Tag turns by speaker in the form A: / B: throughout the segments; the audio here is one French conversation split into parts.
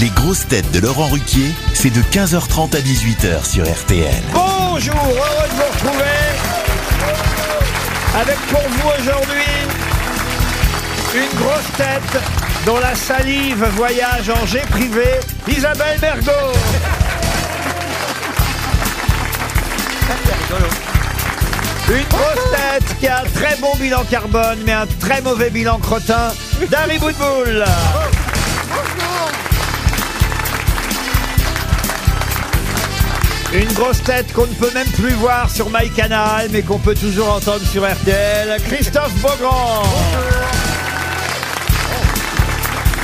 A: Les grosses têtes de Laurent Ruquier, c'est de 15h30 à 18h sur RTL.
B: Bonjour, heureux de vous retrouver. Avec pour vous aujourd'hui une grosse tête dont la salive voyage en jet privé, Isabelle Bergot. Une grosse tête qui a un très bon bilan carbone, mais un très mauvais bilan crottin, Dari Boudboul. Une grosse tête qu'on ne peut même plus voir sur MyCanal, mais qu'on peut toujours entendre sur RTL, Christophe Beaugrand.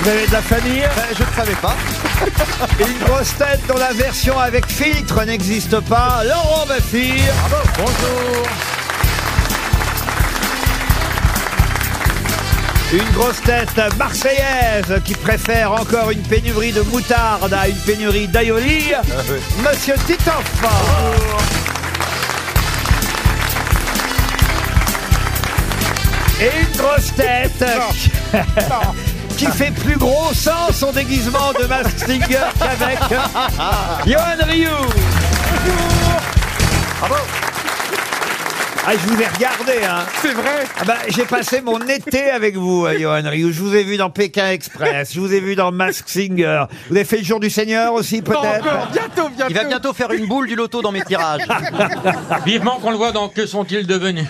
B: Vous avez de la famille Euh, Je ne savais pas. Une grosse tête dont la version avec filtre n'existe pas, Laurent Baffy. Bonjour. Une grosse tête marseillaise qui préfère encore une pénurie de moutarde à une pénurie d'aioli, Monsieur Titoff. Oh. Et une grosse tête qui fait plus gros sans son déguisement de Mask Singer qu'avec Ah.
C: Ah.
B: Johan Ryu. Ah, je vous ai regardé, hein. C'est vrai. j'ai passé mon été avec vous, euh, Johan Rioux. Je vous ai vu dans Pékin Express. Je vous ai vu dans Mask Singer. Vous avez fait le jour du Seigneur aussi, peut-être.
D: bientôt, bientôt. Il va bientôt faire une boule du loto dans mes tirages.
E: Vivement qu'on le voit dans Que sont-ils devenus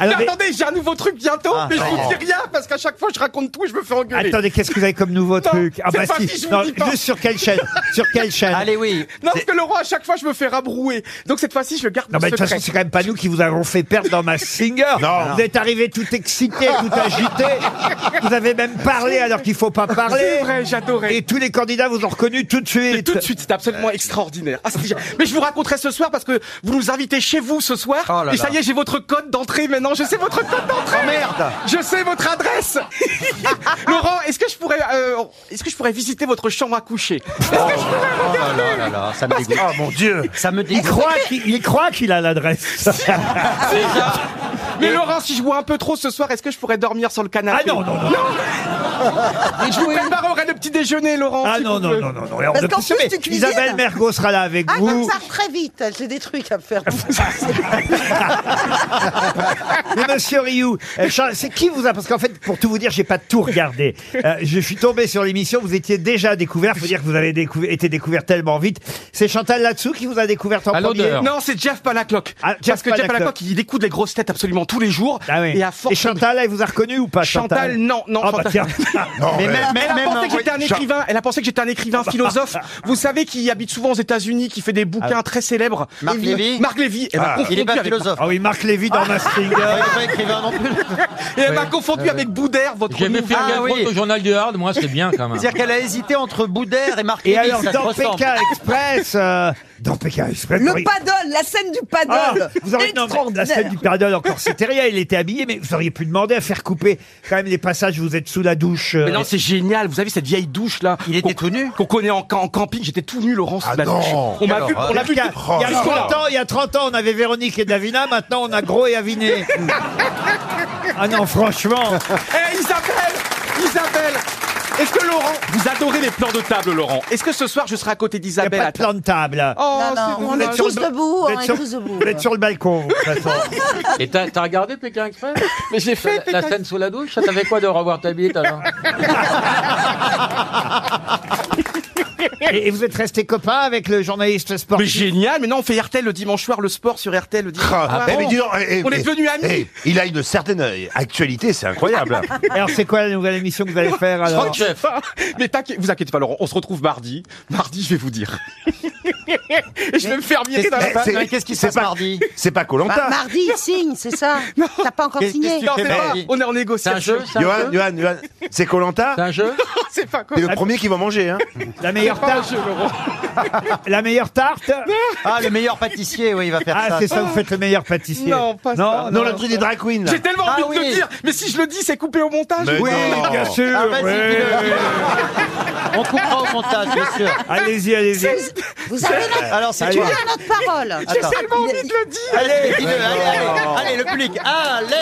D: Mais attendez, j'ai un nouveau truc bientôt,
B: Ah,
D: mais je vous dis rien parce qu'à chaque fois je raconte tout, je me fais engueuler.
B: Attendez, qu'est-ce que vous avez comme nouveau truc Ah bah
D: c'est pas si, je vous
B: Non,
D: dis pas.
B: Juste sur quelle chaîne Sur quelle chaîne Allez, oui.
D: Non, parce que Laurent, à chaque fois je me fais rabrouer. Donc cette fois-ci, je le garde
B: Non, mais de
D: secret.
B: toute façon, c'est quand même pas nous qui vous avons fait perdre dans Mask Singer.
D: Non.
B: Vous êtes arrivé tout excité, tout agité. Vous avez même parlé alors qu'il faut pas parler.
D: C'est vrai, j'adorais.
B: Et tous les candidats vous ont reconnu tout de suite.
D: tout de suite, c'était absolument extraordinaire. Ah, c'était- mais je vous raconterai ce soir parce que vous nous invitez chez vous ce soir.
B: Oh
C: là
D: et ça
C: là.
D: y est, j'ai votre code d'entrée maintenant. Je sais votre code d'entrée. merde. Je sais votre adresse. Laurent, est-ce que je pourrais, euh, est-ce que je pourrais visiter votre chambre à coucher
C: Oh là là là là, ça me dégoûte. Oh mon dieu, ça me
B: Il croit qu'il- il croit qu'il a l'adresse.
D: Mais Laurent, si je bois un peu trop ce soir, est-ce que je pourrais dormir sur le canapé Ah non, non, non Je vous préparerai le petit déjeuner, Laurent.
B: Ah
D: si
B: non,
D: vous
B: non,
D: voulez.
B: non, non, non. Et on
F: Parce
B: ne
F: qu'en
B: peut
F: plus,
B: plus-
F: tu cuisines.
B: Isabelle Mergo sera là avec
F: Ah, comme
B: vous.
F: ça, très vite, j'ai des trucs à me faire.
B: Mais monsieur Rioux, euh, Charles, c'est qui vous a Parce qu'en fait, pour tout vous dire, j'ai pas tout regardé. Euh, je suis tombé sur l'émission, vous étiez déjà découvert. Faut dire que vous avez décou- été découvert tellement vite. C'est Chantal Latsou qui vous a découvert en premier. Ah,
D: Non, c'est Jeff Panaclock. Parce que Jeff
B: Panaclock.
D: Panaclock, il écoute les grosses têtes absolument tous les jours. Et à force.
B: Ah Et Chantal, elle vous a reconnu ou pas Chantal,
D: Chantal, non, non,
B: Ah, bah,
D: Chantal.
B: tiens.
D: mais même,
B: mais
D: elle a
B: même,
D: pensé
B: hein,
D: que j'étais un
B: oui.
D: écrivain. Elle a pensé que j'étais un écrivain philosophe. Vous savez qui habite souvent aux États-Unis, qui fait des bouquins très célèbres.
C: Marc
D: Et-
C: Lévy
D: Marc Lévy. Elle m'a
C: Ah.
D: confondu
C: Il est pas
D: avec-
C: philosophe.
B: Ah Ah
C: Ah,
B: oui, Marc Lévy dans Mask Singer.
C: pas écrivain non plus.
D: Et elle m'a confondu avec Boudère, votre
E: J'ai vu
D: nouveau-
E: faire
C: Ah, oui.
E: au journal du Hard, moi c'est bien quand même.
C: C'est-à-dire qu'elle a hésité entre Boudère et Marc
B: Et
C: Lévy,
B: alors,
C: ça se
B: dans
C: ressemble.
B: Pékin Express, euh, dans Pékin Express,
F: Le
B: oui.
F: paddle, la scène du paddle.
B: Ah, vous auriez non, mais la
F: Extraordinaire.
B: scène du paddle encore. C'était rien, il était habillé, mais vous auriez pu demander à faire couper quand même les passages. où Vous êtes sous la douche. euh,
D: Mais non, c'est génial. Vous avez cette vieille douche là. Ah,
C: Il était tout nu
D: Qu'on connaît en, en camping. J'étais tout nu, Laurent,
B: Ah
D: sous la
G: non.
D: douche. On m'a vu, on l'a
B: Il
D: vu.
B: y, a, il y a 30 ans, il y a 30 ans, on avait Véronique et Davina, maintenant on a Gros et Aviné. ah non, franchement.
D: Eh, Isabelle Isabelle Est-ce que Laurent, vous adorez les plans de table, Laurent Est-ce que ce soir je serai à côté
B: Il n'y a
D: d'Isabelle
B: pas de plan de table.
D: Oh,
F: Non, non,
D: c'est
F: on
D: dommage.
F: est tous
B: le ba-
F: debout,
B: vous
F: hein,
B: êtes
F: on est
B: sur-
F: tous debout.
B: vous êtes sur le balcon, de toute façon.
E: Et t'as t'as regardé Pékin Express
D: Mais j'ai fait
E: la, la scène sous la douche Ça t'avait quoi de revoir ta bite alors
B: Et, et vous êtes resté copain avec le journaliste
D: Mais
B: sportif.
D: génial, mais non, on fait RTL le dimanche soir, le sport sur RTL le dimanche soir.
G: Eh, mais dis donc, eh, eh,
D: Ah on est
G: mais-
D: devenus amis.
G: eh, il a une certaine euh, actualité, c'est incroyable.
B: Alors c'est quoi la nouvelle émission que vous allez eh, faire
D: Je crois
B: alors
D: que je vais pas. Mais t'inquiète, vous inquiétez pas, Laurent, on se retrouve mardi. Mardi, je vais vous dire. Et je vais me faire mieux ça.
G: Mais
D: va pas.
G: c'est-
C: Mais Qu'est-ce qui se
G: c'est
C: passe
G: pas-
C: mardi
G: C'est pas
F: Bah,
G: Colanta.
F: mardi, il signe, c'est ça. T'as pas encore
C: Qu'est-ce que
F: signé.
C: tu
D: Non,
C: fais
D: c'est pas.
C: mardi
D: On est en
E: C'est un
D: négociation.
E: jeu C'est un
G: Johan,
E: jeu
G: Johan, Johan, c'est Colanta.
E: C'est un jeu
D: C'est pas quoi
G: T'es le premier qui va manger, hein
B: la
D: C'est
B: meilleure,
D: pas un
B: tarte,
D: jeu, Laurent.
B: la meilleure tarte
C: Ah, le meilleur pâtissier, oui, il va faire
B: Ah,
C: ça.
B: c'est ça, vous faites le meilleur pâtissier.
D: Non, pas ça.
B: non,
G: Non,
B: non,
G: le truc des drag queens. là.
D: J'ai tellement
C: Ah
D: envie de
C: oui.
D: le dire, mais si je le dis, c'est coupé au montage.
G: Mais
B: Oui,
G: non.
B: bien sûr.
C: Ah, vas-y,
B: oui.
C: dis-le. On coupera au montage, bien sûr.
B: Allez-y, allez-y.
F: Vous avez notre,
C: Alors, c'est
B: Allez.
C: quoi
F: vous avez notre parole.
D: J'ai
C: Attends.
D: tellement envie de le dire.
C: Allez, dis-le, allez, allez, allez, le public, allez,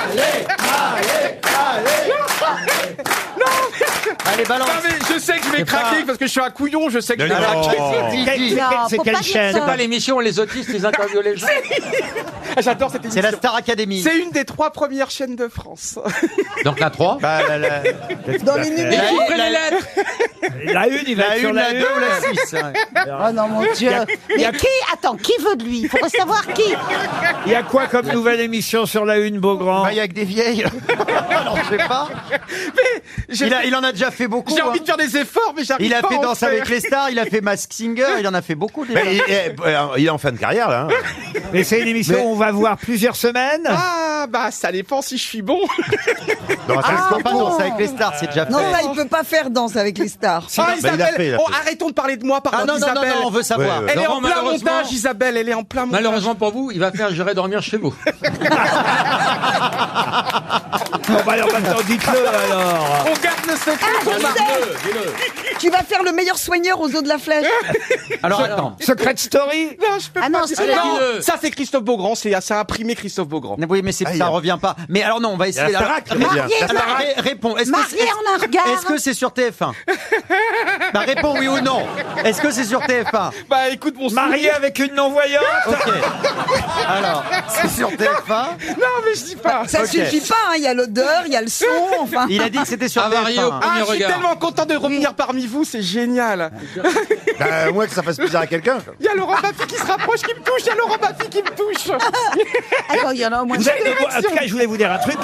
C: allez, allez, allez.
D: Non, mais-
C: Allez, balance.
D: Non, mais je sais que je vais craquer parce que je suis un couillon, je sais que je vais craquer.
B: Quelle-
F: dis.
B: c'est
F: Non,
B: quelle- c'est
F: faut
B: quelle
F: pas dire
B: chaîne
F: ça.
E: Pas l'émission, les autistes, ils interviewent les gens.
D: Ah, J'adore cette
C: C'est
D: émission.
C: la Star Academy.
D: C'est une des trois premières chaînes de France.
E: Donc la 3.
C: Bah, la, la,
F: Dans les numéros.
E: Les chiffres et les lettres.
B: La une, il va
C: la
B: être sur
C: une,
B: la
C: la
B: une.
C: deux ou la six hein.
F: Oh non, mon Dieu. Mais qui Attends, qui veut de lui Il faudrait savoir qui.
B: Il y a quoi comme nouvelle émission sur la une, Beaugrand
C: Bah, il y a que des vieilles. Alors, je sais pas.
D: J'ai
C: Il, a- il en a déjà fait beaucoup.
D: j'ai
C: hein.
D: envie de faire des efforts, mais j'arrive
C: Il a
D: pas
C: fait
D: à en
C: Danse
D: faire.
C: avec les stars, il a fait Mask Singer, il en a fait beaucoup. Déjà.
G: Mais il, est- euh, il est en fin de carrière, là. hein.
B: Mais c'est une émission
C: Mais-
B: où on va voir plusieurs semaines
D: Ah, bah, ça dépend si je suis bon.
G: Dans la
C: Ah,
G: salle
C: pas Danse avec les stars, c'est déjà fait.
F: il peut pas faire danse avec les stars.
D: Ah,
G: bah, il a
D: Isabelle,
G: fait, il a
D: oh,
G: fait.
D: arrêtons de parler de moi, pardon,
C: Ah non, non, non,
D: Isabelle.
C: non, on veut savoir.
G: Ouais, ouais.
D: Elle est
E: Laurent,
D: en plein
E: malheureusement-
D: montage, Isabelle, elle est en plein montage.
E: Malheureusement pour vous, il va faire J'irai dormir chez vous.
B: Bon, bah alors maintenant, dites-le
H: Ah,
B: alors
D: On garde le secret qu'on a.
H: Tu vas faire le meilleur soigneur aux os de la flèche.
C: Alors attends.
B: Secret Story
D: Non, je peux pas
F: Ah non,
D: dire-
F: c'est là.
D: Non, ça c'est Christophe Beaugrand, c'est c'est imprimé Christophe Beaugrand.
C: Oui, mais c'est-
G: Ah, il y
C: ça
G: a-
C: revient pas. Mais alors non, on va essayer.
G: Il y a la
C: alors-
G: Starac, très bien.
C: Ré-
F: La Starac.
C: ré- Réponds. Est-ce que
F: Marié
C: c'est-
F: en un regard.
C: Est-ce que c'est sur TF1 Bah réponds oui ou non. Est-ce que c'est sur TF1
D: Bah écoute mon
B: Marié
D: souvenir-
B: avec une non-voyante
C: hein. Ok. Alors, c'est sur TF1.
D: Non mais je dis pas.
H: Ça
C: Ok.
H: suffit pas, hein, il y a l'odeur, il y a le son, enfin.
C: Il a dit que c'était sur
E: Avarié au
C: TF1.
E: premier
D: Ah, je suis
E: regard.
D: tellement content de revenir parmi vous, c'est génial.
G: Bah, au moins que ça fasse plaisir à quelqu'un.
D: Il y a Laurent Baffy qui se rapproche, qui me touche, il y a Laurent Baffy qui me touche.
F: Attends, Ah. il y en a au moins.
B: Vous
C: euh,
B: êtes de moins- En tout cas, je voulais vous dire un truc.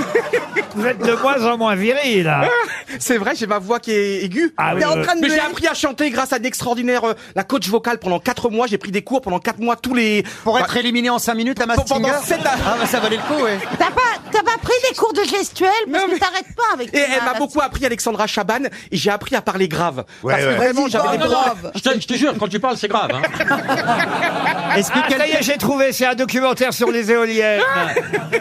B: Vous êtes de moins en moins viril, là.
D: C'est vrai, j'ai ma voix qui est aiguë.
B: Ah oui,
H: T'es en
B: euh,
H: train de
D: Mais j'ai
H: me-
D: appris à chanter grâce à d'extraordinaires euh, la coach vocale pendant 4 mois, j'ai pris des cours pendant 4 mois tous les
C: Pour
D: Bah,
C: être éliminé en 5 minutes, la Mask
D: pendant
C: Singer.
D: sept ans.
C: Ah bah ça valait le coup, ouais.
F: T'as pas, t'as pas pris des cours de gestuelle parce
D: Non, mais-
F: que t'arrêtes pas avec.
D: Et
F: ça,
D: elle m'a
H: Ah,
F: là.
D: beaucoup appris Alexandra Chaban et j'ai appris à parler grave.
G: Ouais,
D: Parce que
G: ouais.
D: vraiment, j'avais des
H: Vas-y,
D: problèmes.
H: grave.
E: Je te, je te jure, quand tu parles, c'est grave. hein.
C: Est-ce que
B: Ah, ça y
C: quelqu'un Ah
B: est, j'ai trouvé, c'est un documentaire sur les éoliennes.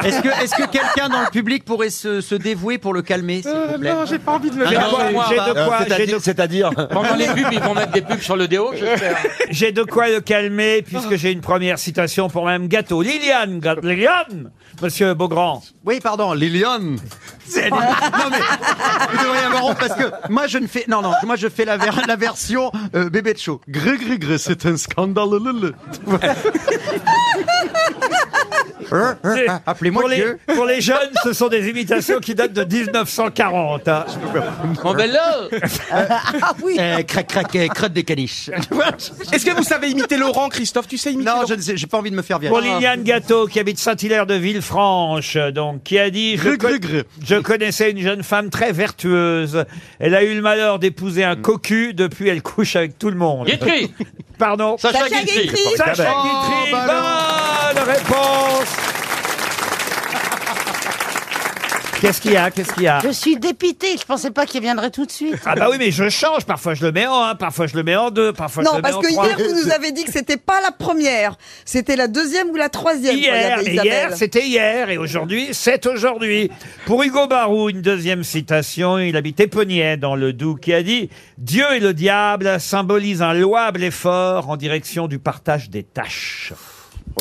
C: est-ce que, est-ce que quelqu'un dans le public pourrait se, se dévouer pour le calmer, s'il vous plaît
D: Non, j'ai pas envie de le
C: Ah,
B: J'ai de
C: non,
B: quoi-
C: moi,
B: j'ai
C: bah,
B: de quoi- j'ai de-
G: C'est-à-dire
E: Euh, Pendant les pubs, ils vont mettre des pubs sur le déo, j'espère.
B: J'ai de quoi le calmer puisque j'ai une première citation pour Mme Gâteau. Liliane, Ga- Liliane, Monsieur Beaugrand.
C: Oui, pardon, Liliane. C'est- Non mais il devrait y avoir honte parce que moi je ne fais non non moi je fais la, ver- la version euh, bébé de show. Gré gré gré, c'est un scandale. le, le, le. Hein, hein, hein, Appelez-moi
B: pour, les,
C: Dieu.
B: pour les jeunes, ce sont des imitations qui datent de 1940. hein.
E: Mon bello
F: Ah oui.
C: Euh, crac crac euh, crotte de caniche.
D: Est-ce que vous savez imiter Laurent, Christophe Tu sais imiter
C: non,
D: Laurent
C: je ne sais, j'ai pas envie de me faire
B: Pour
C: violence.
B: Liliane Gâteau, qui habite Saint-Hilaire de Villefranche, donc, qui a dit je,
C: Gré,
B: con-
C: gré, gré.
B: je connaissais une jeune femme très vertueuse. Elle a eu le malheur d'épouser un cocu. Depuis, elle couche avec tout le monde.
E: Mm. Guitry
B: Pardon.
E: Sacha
H: Sacha
E: Guitry
H: Guitry.
B: Sacha
G: Ah
C: ben.
B: Guitry,
C: Oh,
B: bonne réponse Qu'est-ce qu'il y a Qu'est-ce qu'il y a
F: Je suis dépité. Je pensais pas qu'il viendrait tout de suite.
B: Ah bah oui, mais je change. Parfois je le mets en un, parfois je le mets en deux, parfois je
H: Non,
B: le mets
H: parce
B: en
H: que
B: trois.
H: hier, vous nous avez dit que c'était pas la première, c'était la deuxième ou la troisième. quand il y
B: Hier,
H: avait
B: mais
H: Isabelle.
B: hier, c'était hier, et aujourd'hui, c'est aujourd'hui. Pour Hugo Barou, une deuxième citation, il habite Éponier dans le Doubs, qui a dit « Dieu et le diable symbolisent un louable effort en direction du partage des tâches.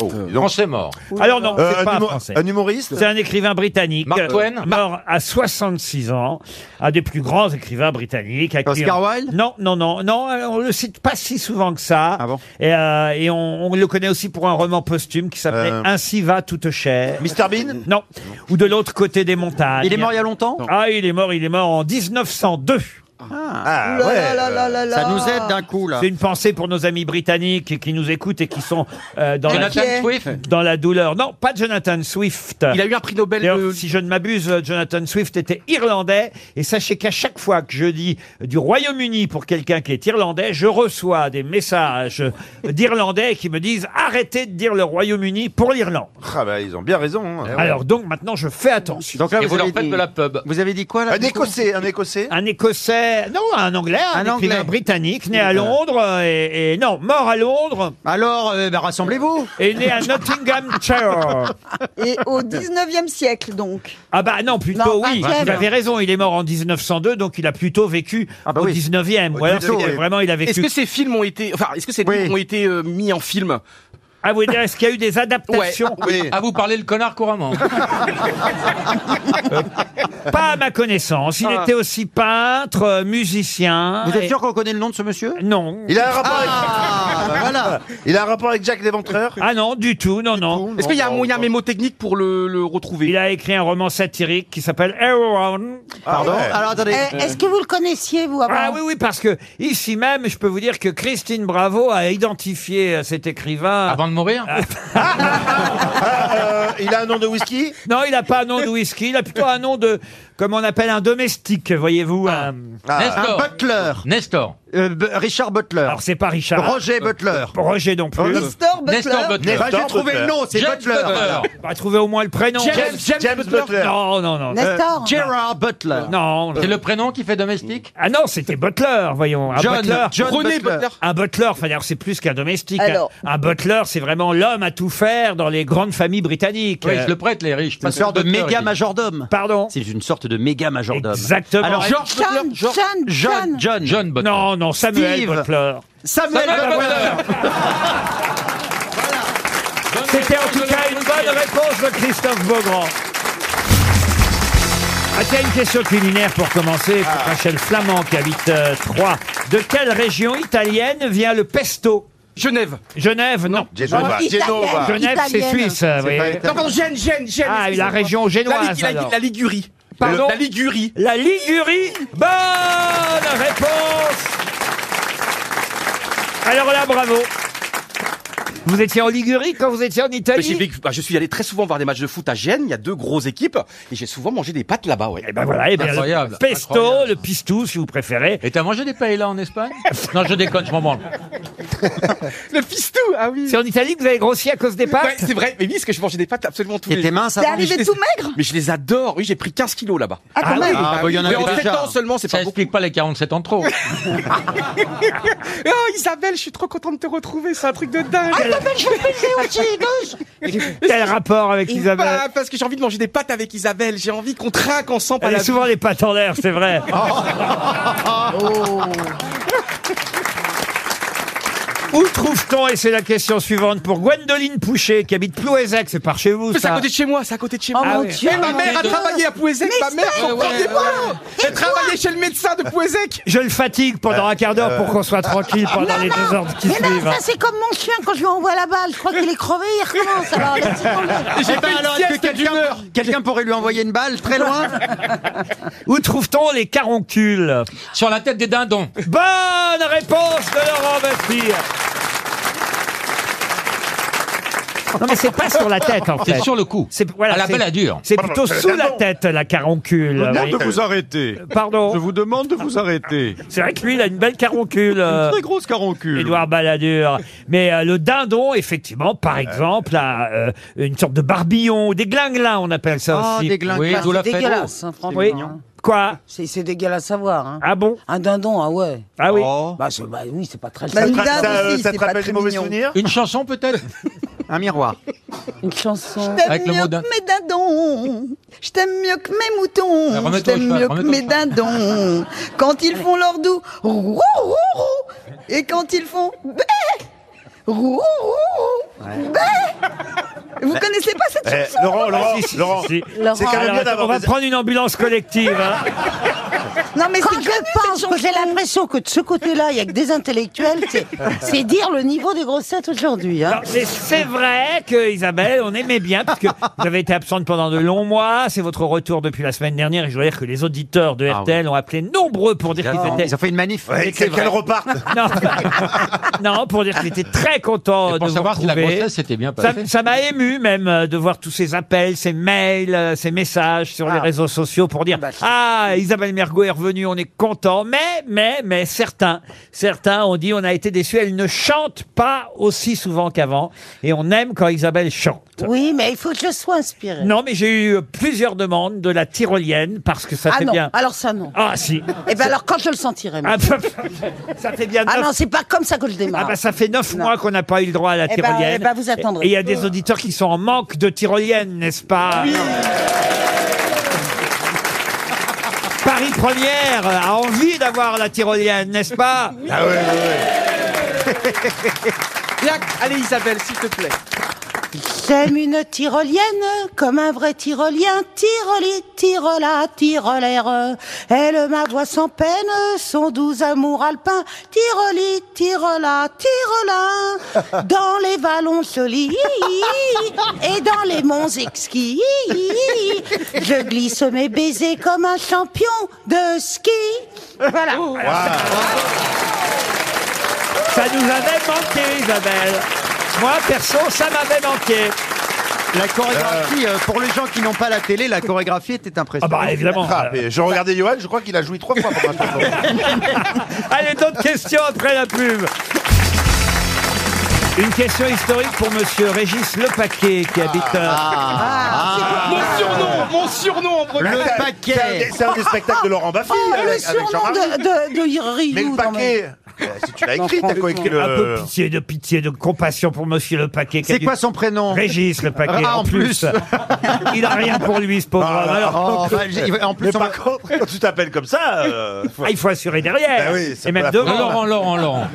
G: Oh,
E: Français mort. ».
B: Alors non,
G: Euh,
B: c'est
G: un,
B: pas
G: humo-
B: français.
G: un humoriste
B: C'est un écrivain britannique.
E: Mark
B: euh,
E: Twain
B: Mort à 66 ans. Un des plus grands écrivains britanniques. à qui
C: Oscar
B: on-
C: Wilde
B: Non, non, non. Non, euh, on le cite pas si souvent que ça.
C: Ah bon
B: Et, euh, et on, on le connaît aussi pour un roman posthume qui s'appelait
G: Euh.
B: Ainsi va toute chair.
G: Mr Bean
B: Non. Ou de l'autre côté des montagnes.
C: Il est mort il y a longtemps.
B: Ah, il est mort, il est mort en 1902.
G: Ah
H: Ouh là
G: ouais
H: là là là là là.
C: Ça nous aide d'un coup là.
B: C'est une pensée pour nos amis britanniques qui nous écoutent et qui sont euh, dans, la,
E: Jonathan
H: Inquiet.
E: Swift
B: dans la douleur. Non, pas Jonathan Swift.
D: Il a eu un prix Nobel
B: D'ailleurs,
D: de...
B: si je ne m'abuse, euh, Jonathan Swift était irlandais. Et sachez qu'à chaque fois que je dis du Royaume-Uni pour quelqu'un qui est irlandais, je reçois des messages d'Irlandais qui me disent arrêtez de dire le Royaume-Uni pour l'Irlande.
G: Ah bah, ils ont bien raison. hein.
B: Alors donc maintenant, je fais attention.
C: Ah Donc là
E: Et vous leur
C: avez
E: faites
C: dit-
E: de la pub.
C: Vous avez dit quoi là
G: Un écossais, un écossais
B: Un Écossais, non, un Anglais, un,
C: Un
B: écrivain
C: Anglais.
B: britannique, né à Londres, euh, et, et- non, mort à Londres,
C: Alors euh, bah, rassemblez-vous.
B: et né à Nottinghamshire.
H: Et au 19e siècle, donc.
B: Ah bah non, plutôt
F: Non,
B: oui,
F: vingtième.
B: vous avez raison, il est mort en 1902, donc il a plutôt vécu
C: Ah bah
B: au
C: oui.
B: 19e. Ou alors,
G: plutôt,
B: c'est que
G: oui.
B: vraiment, il a vécu
D: Est-ce que ces films ont été... Enfin, est-ce que ces
C: Oui.
D: livres ont été euh, mis en film
B: Ah, vous voulez dire, est-ce qu'il y a eu des adaptations
E: Ah, vous parlez le connard couramment.
B: Pas à ma connaissance. Il
D: Ah.
B: était aussi peintre, euh, musicien.
C: Vous êtes
B: et-
C: sûr qu'on connaît le nom de ce monsieur
B: Non.
G: Il a un rapport
C: Ah, bah voilà.
G: avec... Il a un rapport avec Jack l'éventreur
B: Ah non, du tout, non, non.
D: Est-ce qu'il y a un moyen mémotechnique pour le, le
B: Il
D: retrouver
B: a écrit un roman satirique qui s'appelle Aaron.
C: Pardon
G: Ah ouais.
C: Alors
F: Eh,
C: attendez.
F: Est-ce que vous le connaissiez, vous, avant
B: Ah oui, oui, parce que ici même, je peux vous dire que Christine Bravo a identifié euh, cet écrivain.
E: Avant de mourir
G: Ah, euh, Il a un nom de whisky
B: Non, il n'a pas un nom de whisky, il a plutôt un nom de, comme on appelle un domestique, voyez-vous. un-
C: Ah, Un
E: Ah. Nestor.
C: Butler.
E: Nestor.
C: Euh, B- Richard Butler.
B: Alors c'est pas Richard.
C: Roger Butler.
B: Roger non plus.
C: Euh,
H: Nestor
E: Nestor
H: Butler.
E: Butler.
C: Bah, j'ai trouvé le nom, c'est
E: James
C: Butler.
B: On va trouver au moins le prénom.
G: James, James, Butler.
B: Non, non, non.
F: Nestor
C: Gerard Butler.
B: Non.
E: C'est le prénom qui fait domestique
B: Ah non, c'était Butler, voyons. Un
C: John,
B: Butler.
C: John
D: René
C: Butler.
D: Butler.
B: Un butler, enfin d'ailleurs c'est plus qu'un domestique.
H: Alors.
B: un, un butler, c'est vraiment l'homme à tout faire dans les grandes familles britanniques.
E: Oui,
B: Euh,
E: je le prête, les riches.
C: Une sorte de méga majordome.
B: Pardon.
C: C'est une sorte de méga majordome.
B: Exactement.
C: Alors George
F: John,
C: Butler.
F: John,
C: John.
F: John.
C: John.
E: John Butler.
B: Non, non, Samuel
C: Steve.
B: Butler.
C: Samuel,
E: Samuel
C: Butler.
E: Butler.
B: C'était en tout cas une bonne réponse de Christophe Beaugrand. Ah, tiens, une question culinaire pour commencer
G: Ah.
B: pour Rachel Flamand qui habite euh, Troyes. De quelle région italienne vient le pesto
D: Genève.
B: Genève, non.
G: Genova.
F: Italienne.
G: Genova.
B: Genève, c'est
F: Italienne.
B: Suisse, hein, vous voyez.
G: pas italien.
D: Non, pardon, Gênes, Gênes, Gênes.
B: Ah, la
D: excusez-moi.
B: région
D: La,
B: génoise,
D: Li- la,
B: alors.
D: la Ligurie.
B: Pardon
D: La Ligurie.
B: La Ligurie. Bonne réponse Alors là, bravo. Vous étiez en Ligurie quand vous étiez en
D: Mais j'ai
B: Italie
D: vécu- bah, je suis allé très souvent voir des matchs de foot à Gênes, il y a deux grosses équipes, et j'ai souvent mangé des pâtes là-bas, ouais.
B: Eh ben voilà, eh ben, le
E: Incroyable,
B: pesto,
E: incroyable.
B: le pistou si vous préférez.
E: Et t'as mangé des paella en Espagne Non, je déconne, je m'en branle.
D: Le fistou, ah oui.
B: C'est en Italie que vous avez grossi à cause des
D: Ouais,
B: pâtes
D: c'est vrai, mais oui, parce que je mangeais des pâtes absolument tous
C: Qui
D: les
C: était
D: jours.
C: mince
H: T'es
C: avant.
H: arrivé
D: Mais je
H: tout
D: les-
H: maigre
D: Mais je les adore, oui, j'ai pris 15 kilos là-bas.
H: Ah, quand même
C: Ah, bah, il y en
D: mais
C: avait
D: en 7
C: déjà.
D: ans seulement, c'est
E: Ça
D: pas beaucoup. Bah,
E: explique pas les 47 ans de trop.
D: Oh, Isabelle, je suis trop content de te retrouver, c'est un truc de dingue.
F: Ah, Isabelle, je vais baiser aussi, douce.
B: Quel rapport avec Isabelle
D: Bah, parce que j'ai envie de manger des pâtes avec Isabelle, j'ai envie qu'on trinque ensemble à
B: Elle
D: la
B: a
D: Ah
B: souvent Oh, les pattes en l'air, c'est vrai.
I: Oh.
B: Où trouve-t-on, et c'est la question suivante, pour Gwendoline Pouchet, qui habite Plouézec, c'est par chez vous,
D: C'est à
B: ça
D: côté de chez moi, c'est à côté de chez moi.
B: Ah
F: Oh, mon
B: oui.
F: Dieu.
D: Ma mère a travaillé à Pouézec, ma mère,
E: ça,
D: son
E: ouais,
D: premier
E: ouais,
D: boulot. Elle travaillait chez le médecin de Pouézec.
B: Je le fatigue pendant un quart d'heure pour qu'on soit tranquille pendant les deux heures qui
F: Mais non,
B: suivent.
F: ça c'est comme mon chien quand je lui envoie la balle. Je crois qu'il est crevé, il recommence. Alors, laisse tomber.
D: J'ai fait
C: Eh ben alors,
D: une
C: est-ce que
D: sieste d'une heure.
C: Quelqu'un pourrait lui envoyer une balle très loin
B: Où trouve-t-on les caroncules
E: Sur la tête des dindons.
B: Bonne réponse de Laurent Bastille Non mais c'est pas sur la tête en fait.
E: C'est sur le coup.
B: C'est voilà,
E: À la
B: c'est-
E: belle à dure.
B: C'est plutôt sous la tête la caroncule. vous voyez.
J: vous arrêter.
B: euh, Pardon.
J: vous demande de vous arrêter.
B: C'est vrai que lui il a une belle caroncule. euh,
J: grosse caroncule.
B: Édouard Balladur. Mais euh, le dindon, effectivement, par exemple, a euh, une sorte de barbillon, des glinglins, on appelle ça
C: Oh,
B: aussi.
C: des glingues.
E: Oui, d'où la
F: Ah, C'est
E: fête.
F: dégueulasse, hein, franchement.
B: Oui.
F: hein.
B: Quoi
F: C'est c'est dégueulasse à voir. hein.
B: Ah bon
F: Un dindon, ah ouais.
B: Ah oui.
F: Bah, c'est- bah oui, c'est pas très
H: Bah,
F: sympa.
H: une
G: Ça,
H: dinde
G: ça,
H: aussi,
G: ça
H: c'est
G: te
H: pas
G: rappelle
H: très
G: des mauvais
H: mignon.
G: souvenirs
E: Une chanson peut-être
C: Un miroir.
F: Une chanson.
H: Je
E: Avec
H: t'aime
E: le
H: mieux
E: mot
H: que
E: d'un-
H: mes dindons, je t'aime mieux que mes
E: Ouais,
H: moutons,
E: remets-toi
H: je t'aime
E: au cheval,
H: mieux que
E: remets-toi
H: mes
E: au cheval.
H: dindons. Quand ils font leur doux, roux, roux, roux, et quand ils font bé, roux, roux, roux, bé. Vous connaissez pas cette
G: Eh,
H: chanson
G: Laurent, Laurent,
B: Si, si, si,
G: Laurent.
B: si.
G: C'est quand même bien
B: Alors, attends, on
G: d'avoir
B: va
G: des-
B: prendre une ambulance collective. hein.
H: Non mais c'est
F: Quand je
H: connu,
F: pense
H: cette
F: que j'ai
H: chanson.
F: l'impression que de ce côté-là, il y a que des intellectuels, c'est- c'est dire le niveau des grossettes aujourd'hui. Hein.
B: Alors, c'est- C'est vrai que Isabelle, on aimait bien parce que vous avez été absente pendant de longs mois. C'est votre retour depuis la semaine dernière et je dois dire que les auditeurs de
C: Ah
B: RTL ont appelé nombreux pour dire qu'ils étaient
C: Ils ont fait une manif.
G: Ouais,
B: c'est
G: qu'elle qu'elle reparte.
B: non, non, pour dire qu'ils étaient très contents
E: Et
B: de
E: Pour
B: vous
E: savoir si la
B: retrouver.
E: grossesse s'était bien
B: Ça-
E: passée.
B: Ça m'a ému même euh, de voir tous ces appels, ces mails, euh, ces messages sur
F: Ah.
B: les réseaux sociaux pour
F: Bah,
B: dire ah Isabelle Mergot est revenue, on est content. Mais mais mais certains certains ont dit on a été déçus, elle ne chante pas aussi souvent qu'avant et on aime quand Isabelle chante.
F: Oui, mais il faut que je sois inspirée.
B: Non mais j'ai eu euh, plusieurs demandes de la tyrolienne parce que ça
F: ah
B: fait
F: non,
B: bien.
F: alors ça non.
B: Ah si.
F: Et ben alors quand je le sentirai. moi.
B: Ah, bah, ça fait bien.
F: Ah
B: neuf-
F: non, c'est pas comme ça que je
B: Ah
F: démarre.
B: bah ça fait neuf
F: Non.
B: mois qu'on n'a pas eu le droit à la
F: Eh ben,
B: tyrolienne.
F: eh ben, vous attendrez.
B: Et il y a des auditeurs qui sont en manque de tyrolienne, n'est-ce pas Paris Première a envie d'avoir la tyrolienne, n'est-ce pas
G: Ah ouais, ouais, ouais.
D: Bien, allez Isabelle, s'il te plaît.
F: J'aime une tyrolienne comme un vrai tyrolien. Tyroli, tyrola, tyrolaire. Elle ma voix sans peine, son doux amour alpin. Tyroli, tyrola, tyrolin. Dans les vallons jolis et dans les monts exquis. Je glisse mes baisers comme un champion de ski. Voilà.
B: Ça nous avait manqué, Isabelle. Moi, perso, ça m'avait manqué.
C: La chorégraphie, euh, pour les gens qui n'ont pas la télé, la chorégraphie était
B: Ah
C: impressionnante.
B: bah évidemment.
G: Ah, mais je regardais Johan, je crois qu'il a joué trois fois pendant la chanson.
B: Allez, d'autres questions après la pub. Une question historique pour Monsieur Régis Lepaquet qui
C: Ah.
B: habite. euh,
F: Ah.
D: Mon surnom, mon surnom en premier.
G: Le
C: paquet.
G: C'est un des- C'est un, des spectacles de Laurent Baffy euh,
F: Oh,
G: avec,
F: le
G: avec
F: surnom
G: Jean-Marc.
F: de, de, de Ryu
G: Mais le
F: dans mes-
G: paquet, euh, si tu l'as écrit, t'as coécrit le...
B: Un peu pitié, de pitié, de compassion pour Monsieur Lepaquet. qui
C: euh C'est
B: habite-
C: quoi son prénom
B: Régis Lepaquet
C: Ah, en plus.
B: Il a rien pour lui, ce pauvre
G: Ah,
B: homme.
G: là,
B: Alors,
C: Oh, enfin, j'ai- En plus,
G: Mais
C: on va-
G: par contre, quand tu t'appelles comme ça, euh, faut-
B: ah, il faut assurer
G: Bah
B: derrière.
G: oui, c'est
B: Et même
G: pas la
B: devant.
E: Laurent, Laurent, Laurent.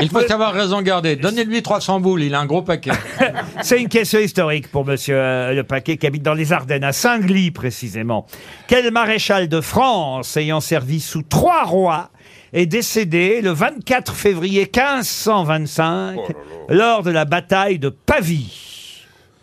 E: Il faut savoir raison garder. Donnez-lui 300 boules, il a un gros paquet.
B: C'est une question historique pour Monsieur euh, Le Paquet qui habite dans les Ardennes, à Saint-Gly précisément. Quel maréchal de France ayant servi sous trois rois est décédé le 24 février 1525 lors de la bataille de Pavie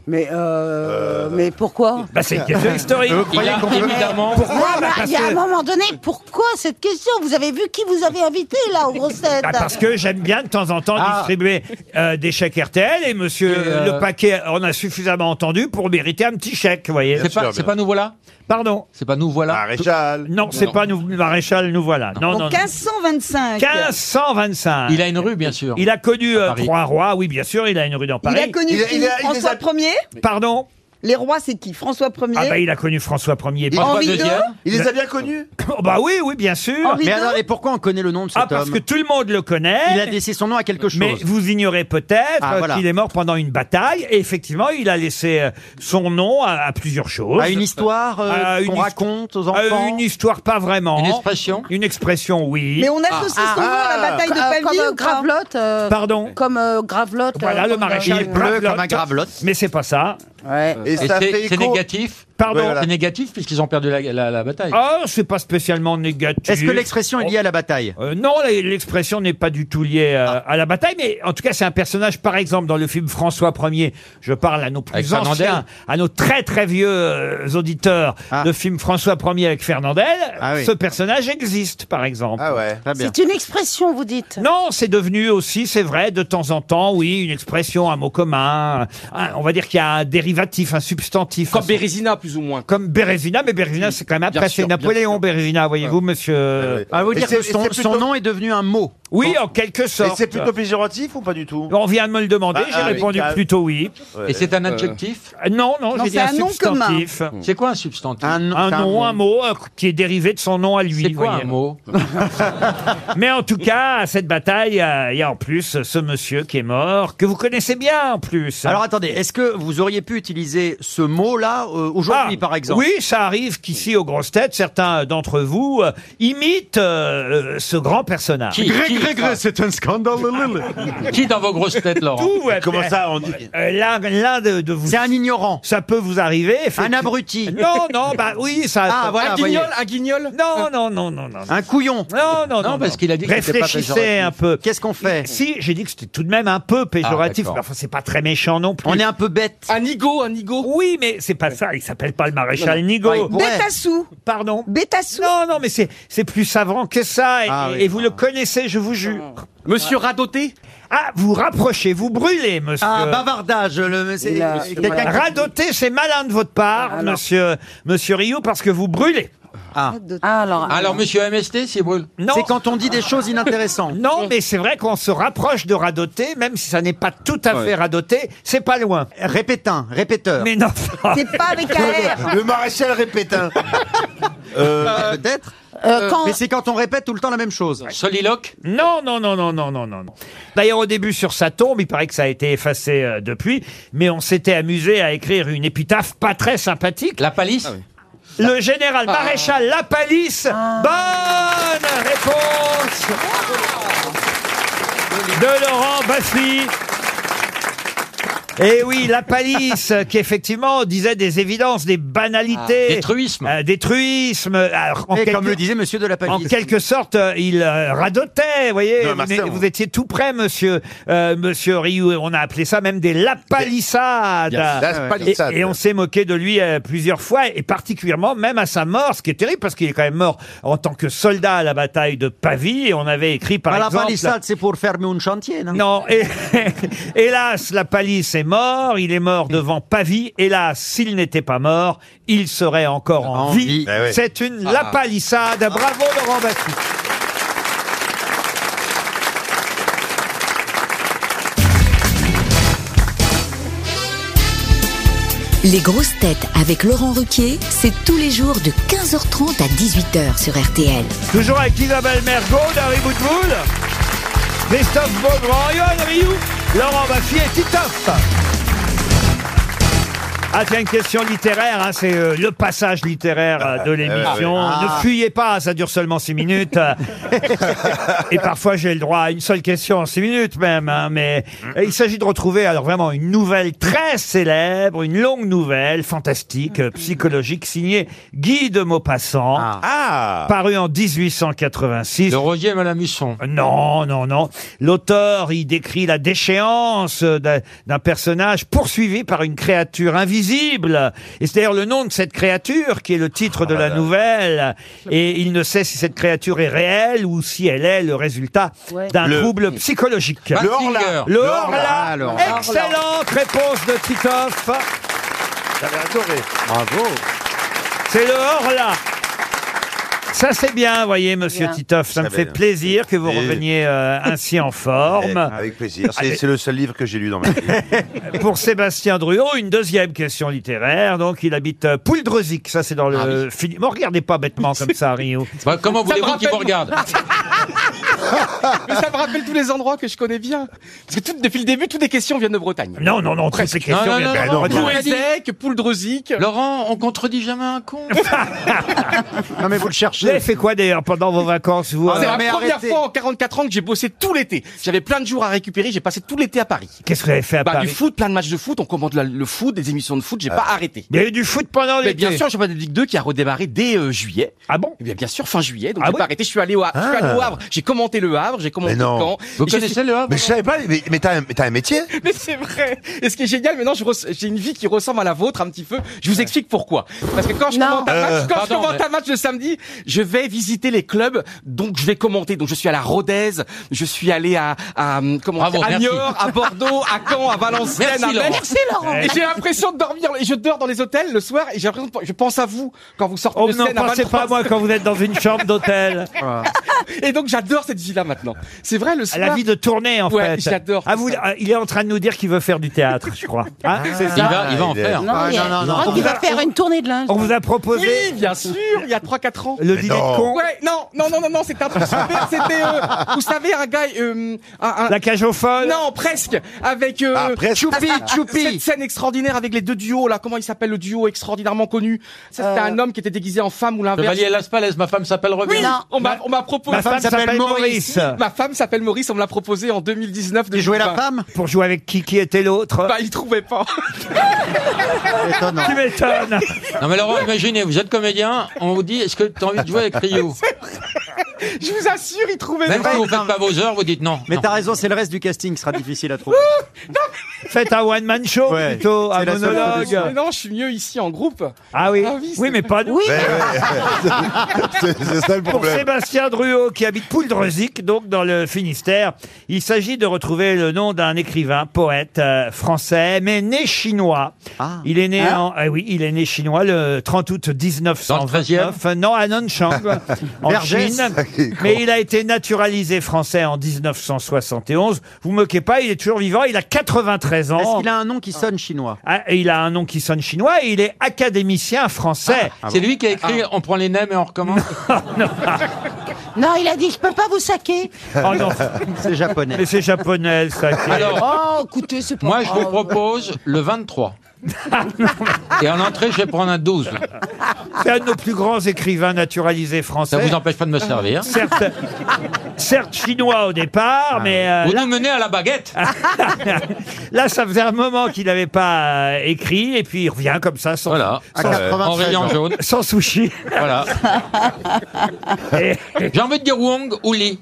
F: Mais, euh, mais pourquoi
B: bah, C'est une question historique.
E: Il a évidemment.
B: Pourquoi
F: Non, mais
B: Bah,
F: Ah,
B: parce,
F: Il y a un
B: que,
F: moment donné, pourquoi cette question Vous avez vu qui vous avait invité là aux grosses têtes
B: bah, parce que j'aime bien de temps en temps
C: Ah.
B: distribuer euh, des chèques RTL et Monsieur
E: Et, euh,
B: Le Paquet en a suffisamment entendu pour mériter un petit chèque, vous voyez.
E: C'est
G: sûr,
E: pas,
G: bien. Bah,
E: c'est pas nous voilà
B: Pardon.
E: C'est pas nous voilà
G: Maréchal.
B: Non, c'est pas nous, maréchal, nous voilà. Non, non, non.
H: En 1525.
B: 1525.
E: Il a une rue, bien sûr.
B: Il a connu euh,
E: Paris.
B: trois rois, oui, bien sûr, il a une rue dans
H: Il a
B: Paris.
H: connu
G: Il a-
H: qui
G: il a- il les
H: François
G: a-
H: Ier
B: Pardon
H: Les rois, c'est qui François
B: Ah bah
H: Ier
B: il a connu François Ier.
E: François
H: Henri
E: II.
H: II
G: Il les a bien connus
B: Oh, bah oui, oui, bien sûr.
H: Henri II
C: Mais alors, et pourquoi on connaît le nom de cet
B: ah, parce
C: homme
B: que tout le monde le connaît.
C: Il a laissé son nom à quelque chose.
B: Mais vous ignorez peut-être
C: Ah,
B: euh,
C: voilà.
B: qu'il est mort pendant une bataille. Et effectivement, il a laissé euh, son nom à, à plusieurs choses.
C: À une histoire euh,
B: À une
C: qu'on
B: his-
C: raconte aux
B: Euh,
C: enfants.
B: une histoire, pas vraiment.
E: Une expression
B: Une expression, oui.
H: Mais on associe
C: Ah,
H: son nom à la bataille de
F: Euh,
H: Pavie
F: ah, comme euh,
H: ou pas
F: Gravelotte. euh,
B: Pardon
F: Comme euh, Gravelotte.
B: Voilà,
F: euh,
B: le
F: comme,
B: maréchal.
C: Il pleut
B: Gravelotte.
C: comme un gravelotte.
B: Mais c'est pas ça.
F: Ouais.
G: Et
E: Et
G: ça fait
E: C'est c'est
G: écho-
E: négatif.
B: Pardon
G: Ouais, voilà.
E: C'est négatif puisqu'ils ont perdu la, la- la bataille.
B: Oh, c'est pas spécialement négatif.
C: Est-ce que l'expression est liée à la bataille Ah.
B: Euh, non, la- l'expression n'est pas du tout liée euh, à la bataille, mais en tout cas, c'est un personnage, par exemple, dans le film François Ier, je parle à nos plus
E: Avec
B: anciens,
E: Fernandel
B: à nos très très vieux euh, auditeurs,
C: Ah.
B: le film François Ier avec Fernandel,
C: Ah oui.
B: ce personnage existe, par exemple.
G: Ah ouais.
C: Très bien.
F: C'est une expression, vous dites.
B: Non, c'est devenu aussi, c'est vrai, de temps en temps, oui, une expression, un mot commun, un- on va dire qu'il y a un dérivatif, un substantif.
D: Comme
B: un-
D: Bérésina, plus ou moins.
B: comme Bérésina, mais Bérésina, c'est quand même
D: Bien
B: après,
D: sûr,
B: c'est
D: bien
B: Napoléon Bérésina, voyez-vous, monsieur. euh,
C: Ah, vous
G: Et
C: dire
G: c'est-
C: que son,
G: et c'est plutôt-
C: son nom est devenu un mot.
B: Oui, en quelque
G: Et
B: sorte. Euh,
G: c'est plutôt péjoratif ou pas du tout
B: On vient de me le demander,
G: Ah,
B: j'ai
G: ah, oui,
B: répondu
G: ah,
B: plutôt oui.
E: Et c'est un adjectif
B: Euh, Non, non,
H: Non,
B: j'ai dit
H: c'est
B: un,
H: un nom
B: substantif.
E: C'est quoi un substantif
C: nom.
B: Un
C: c'est
B: nom,
C: mot.
B: un mot euh, qui est dérivé de son nom à lui.
E: C'est quoi
B: voyez.
E: un mot
B: Mais en tout cas, à cette bataille, euh, il y a en plus ce monsieur qui est mort, que vous connaissez bien en plus.
C: Alors attendez, est-ce que vous auriez pu utiliser ce mot-là euh, aujourd'hui,
B: Ah,
C: par exemple
B: Oui, ça arrive qu'ici, aux grosses têtes, certains d'entre vous euh, imitent euh, euh, ce grand personnage.
E: qui, qui,
J: c'est un scandale.
E: qui dans vos grosses têtes, Laurent
B: Vous, euh,
G: Comment ça on...
B: euh, L'un l'un de, de vous.
C: C'est un ignorant,
B: Ça peut vous arriver.
C: un
B: effectivement.
C: abruti,
B: Non, non, bah oui, ça.
C: Ah, voilà,
D: Un
C: vous voyez.
D: guignol, un guignol
B: Non, non, non, non, non.
C: un couillon.
B: Non, non, non.
E: parce qu'il a dit que c'était pas
B: Réfléchissez
E: péjoratif.
B: un peu.
C: Qu'est-ce qu'on fait
B: Si, j'ai dit que c'était tout de même un peu péjoratif.
E: Ah, d'accord.
B: mais enfin, c'est pas très méchant non plus.
C: On est un peu bête.
D: Un nigo, un nigo.
B: Oui, mais c'est pas ça. Il s'appelle pas le maréchal
C: Ah, il
B: Nigo.
C: pourrait.
H: Bétassou
B: Pardon.
H: Bétassou
B: Non, non, mais c'est c'est plus savant que ça. Et,
C: Ah,
B: et-
C: oui.
B: et vous le connaissez, je vous jure.
D: Monsieur Radoté
B: Ah, vous rapprochez, vous brûlez, monsieur.
C: Un bavardage. Le, c'est-
F: Il a-
C: quelqu'un qui-
B: Radoter, c'est malin de votre
H: Ah,
B: part, monsieur, monsieur Rio, parce que vous brûlez.
C: Ah.
F: Ah, alors,
E: Alors, monsieur MST, s'il brûle.
B: Non.
C: C'est quand on dit des choses inintéressantes.
B: Non, mais c'est vrai qu'on se rapproche de radoter, même si ça n'est pas tout à fait radoter, c'est pas loin.
C: Répétin, répéteur.
B: Mais non.
H: C'est pas avec un R
G: Le maréchal Répétin.
B: Bah,
C: Peut-être.
F: euh, quand,
C: Mais c'est quand on répète tout le temps la même chose.
E: Soliloque
B: Non, non, non, non, non, non, non. non. D'ailleurs, au début, sur sa tombe, il paraît que ça a été effacé euh, depuis, mais on s'était amusé à écrire une épitaphe pas très sympathique. Ah
E: La palisse
B: Le général
C: Ah.
B: maréchal Lapalisse. Bonne réponse de Laurent Bassi. Et oui, la palisse euh, qui effectivement disait des évidences, des banalités,
C: Ah, des truismes.
B: Euh, des truismes. Alors, en
C: Et
B: quelque-
C: comme le disait Monsieur de la
B: En
C: Palisse.
B: quelque sorte, euh, il euh, radotait, vous voyez.
C: Non,
B: Vous,
C: Marcel,
B: n'é-
C: on-
B: vous étiez tout près, monsieur, euh, monsieur Rioux. On a appelé ça même des lapalissades.
K: Des- Des lapalissades.
B: Et, et on s'est moqué de lui euh, plusieurs fois, et particulièrement même à sa mort, ce qui est terrible parce qu'il est quand même mort en tant que soldat à la bataille de Pavie. Et on avait écrit par
C: Bah, la
B: exemple.
C: palissade, c'est pour fermer un chantier, non
B: Non, hé- hélas, la palisse est mort, il est mort devant Pavie. Hélas, s'il n'était pas mort, il serait encore en,
C: En
B: vie.
C: vie. Eh oui.
B: C'est une
C: Ah.
B: la palissade. Bravo Laurent Baffi.
I: Les grosses têtes avec Laurent Ruquier, c'est tous les jours de 15h30 à 18h sur RTL.
B: Toujours avec Isabelle Mergo, Dari Boutboul, Christophe Beaugrand, Yoann Rioux, Laurent Baffi et Titoff. Ah tiens, une question littéraire, hein, c'est euh, le passage littéraire euh, de l'émission.
K: ouais, ouais.
B: Ne fuyez pas, ça dure seulement six minutes. et parfois j'ai le droit à une seule question en six minutes même. hein, mais il s'agit de retrouver alors vraiment une nouvelle très célèbre, une longue nouvelle, fantastique, euh, psychologique, signée Guy de Maupassant. Ah. Paru en 1886. De Roger Malamusson. Euh, Non, non, non. L'auteur y décrit la déchéance d'un d'un personnage poursuivi par une créature invisible. Et c'est d'ailleurs le nom de cette créature qui est le titre de la nouvelle. Et il ne sait si cette créature est réelle ou si elle est le résultat
K: Ouais.
B: d'un
K: Le-
B: trouble psychologique.
K: Le Horla.
B: Le
K: Le
B: Horla.
K: Horla. Ah, le Horla.
B: Excellente réponse de Titoff.
G: J'avais adoré.
B: Bravo. C'est le Horla. Ça, c'est bien, voyez, monsieur
G: Bien.
B: Titoff. Ça me
G: Très
B: fait
G: bien.
B: plaisir que vous
G: Et-
B: reveniez euh, ainsi en
G: Eh,
B: forme.
G: Avec plaisir. C'est
B: Allez.
G: c'est le seul livre que j'ai lu dans ma vie.
B: Pour Sébastien Druon, une deuxième question littéraire. Donc, il habite euh, Pouldreuzic. Ça, c'est dans le Finistère. Regardez pas bêtement comme ça, Rio.
E: Ah Bah, comment
D: Ça me
E: voulez-vous qu'il vous
D: rappelle-
E: regarde
D: Mais ça me rappelle tous les endroits que je connais bien. Parce que tout- depuis le début, toutes les questions viennent de Bretagne.
B: Non, non, non, toutes ces questions
E: Non, non,
B: viennent
E: non,
B: de
E: non,
B: la Bretagne.
E: non, non.
D: Pouldreuzic, Pouldreuzic.
E: Laurent, on contredit jamais un con.
B: Non, mais vous le cherchez. Vous avez fait quoi d'ailleurs pendant vos vacances
E: Ah,
B: vous,
D: Ah,
B: euh,
D: C'est
B: alors
D: la première fois en 44 ans que j'ai bossé tout l'été. J'avais plein de jours à récupérer, j'ai passé tout l'été à Paris.
B: Qu'est-ce que vous avez fait à
D: Bah,
B: Paris Ah.
D: du foot, plein de matchs de foot, on commande la- le foot, des émissions de foot, j'ai pas arrêté.
B: Il y a eu du foot pendant
D: Mais
B: l'été.
D: bien sûr, j'ai pas de Ligue 2 qui a redémarré dès euh, juillet.
B: Ah bon
D: bien, bien sûr, fin juillet, donc
G: Ah
D: j'ai
G: oui
D: pas arrêté. Je suis allé au, Ha- je suis allé au
G: Ah.
D: Havre, j'ai commenté le Havre, j'ai commenté
G: Mais non.
D: Caen. Et je suis-
G: Mais je savais pas, mais, mais t'as un, mais t'as un métier
D: Mais c'est vrai. Et ce qui est génial, maintenant, je res- j'ai une vie qui ressemble à la vôtre un petit peu. Je vous explique pourquoi. Parce que quand je commente un match,
G: Euh,
D: quand
G: pardon,
D: je commente
G: mais-
D: un match le samedi, je vais visiter les clubs, donc je vais commenter. Donc je suis à la Rodez, je suis allé à, à hum, comment
E: Bravo,
D: dire, à
E: merci.
D: Niort, à Bordeaux, à Caen, à Valenciennes,
E: Merci,
D: à
E: Laurent.
D: Metz.
E: Merci, Laurent.
D: Et j'ai l'impression de dormir. Et je dors dans les hôtels le soir. Et j'ai l'impression, de- je pense à vous quand vous sortez
B: Oh,
D: de
B: non,
D: scène à
B: pensez
D: 23.
B: pas à moi quand vous êtes dans une chambre d'hôtel.
D: Et donc j'adore cette vie-là maintenant. C'est vrai le
B: À
D: soir.
B: la vie de tournée, en
D: Ouais,
B: fait.
D: j'adore.
B: Ah, vous, ah, il est en train de nous dire qu'il veut faire du théâtre, je crois. Ah, Hein, c'est ça
E: Il va- il va en faire.
F: Non, il y a- je crois qu'il va faire une tournée de linge.
B: On vous a proposé.
D: Oui, bien sûr, il y a 3-4 ans.
B: Le Mais dîner de non. cons.
D: Ouais, non, non, non, non, non c'était un truc super, C'était, euh, vous savez, un gars. euh, un- un-
B: La cage aux folles.
D: Non, presque. Avec. Euh,
B: Ah, presque. Choupi, Choupi.
D: Cette scène extraordinaire avec les deux duos, là. Comment il s'appelle le duo extraordinairement connu Ça, c'était
B: Euh,
D: un homme qui était déguisé en femme ou l'inverse.
E: Chevalier Las Palais, ma femme s'appelle Rebecca.
D: Oui, on m'a on m'a proposé.
E: ma femme s'appelle Maurice.
D: Ma femme s'appelle Maurice, on me l'a proposé en 2019. De
B: Pour jouer avec qui Qui était l'autre
D: Bah, il trouvait pas.
B: Tu m'étonnes.
E: Non mais Laurent, imaginez, vous êtes comédien, on vous dit, est-ce que tu as envie de jouer avec Rio
D: Je vous assure, il trouvait
E: Même
D: pas.
E: si vous faites pas vos heures, vous dites non.
C: Mais t'as raison, c'est le reste du casting qui sera difficile à trouver.
B: Faites un one-man show
C: Ouais.
B: plutôt, un
C: C'est la seule solution.
D: Mais
B: monologue.
D: non, je suis mieux ici en groupe.
B: Ah oui.
D: Ah oui,
B: oui, mais pas nous.
K: C'est ça le
B: Pour
K: problème.
B: Sébastien Druot, qui habite Pouldreuzic, donc dans le Finistère, il s'agit de retrouver le nom d'un écrivain, poète euh, français, mais né chinois. Il est né
C: Hein
B: en, ah oui, il est né chinois le 30 août 1929. non, à Nanchang, en
C: Vergès.
B: Chine.
K: Ah,
B: Mais il a été naturalisé français en 1971. Vous moquez pas, il est toujours vivant. Il a 93 ans.
C: Est-ce qu'il a un nom qui sonne chinois
B: Ah, et il a un nom qui sonne chinois et il est académicien français.
C: Ah,
E: C'est lui qui a écrit On prend les nems et on recommence
F: Non, il a dit, je peux pas vous saquer.
B: Oh non,
C: C'est japonais.
B: mais c'est japonais ça.
E: Alors,
F: Oh, écoutez, c'est pas
E: moi je vous
F: grave.
E: propose le 23. Et en entrée, je vais prendre un 12. là.
B: C'est un de nos plus grands écrivains naturalisés français.
E: Ça vous empêche pas de me servir.
B: Certes, certes chinois au
C: Ah
B: départ, mais... euh,
E: Vous
B: là-
E: nous menez à la baguette.
B: Là, ça faisait un moment qu'il n'avait pas euh, écrit, et puis il revient comme ça, sans,
E: À
B: sans-
E: 93 En rayon ans. jaune.
B: sans sushi.
E: Voilà. J'ai envie de dire Wong ou Lee.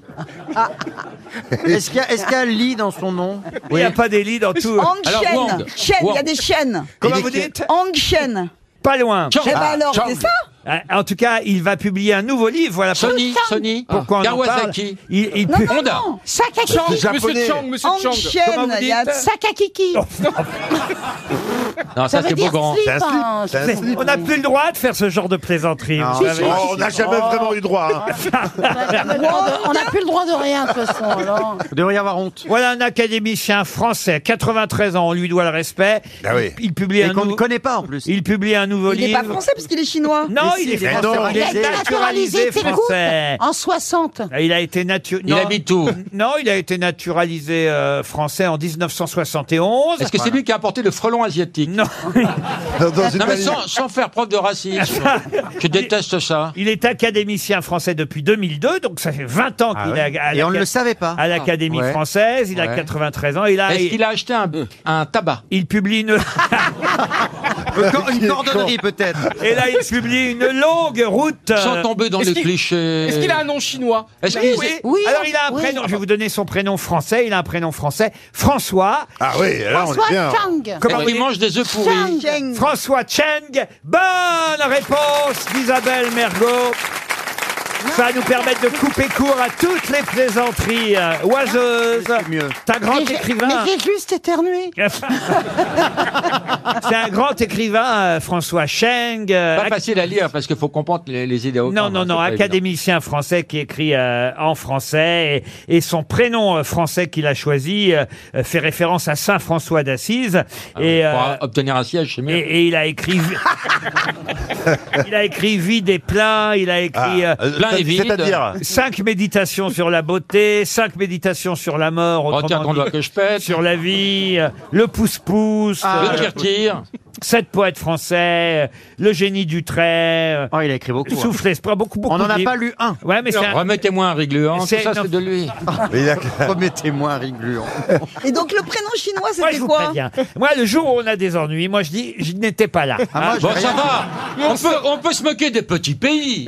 C: Est-ce qu'il y, a- est-ce Oh. qu'il y a un lit dans son nom
B: Il n'y a pas des lits dans tout.
H: Hang Chen. Chen, il y a des chaînes.
B: Comment vous dites
H: Hang Chen.
B: Pas loin.
H: Chang. Eh ben alors,
B: Chang.
H: c'est ça
B: Euh, ah, En tout cas, il va publier un nouveau livre. Voilà
E: Sony,
B: pourquoi-
E: Sony.
B: Pourquoi on en parle
E: Kawasaki.
B: Il, il
H: Non,
B: pu-
H: non, non. Sakakiki.
E: Chang, Monsieur japonais. Chang, Monsieur
H: Hang
E: Chang. Comment
H: Chen,
E: vous
H: il y a
E: dites
H: Sakakiki.
B: Oh,
E: Non, ça,
H: veut
E: c'est
H: dire
E: beau grand.
H: slip, hein,
B: C'est- On n'a plus le droit de faire ce genre de plaisanterie. vous
G: si,
B: savez.
G: si, Oh, si, on n'a si. jamais Oh. vraiment eu droit,
F: On n'a plus le droit de rien, de toute façon. alors.
C: Vous devriez avoir honte.
B: Voilà un académicien français, 93 ans, on lui doit le respect.
G: Ah oui.
B: Il publie
C: Ben Et
B: un
C: qu'on ne
B: nouveau-
C: connaît pas en plus.
B: il publie un nouveau
H: Il n'est
B: livre.
H: pas français parce qu'il est chinois.
B: Non,
C: Mais
B: il
C: si,
B: est
C: il est
B: français.
C: naturalisé.
B: Il est naturalisé
F: t'écoutes,
B: français.
F: En 60.
B: Ah, Il a été naturalisé.
E: Il habite où
B: Non, il a été naturalisé euh, français en 1971.
E: Est-ce que c'est lui qui a apporté le frelon asiatique
B: Non.
E: Non, mais sans, sans faire preuve de racisme. Je déteste ça.
B: Il est académicien français depuis 2002, donc ça fait 20 ans qu'il
C: Ah
B: est à, à
C: Et on ne
B: l'aca-
C: le savait pas.
B: à l'Académie
C: Ouais.
B: française. Il a
E: Ah. Ouais.
B: 93 ans. Il a,
E: Est-ce
B: il,
E: qu'il a acheté un, un tabac
B: il publie une
C: Une cor- Une cordonnerie peut-être.
B: et là il publie une longue route. euh,
E: Sans tomber dans
D: Est-ce
E: le
D: qu'il-
E: cliché.
D: Est-ce qu'il a un nom chinois
E: Est-ce
B: Oui,
E: qu'il-
F: Oui,
B: Alors il a un
F: oui.
B: prénom. Je vais vous donner son prénom français. Il a un prénom français. François.
G: Ah oui, là, on est
F: François
G: bien.
F: Chang. Eh
B: Comment
E: Est-ce
B: vous
E: qu'il mange des œufs pourris
H: Chen.
B: François Cheng. Bonne réponse d'Isabelle Mergot. Ça va nous permettre de couper court à toutes les plaisanteries euh, oiseuses.
G: Ah,
C: C'est mieux.
B: C'est un grand
F: Mais j'ai-
B: écrivain.
F: Mais j'ai juste éternué.
B: C'est un grand écrivain, euh, François Cheng. euh,
E: Pas
B: ac-
E: facile à lire parce qu'il faut comprendre les, les idéaux.
B: non, non, non, académicien français qui écrit euh, en français et, et son prénom euh, français qu'il a choisi euh, euh, fait référence à Saint François d'Assise et,
E: Et
B: euh,
E: Ah Pour obtenir un siège, c'est mieux.
B: et, et il a écrit il a écrit vide et plein, il a écrit euh,
G: euh,
E: plein
G: ça-
E: et vide.
G: C'est-à-dire
B: cinq méditations sur la beauté, cinq méditations sur la mort,
E: Retire ton
B: autrement
E: doigt
B: dit,
E: que je pète.
B: sur la vie, euh, le pouce-pouce,
C: Ah,
B: euh,
E: Le tire-tire.
B: sept poètes français, euh, le génie du trait, euh,
C: Oh, il a écrit beaucoup. hein.
B: souffle esprit, beaucoup beaucoup.
C: On n'en
B: de
C: a
B: livres.
C: pas lu un.
B: Ouais, mais c'est un-
E: Remettez-moi un régluant. Tout
B: C'est-
E: ça,
B: non.
E: c'est de lui.
G: Mais il a-
C: Remettez-moi un rigluant.
H: Et donc le prénom chinois,
B: Moi, je
H: c'était
B: vous
H: quoi
B: préviens. Moi, le jour où on a des ennuis, moi, je dis, je n'étais pas là.
C: Ah, moi,
B: Hein.
C: j'ai
E: Bon,
C: rien
E: ça
C: dit.
E: va. On peut, on peut se moquer des petits pays.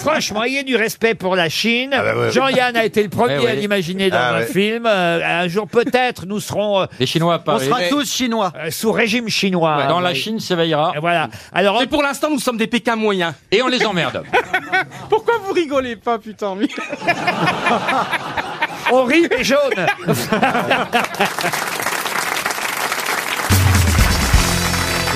B: Franchement, ayez du respect pour la Chine.
G: bah ouais.
B: Jean-Yann a été le premier
E: Eh oui.
B: à l'imaginer dans
G: Ah
B: un
G: ouais.
B: film. Euh, un jour, peut-être, nous serons euh,
E: Les Chinois à
C: On
E: Paris.
C: sera tous chinois.
B: euh, sous régime chinois.
E: Dans
B: Euh,
E: la Chine s'éveillera.
B: Voilà. Alors,
D: Mais pour l'instant, nous sommes des Pékins moyens.
E: Et on les emmerde.
D: Pourquoi vous rigolez pas, putain mais-
B: on rit les jaunes.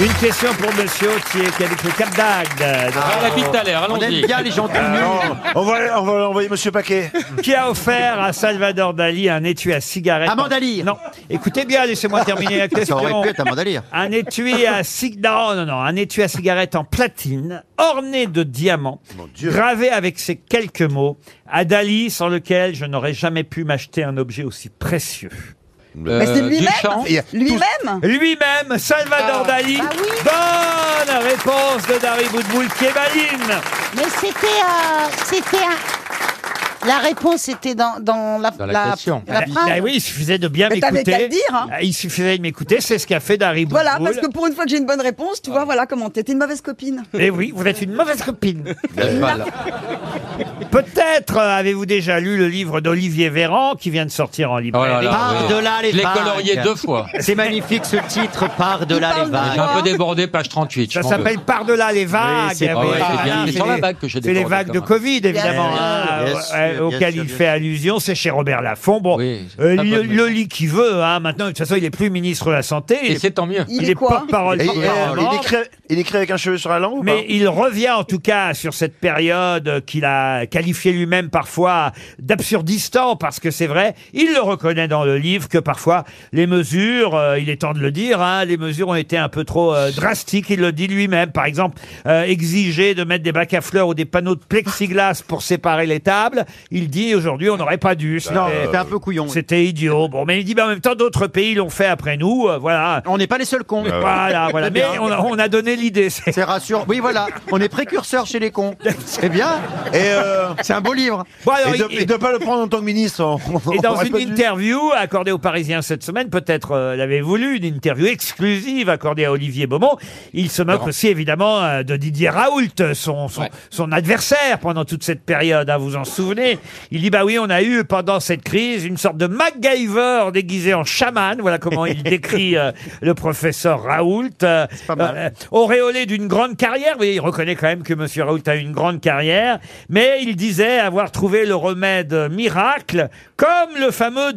B: Une question pour monsieur qui est qui est avec le Cap d'Agde. dans- Ah,
E: À Ah, la bite à l'air,
C: On
E: allons-y.
C: aime bien les gens tout nuls.
G: Alors, on va, on va envoyer Monsieur Paquet.
B: qui a offert à Salvador Dali un étui à cigarette.
C: Amanda Lear.
B: Non, écoutez bien, laissez-moi terminer la
C: Ça
B: question.
C: aurait pu être un mandalire.
B: Un étui à cig- non, non, non, un étui à cigarette en platine, orné de diamants,
G: Dieu.
B: gravé avec ces quelques mots à Dali, sans lequel je n'aurais jamais pu m'acheter un objet aussi précieux.
H: Mais c'est
E: Euh,
H: lui-même
E: Duchamp.
G: Il y a-
H: Lui-même
B: Lui-même, Salvador
H: Ah.
B: Dali.
F: bah oui.
B: Bonne réponse de Dari Boudboul qui est maligne.
F: Mais c'était. euh, c'était un- La réponse était dans, dans la,
E: Dans la question.
F: la phrase.
B: Bah oui, il suffisait de bien
H: Mais t'avais
B: m'écouter. Ah,
H: qu'à le dire, hein.
B: Il suffisait de m'écouter, c'est ce qu'a fait Dari Boudboul.
H: Voilà, parce que pour une fois que j'ai une bonne réponse, tu vois, voilà comment t'étais une mauvaise copine.
B: Eh oui, vous êtes une mauvaise copine.
E: Quel mal.
B: Peut-être euh, avez-vous déjà lu le livre d'Olivier Véran qui vient de sortir en
E: Oh là
B: librairie.
E: là, oui.
C: Par-delà les
E: Je l'ai
C: vagues.
E: colorié deux fois.
C: C'est magnifique ce titre,
H: Il
C: par-delà
H: parle
C: les
H: de
E: J'ai
C: vagues.
E: un peu débordé, page 38.
B: Ça
E: je m'en
B: s'appelle Par-delà les vagues.
C: Oui, c'est-
B: Ah
C: ah ouais,
B: oui,
C: c'est
B: ah,
C: bien.
B: c'est
E: C'est dans la
B: les-
E: vague que j'ai
B: C'est les
E: débordé
B: vagues
E: quand
B: de
E: même.
B: Covid, évidemment,
C: sûr,
B: hein,
C: bien
B: euh,
C: sûr,
B: euh,
C: bien
B: auquel
C: sûr,
B: il
C: bien
B: fait allusion. C'est chez Robert Laffont. Bon,
E: Oui, c'est
B: euh,
E: pas
B: le,
E: bonne
B: le lit qui veut. Hein, maintenant, de toute façon, il est plus ministre de la santé.
E: Et
B: Il est,
E: c'est tant mieux.
H: Il,
B: il
H: est,
B: est
H: quoi
B: porte-parole.
G: Et,
B: du
G: euh,
B: gouvernement.
G: il, écrit, il écrit avec un cheveu sur la langue ou
B: Mais
G: pas
B: il revient en tout cas sur cette période qu'il a qualifié lui-même parfois d'absurdistan, parce que c'est vrai, il le reconnaît dans le livre que parfois les mesures, euh, il est temps de le dire, hein, les mesures ont été un peu trop euh, drastiques, il le dit lui-même. Par exemple, euh, exiger de mettre des bacs à fleurs ou des panneaux de plexiglas pour séparer les tables, il dit aujourd'hui on n'aurait pas dû.
C: Non,
B: C'était-
C: c'était un peu couillon, oui.
B: C'était idiot. Bon, mais il dit, bah, en même temps, d'autres pays l'ont fait après nous, euh, voilà.
C: On n'est pas les seuls cons.
B: Voilà, voilà.
C: C'est
B: Mais
C: bien.
B: on a, on a donné l'idée.
C: C'est rassurant. Oui, voilà. On est précurseurs chez les cons. C'est bien.
G: Et euh,
C: C'est un beau livre.
G: et de- et de pas le prendre en tant que ministre. on-
B: Et
G: on
B: dans
G: aurait
B: une
G: pas dû.
B: interview accordée aux Parisiens cette semaine, peut-être euh, l'avez-vous lu, une interview exclusive accordée à Olivier Beaumont, il se moque aussi évidemment euh, de Didier Raoult, euh, son, son, son adversaire pendant toute cette période, hein, vous en souvenez. Il dit, bah oui, on a eu pendant cette crise une sorte de MacGyver déguisé en chaman, voilà comment il décrit euh, le professeur Raoult, euh, euh, auréolé d'une grande carrière, vous voyez, il reconnaît quand même que Monsieur Raoult a une grande carrière, mais il disait avoir trouvé le remède miracle, comme le fameux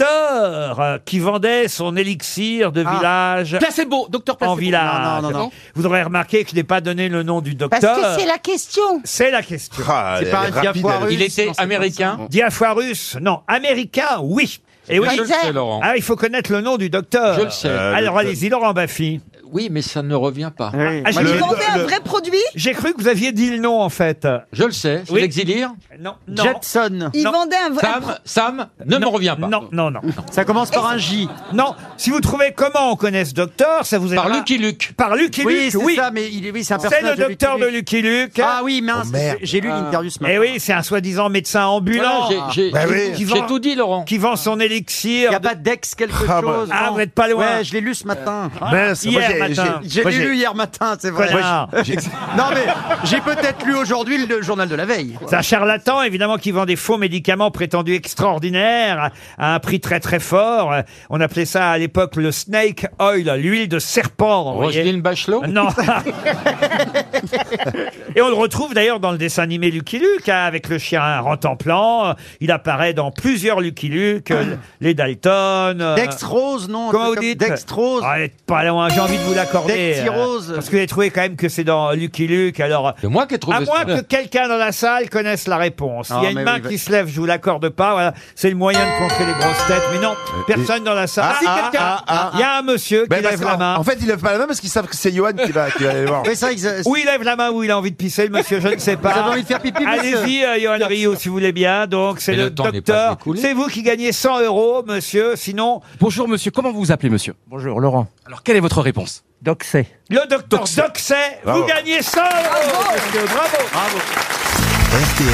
B: docteur euh, qui vendait son élixir de
D: Ah.
B: village.
D: Placebo, docteur
B: En
D: placebo.
B: village.
D: Non, non, non, non.
B: Vous aurez remarqué que je n'ai pas donné le nom du
F: Parce
B: docteur.
F: que c'est la question.
B: C'est la question.
E: elle C'est pas est un rapide, Diafoirus, elle. Il était
B: Non, c'est
E: américain
B: pas ça. Diafoirus, non, américain, oui. Et oui.
E: Je le sais, Laurent.
B: Ah, il faut connaître le nom du docteur.
E: Je le sais. Euh,
B: Alors
E: le-
B: allez-y, Laurent Baffy.
E: Oui, mais ça ne revient pas.
B: Ah, j'ai-
H: Ils vendaient un vrai produit
B: J'ai cru que vous aviez dit le nom en fait.
E: Je le sais, c'est
B: Oui.
E: l'exilire.
B: Non, euh, non.
C: Jetson.
H: Ils vendaient un vrai
E: Sam, Sam, ne me reviens pas.
B: Non, non, non.
C: Ça commence par un J.
B: Non, si vous trouvez comment on connaît ce docteur, ça vous
E: Par
B: aidera.
E: Lucky Luke.
B: Par Lucky
C: Oui,
B: Luke,
C: c'est
B: oui.
C: ça, mais il est- oui, c'est un
B: C'est le
C: personnage de Lucky
B: docteur de
C: Luke.
B: Lucky Luke. Oh,
C: Ah oui, mince. J'ai lu l'interview ce matin.
B: Eh oui, c'est un soi-disant médecin ambulant.
E: Voilà, j'ai- j'ai-
B: Bah
E: j'ai-
B: Qui
E: j'ai
B: vend-
E: tout dit, Laurent.
B: Qui vend son élixir.
C: Il n'y a pas d'ex quelque
B: Ah, bah.
C: chose.
B: Ah,
C: non
B: vous n'êtes pas loin. Euh, ben,
C: Ouais, je l'ai lu ce matin.
G: Mince, moi,
B: Hier
G: j'ai-
B: matin.
C: J'ai
G: Moi,
C: lu,
G: j'ai-
C: lu hier matin, c'est vrai.
B: Connard.
C: Moi, j'ai- non mais j'ai peut-être lu aujourd'hui le journal de la veille.
B: C'est un charlatan, évidemment, qui vend des faux médicaments prétendus extraordinaires à à un prix très très fort. Euh, On appelait ça à l'époque le snake oil, l'huile de serpent. vous voyez.
E: Roselyne Bachelot
B: Non. Et on le retrouve d'ailleurs dans le dessin animé Lucky Luke, hein, avec le chien Rantanplan. Il apparaît dans plusieurs Lucky Luke, euh, les Dalton. euh,
C: Dextrose, non un
B: Comment
C: truc
B: vous
C: comme-
B: dites
C: Dextrose.
B: Ah, elle est pas loin, j'ai envie de vous l'accorder.
C: Dextirose.
B: euh, Parce que j'ai trouvé quand même que c'est dans Lucky Luke, alors... euh,
E: C'est moi qui ai trouvé
B: À moins
E: ça.
B: que quelqu'un dans la salle connaisse la réponse. Il y
C: Ah,
B: a une
C: mais
B: main
C: oui,
B: qui se lève, je vous l'accorde pas. Voilà, c'est le moyen de contrer les grosses têtes. Mais non, personne dans la salle.
G: Euh, Ah, si, quelqu'un.
B: Il y a un monsieur
G: Ben,
B: qui
G: parce
B: lève
G: qu'en-
B: la main.
G: En fait, ils lèvent pas la main parce qu'ils savent que c'est Johan qui va, qui va les voir.
C: Oui, c'est vrai que ça-
B: Ou il lève la main ou il a envie de pisser, le monsieur, je ne sais pas.
C: Vous avez envie de faire pipi, monsieur
B: Allez-y, euh, Johan Rio, si vous voulez bien. Donc, c'est
E: Mais
B: le,
E: le temps n'est pas
B: docteur.
E: écoulé.
B: C'est vous qui gagnez 100 euros, monsieur. Sinon,
D: Bonjour monsieur, comment vous vous appelez monsieur
L: Bonjour Laurent.
D: Alors quelle est votre réponse
L: Doxé.
B: le docteur
D: Doxet.
B: Doxet, vous
G: Bravo.
B: gagnez 100 euros, monsieur. Bravo.
A: RTL,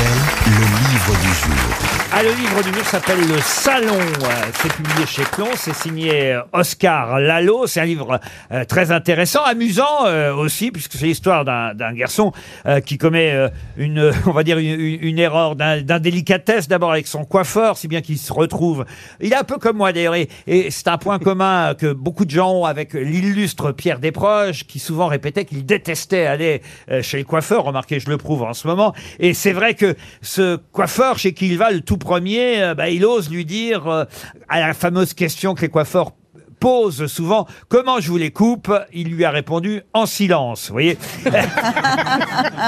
A: le livre du jour.
B: Ah, le livre du jour s'appelle Le Salon. Euh, C'est publié chez Plon. C'est signé euh, Oscar Lalo. C'est un livre euh, très intéressant, amusant euh, aussi, puisque c'est l'histoire d'un d'un garçon euh, qui commet euh, une, euh, on va dire, une, une- une erreur d'un- d'indélicatesse, d'abord avec son coiffeur, si bien qu'il se retrouve. Il est un peu comme moi d'ailleurs, et, et c'est un point commun euh, que beaucoup de gens ont avec l'illustre Pierre Desproges, qui souvent répétait qu'il détestait aller euh, chez le coiffeur. Remarquez, je le prouve en ce moment. Et c'est vrai que ce coiffeur chez qui il va, le tout premier, euh, bah, il ose lui dire euh, à la fameuse question que les coiffeurs posent souvent comment je vous les coupe il lui a répondu en silence vous voyez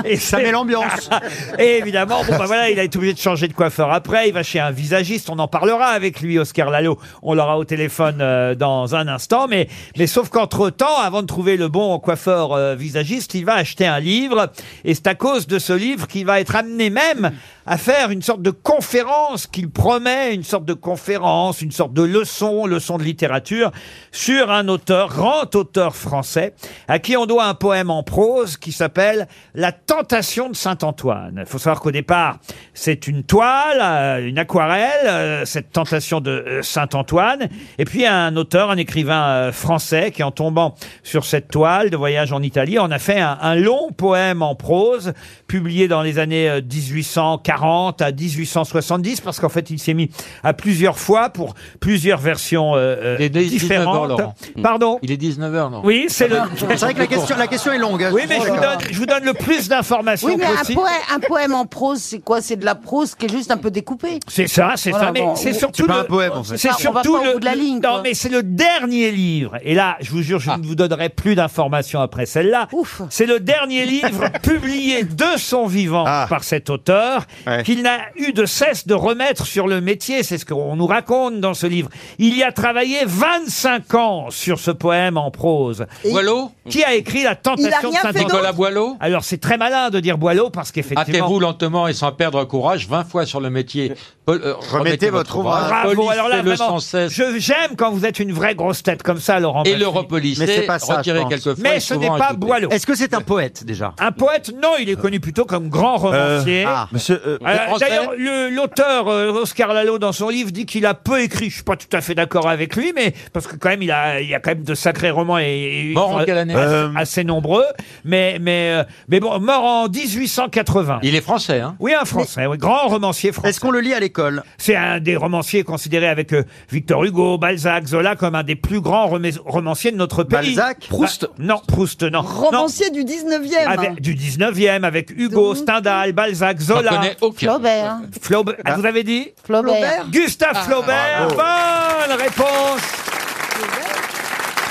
B: et
C: Ça met l'ambiance.
B: et évidemment, bon, bah voilà, il a été obligé de changer de coiffeur après. Il va chez un visagiste. On en parlera avec lui, Oscar Lalo. On l'aura au téléphone euh, dans un instant. Mais, mais sauf qu'entre temps, avant de trouver le bon coiffeur euh, visagiste, il va acheter un livre. Et c'est à cause de ce livre qu'il va être amené même à faire une sorte de conférence qu'il promet, une sorte de conférence, une sorte de leçon, leçon de littérature sur un auteur, grand auteur français, à qui on doit un poème en prose qui s'appelle La tentation de Saint-Antoine. Il faut savoir qu'au départ, c'est une toile, euh, une aquarelle, euh, cette tentation de euh, Saint-Antoine. Et puis un auteur, un écrivain euh, français qui, en tombant sur cette toile de voyage en Italie, en a fait un, un long poème en prose, publié dans les années euh, 1840 à 1870, parce qu'en fait, il s'est mis à plusieurs fois pour plusieurs versions euh, euh,
E: Il est 19 heures,
B: différentes. Hmm.
E: Laurent.
B: Pardon
E: Il est 19h, non
B: Oui, c'est le...
C: C'est vrai que la question, la question est longue. hein. Oh
B: Oui, mais je vous donne, je vous donne le plus d'informations
F: Oui, mais un
B: possible.
F: poème, un poème en prose, c'est quoi C'est de la prose qui est juste un peu découpée.
B: C'est ça, c'est
F: Voilà,
B: ça, mais
F: bon,
B: c'est
F: on-
B: surtout
C: C'est pas
B: le-
C: un poème en fait.
B: C'est
F: pas- on va
B: surtout
F: pas au
B: le,
F: bout de la ligne,
B: non,
F: quoi.
B: mais c'est le dernier livre. Et là, je vous
C: Ah.
B: jure, je ne vous donnerai plus d'informations après celle-là.
F: Ouf.
B: C'est le dernier livre publié de son vivant
G: Ah.
B: par cet auteur. qu'il n'a eu de cesse de remettre sur le métier. C'est ce qu'on nous raconte dans ce livre. Il y a travaillé 25 ans sur ce poème en prose.
E: Boileau
B: Qui a écrit La Tentation de
E: rien fait
B: Saint-Exupéry
E: Nicolas Boileau
B: Alors c'est très malin de dire Boileau
C: Ah,
B: parce qu'effectivement...
E: Hâtez-vous lentement et sans perdre courage, 20 fois sur le métier. Pol- euh, remettez,
B: Bravo. Alors là,
E: Polissez-le
B: vraiment,
E: sans cesse.
B: je- j'aime quand vous êtes une vraie grosse tête comme ça, Laurent.
E: Et
B: Baffie.
E: le repolissez, retirez quelquefois.
B: Mais
E: et
B: ce n'est
E: souvent
B: pas
E: ajouter.
B: Boileau. Est-ce que c'est un poète déjà Un poète, non, il est connu plutôt comme grand romancier.
E: Euh, ah.
G: Monsieur,
E: euh,
B: Euh,
E: Français
B: D'ailleurs, le- l'auteur euh, Oscar Lalo dans son livre dit qu'il a peu écrit. Je suis pas tout à fait d'accord avec lui, mais parce que quand même il a, il y a quand même de sacrés romans et, et
E: Mort
B: ils
E: en
B: sont
E: quelle année
B: assez,
E: Euh,
B: assez nombreux. Mais mais euh, mais bon, mort en 1880.
E: Il est français, hein
B: Oui, un français, oui, grand romancier français. Est-ce qu'on le lit à l'école C'est un des romanciers considérés avec euh, Victor Hugo, Balzac, Zola comme un des plus grands remais- romanciers de notre pays.
C: Balzac Proust
B: Bah, Non, Proust, non. Ah,
H: Romancier du 19e.
B: Non. Avec- du 19e, avec Hugo, Stendhal, Balzac, Zola.
E: connais aucun.
H: Flaubert.
B: Flaubert. Ah, vous avez dit
H: Flaubert. Flaubert.
B: Gustave Flaubert. Bonne réponse.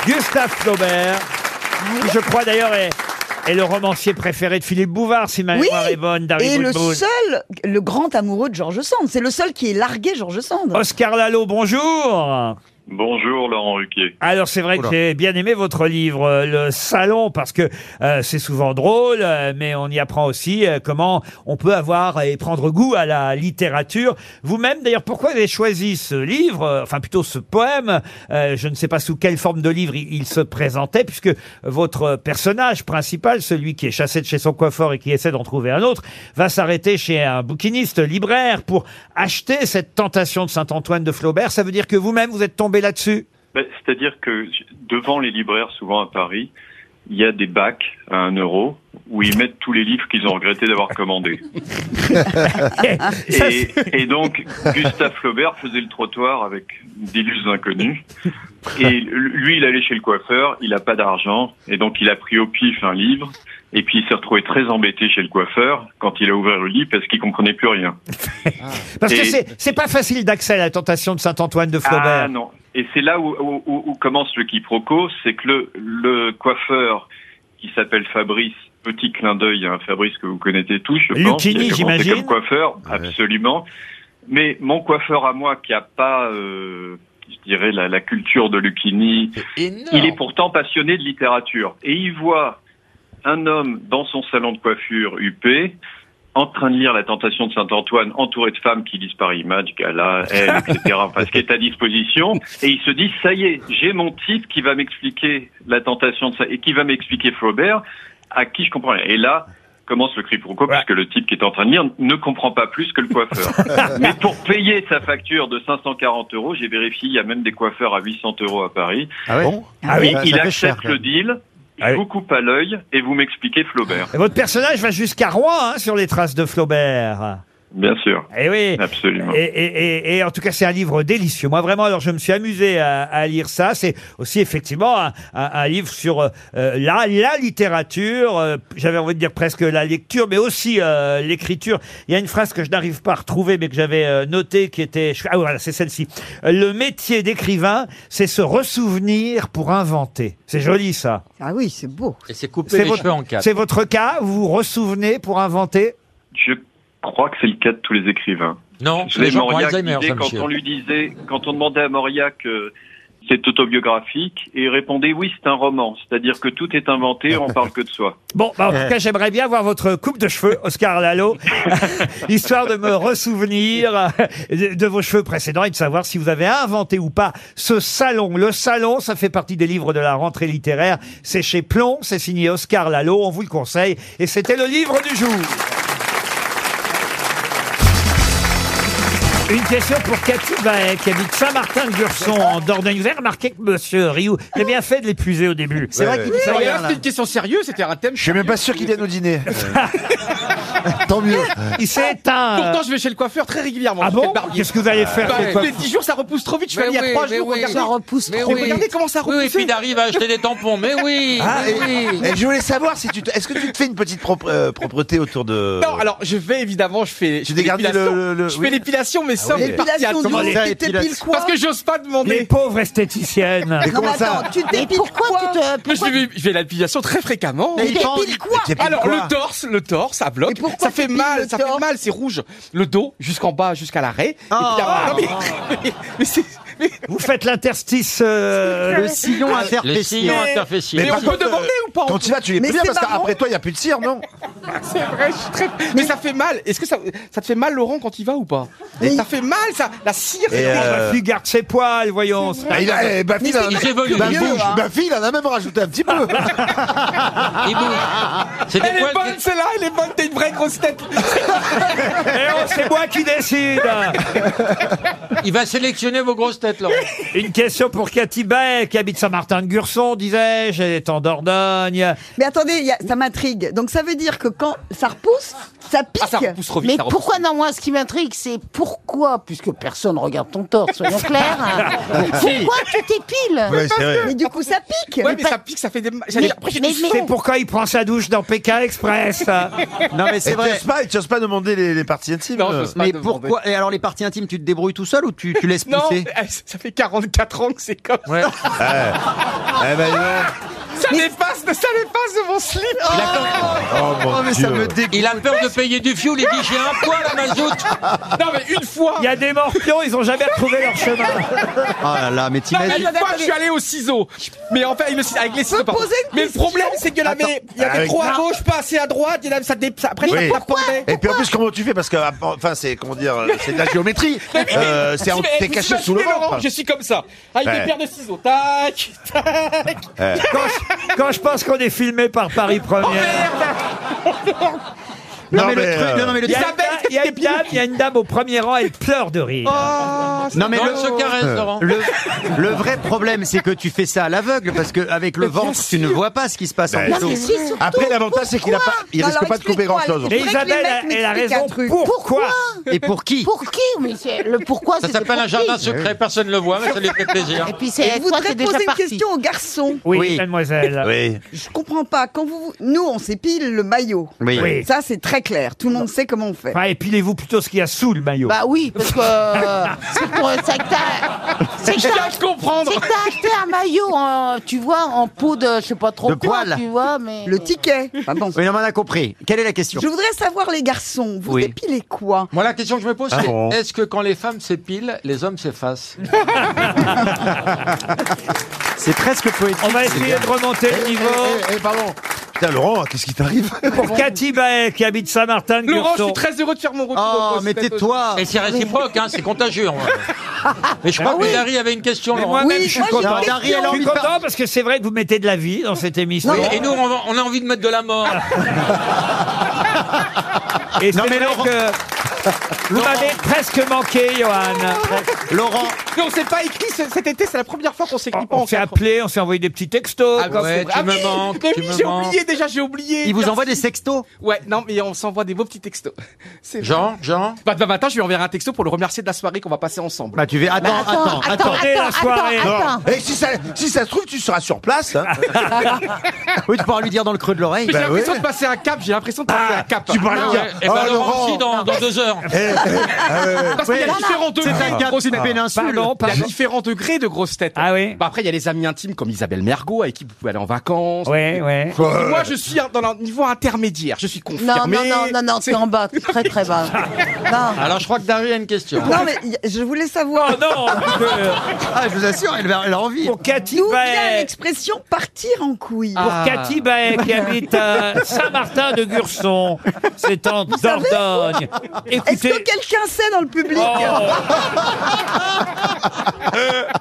B: Gustave Flaubert. qui, je crois d'ailleurs est, est le romancier préféré de Philippe Bouvard, si ma
H: Oui.
B: mémoire est bonne, d'Harry
H: Et le
B: Boutboul.
H: seul, le grand amoureux de George Sand. C'est le seul qui est largué George Sand.
B: Oscar Lalo, bonjour.
L: Bonjour Laurent Ruquier.
B: Alors c'est vrai que
L: Oula.
B: j'ai bien aimé votre livre euh, Le Salon parce que euh, c'est souvent drôle, euh, mais on y apprend aussi euh, comment on peut avoir et prendre goût à la littérature. Vous-même d'ailleurs, pourquoi avez choisi ce livre, euh, enfin plutôt ce poème Euh, Je ne sais pas sous quelle forme de livre il, il se présentait, puisque votre personnage principal, celui qui est chassé de chez son coiffeur et qui essaie d'en trouver un autre, va s'arrêter chez un bouquiniste libraire pour acheter cette tentation de Saint-Antoine de Flaubert. Ça veut dire que vous-même vous êtes tombé là-dessus
L: Ben, C'est-à-dire que j- devant les libraires, souvent à Paris, il y a des bacs à un euro où ils mettent tous les livres qu'ils ont regretté d'avoir commandés. Et, et donc, Gustave Flaubert faisait le trottoir avec d'illustres inconnus. Et l- lui, il allait chez le coiffeur, il n'a pas d'argent, et donc il a pris au pif un livre, et puis il s'est retrouvé très embêté chez le coiffeur quand il a ouvert le lit parce qu'il comprenait plus rien.
B: Parce que
L: Et-
B: c'est- c'est pas facile d'accès à la tentation de Saint-Antoine de Flaubert.
L: Ah non. Et c'est là où, où- où- où commence le quiproquo, c'est que le, le coiffeur qui s'appelle Fabrice, petit clin d'œil à un Fabrice que vous connaissez tous, je pense.
B: Lucchini,
L: qui a commencé
B: j'imagine.
L: Comme coiffeur, absolument. Mais mon coiffeur à moi qui a pas, euh, je dirais, la, la culture de Lucchini, il est pourtant passionné de littérature. Et il voit un homme dans son salon de coiffure huppé, en train de lire La Tentation de Saint-Antoine, entouré de femmes qui lisent par image, gala, elle, etc., enfin, ce qui est à disposition, et il se dit, ça y est, j'ai mon type qui va m'expliquer La Tentation de Saint- et qui va m'expliquer Flaubert, à qui je comprends rien. Et là, commence le cri pour quoi, puisque le type qui est en train de lire ne comprend pas plus que le coiffeur. Mais pour payer sa facture de 540 euros, j'ai vérifié, il y a même des coiffeurs à 800 euros à Paris.
B: Ah bon
L: Et
B: Ah oui, Ah
L: il
B: ça fait cher,
L: accepte
B: quand
L: le
B: même.
L: deal, je vous coupe à l'œil, et vous m'expliquez Flaubert.
B: Et votre personnage va jusqu'à Rouen hein, sur les traces de Flaubert.
L: Bien sûr.
B: Eh oui.
L: Absolument.
B: Et, et- et- et en tout cas, c'est un livre délicieux. Moi, vraiment, alors je me suis amusé à, à lire ça. C'est aussi effectivement un, un- un livre sur euh, la, la littérature. euh, j'avais envie de dire presque la lecture, mais aussi euh, l'écriture. Il y a une phrase que je n'arrive pas à retrouver, mais que j'avais euh, notée, qui était ah voilà, c'est celle-ci. Euh, Le métier d'écrivain, c'est se ressouvenir pour inventer. C'est joli ça.
H: Ah oui, c'est beau.
E: Et c'est couper
B: C'est
E: les
B: votre,
E: cheveux en quatre.
B: c'est votre cas Vous vous ressouvenez pour inventer
L: Je crois que c'est le cas de tous les écrivains.
E: Non,
L: Je l'ai
E: les gens ont
L: Mauriac
E: Alzheimer,
L: disait,
E: ça,
L: quand
E: monsieur.
L: on lui disait, quand on demandait à Mauriac euh, c'est autobiographique, et il répondait oui, c'est un roman, c'est-à-dire que tout est inventé, on parle que de soi.
B: Bon, bah, en tout cas, j'aimerais bien voir votre coupe de cheveux, Oscar Lalo, histoire de me ressouvenir de, de vos cheveux précédents et de savoir si vous avez inventé ou pas ce salon. Le salon, ça fait partie des livres de la rentrée littéraire. C'est chez Plomb, c'est signé Oscar Lalo, on vous le conseille. Et c'était le livre du jour. Une question pour Cathy Baet, qui habite Saint-Martin-de-Gurson, en Dordogne. Vous avez remarqué que Monsieur Rioux a bien fait de l'épuiser au début.
D: C'est vrai qu'il nous
B: Ça y est,
D: C'était une question sérieuse, c'était un thème. Je suis même pas sûr qu'il vienne au dîner.
B: Tant mieux. Euh. Il s'est éteint.
D: Pourtant, je vais chez le coiffeur très régulièrement.
B: Ah bon Qu'est-ce que vous allez faire chez le
D: Les
B: coiffeur
D: 10 Bah, jours, ça repousse trop vite. Je suis
E: Mais
D: allé il y a
E: oui,
D: 3
E: mais
D: jours.
E: oui.
D: regardez.
E: Ça repousse
D: Mais
E: trop vite.
D: Regardez comment ça
E: Oui,
D: repousse.
E: oui, puis il arrive à acheter des tampons. Mais oui,
G: Ah,
E: mais
G: et-
E: oui.
G: et je voulais savoir si tu te- est-ce que tu te fais une petite propre- euh, propreté autour de
D: Non, alors je vais évidemment, je fais, je fais
G: dégardes
D: l'épilation,
G: le- le- le-
D: je
G: oui.
D: fais Ah l'épilation, mais ça, on est parti à
B: Comment ça, épilation
D: Parce que j'ose pas demander.
B: Les pauvres esthéticiennes.
D: Mais comment ça
F: pourquoi tu te.
D: Mais je vais, je vais à l'épilation très fréquemment.
F: Mais Mais il il pense- t'épile quoi t'épile
D: Alors
F: quoi
D: le torse, le torse, ça bloque. Ça fait mal, ça fait mal, c'est rouge. Le dos jusqu'en bas, jusqu'à l'arrêt. Et puis
C: Ah.
D: après- non, mais- mais c'est- mais-
B: Vous faites l'interstice, euh,
C: Le sillon interféciel.
D: Mais- Mais, on peut demander ou pas
G: Quand tu vas, tu les
D: Mais
G: plies bien
D: c'est
G: parce
D: marrant.
G: qu'après toi, il n'y a plus de cire, non
D: C'est vrai, je suis très. Mais ça fait mal. Est-ce que ça, ça te fait mal, Laurent, quand il va ou pas Ça fait mal, ça. La cire.
B: Et euh... Baffy garde ses poils, voyons.
G: Bah,
D: Ah, il a- eh, Baffy, il a- Il évolue. Baffy,
B: il en a même rajouté un petit peu.
D: Elle est bonne, celle-là. Elle est bonne. T'es une vraie grosse tête.
B: Et oh, c'est moi qui décide
E: Il va sélectionner vos grosses têtes, Laurent.
B: Une question pour Cathy Bay, qui habite Saint-Martin-de-Gurson, disais-je, elle est en Dordogne.
H: Mais attendez, il y a- ça m'intrigue. Donc ça veut dire que quand ça repousse, ça pique.
F: Mais pourquoi non moi ce qui m'intrigue c'est pourquoi Ah, puisque personne regarde ton torse soyons clairs
B: Ah,
F: hein, pourquoi tu t'épiles
B: Ouais, c'est vrai. Mais
H: du coup ça pique.
D: Ouais, mais ça pique, ça fait des.
F: Mais- mais- mais-
B: C'est pourquoi il prend sa douche dans Pékin Express.
C: Non, mais c'est
G: Et
C: vrai.
G: t'oses pas- Et tu n'oses pas demander les, les parties intimes euh.
C: mais pourquoi Et alors les parties intimes, tu te débrouilles tout seul ou tu, tu laisses
D: Non,
C: pousser
D: eh, ça fait 44 ans que c'est comme ça.
K: Eh.
C: Eh
K: ben.
C: ben,
D: Ça dépasse, de- ça dépasse de mon slip.
E: Oh, mon
D: mais ça
E: Dieu.
D: me dégoûte.
E: Il a peur de payer du fioul, il dit j'ai un poil à mazout.
D: Non, mais une fois.
B: Il y a des morpions, ils ont jamais retrouvé leur chemin.
C: Ah là là, mais
D: Non, mais
C: t'imagines.
D: une fois, je suis allé au ciseau. Mais en fait, avec, le ciseau- avec les ciseaux. pardon.
C: poser une
D: Mais le problème, c'est que là,
G: Attends.
D: mais il y avait
G: Avec-
D: trop à gauche, pas assez à droite. Et là, ça dé- ça- Après,
G: Oui.
D: ça pendait.
G: Et puis en plus, comment tu fais Parce que, ah, enfin, c'est, comment dire, euh, c'est de la géométrie.
D: Mais- mais-
G: Euh,
D: mais-
G: c'est en-
D: mais-
G: t'es
D: vous
G: caché
D: imaginez,
G: sous le
D: Laurent,
G: ventre.
D: Je suis comme ça. Ah, Avec
G: Ouais.
D: des paires de ciseaux. Tac, tac.
G: Ouais.
B: Quand je, Euh. quand je pense qu'on est filmé par Paris Première.
C: Non, Oh, mais euh, le truc- non, non, mais le
B: il y a
C: truc-
B: une dame- il y a une dame, il y a une dame au premier rang, elle pleure de
C: Oh,
B: rire.
C: Non mais le, Euh, le, le vrai problème c'est que tu fais ça à l'aveugle parce que avec le ventre tu ne vois pas ce qui se passe en
G: Ben,
C: dessous.
G: Non, mais si, surtout, Après, l'avantage, c'est qu'il a pourquoi pas- il risque Alors, pas de couper explique-moi, grand-chose. il faudrait
C: Mais
G: que les
C: Isabelle,
G: mecs
C: elle, elle a
G: m'expliquent un
C: raison.
G: truc.
C: Pourquoi Et pour qui
F: pour qui mais c'est- le
B: Ah,
F: pourquoi
E: Ça
F: c'était
E: s'appelle
F: pour
E: un jardin
F: qui
E: secret, personne ne le voit, mais ça lui fait plaisir.
F: et puis
H: Et
F: c'est
H: je
F: toi
H: voudrais
F: t'es
H: poser
F: déjà
H: une
F: parti
H: question aux garçons.
B: Oui, mademoiselle.
G: Oui.
H: Je comprends pas. Quand vous, nous, on s'épile le maillot.
B: Oui. Oui.
H: Ça, c'est très clair. Tout le monde sait comment on fait.
B: Enfin, épilez-vous plutôt ce qu'il y a sous le maillot.
F: Bah oui, parce que euh, c'est pour c'est que t'as. c'est que
B: Je viens
F: t'as-
B: de comprendre.
F: C'est que t'as acheté un maillot, en, tu vois, en peau de, je sais pas trop
C: De
F: quoi,
C: poil.
F: tu vois, mais.
H: Le ticket. Ah bon.
C: Oui, non, mais on a compris. Quelle est la question
H: Je voudrais savoir, les garçons, vous
E: Oui.
H: épilez quoi
E: Moi, la question que je me pose,
C: Ah
E: c'est
C: bon
E: est-ce que quand les femmes s'épilent, les hommes s'effacent
C: C'est presque poétique.
B: On va essayer de remonter le niveau.
G: Eh, eh, pardon. Putain, Laurent, qu'est-ce qui t'arrive
B: Pour Cathy Baet, qui habite Saint-Martin de
D: Laurent, je suis très heureux de faire mon retour.
E: Oh,
D: aux grosses
E: mais
D: têtes
E: tais-toi.
D: aujourd'hui.
E: Et c'est réciproque, hein, c'est contagieux. en vrai. Mais je crois que Dari avait une question.
B: Ah Mais
E: Laurent.
B: moi-même, je suis content. je suis content parce que c'est vrai que vous mettez de la vie dans cette émission.
E: Oui, et nous, on, va- on a envie de mettre de la mort.
B: Et c'est vrai que vous m'avez presque manqué, Johan.
C: Laurent.
D: Mais on s'est pas écrit ce- cet été, c'est la première fois qu'on s'écrit pas
B: On s'est
D: ensemble.
B: appelé, on s'est envoyé des petits textos.
D: Ah, c'est vrai. Ah oui, mais oui, j'ai oublié déjà, j'ai oublié.
B: Il vous envoie
D: des sextos Ouais, non, mais on s'envoie des beaux petits textos. C'est
E: Jean, Jean
D: Bah, demain matin, je lui enverrai un texto pour le remercier de la soirée qu'on va passer ensemble.
C: Bah, tu vas.
D: attends, Bah, attends, attends, attends, Eh, attendez la attends, soirée. attends.
G: Et si ça, si ça se trouve, tu seras sur place. hein.
C: oui, tu pourras lui dire dans le creux de l'oreille. Bah
D: Mais j'ai l'impression de passer un cap, j'ai l'impression de passer un cap.
C: tu parles
D: Ah,
C: de cap.
D: eh
C: Oh,
D: ben, Laurent Eh,
C: Laurent. Eh, ah,
D: aussi dans, dans deux heures. Parce qu'il y a
C: Ouais.
D: différents
C: C'est
D: degrés.
C: un cap,
D: grosses
C: c'est une
D: têtes.
C: péninsule.
D: Pardon,
C: Pardon.
D: Il y a différents degrés de grosses têtes. Bah,
B: Ah oui.
D: après, il y a les amis intimes comme Isabelle Mergot avec qui vous pouvez aller en vacances.
B: Ouais, ouais.
D: Moi, je suis dans un niveau intermédiaire. Je suis
F: Non,
D: confirmé.
F: non, non, non, non, c'est en bas, t'es très très bas.
H: Non.
E: Alors, je crois que Dari a une question.
H: Non, mais y- je voulais savoir.
D: Oh,
C: Ah, je vous assure, elle, va- elle a envie.
B: Pour Cathy
H: D'où vient
B: Baet.
H: l'expression partir en couille
B: Euh. Pour
E: Ah.
B: Cathy Baet, qui habite à Saint-Martin de Gurson. C'est en Dordogne.
H: Est-ce que
B: Écoutez. Oh.
H: quelqu'un sait dans le public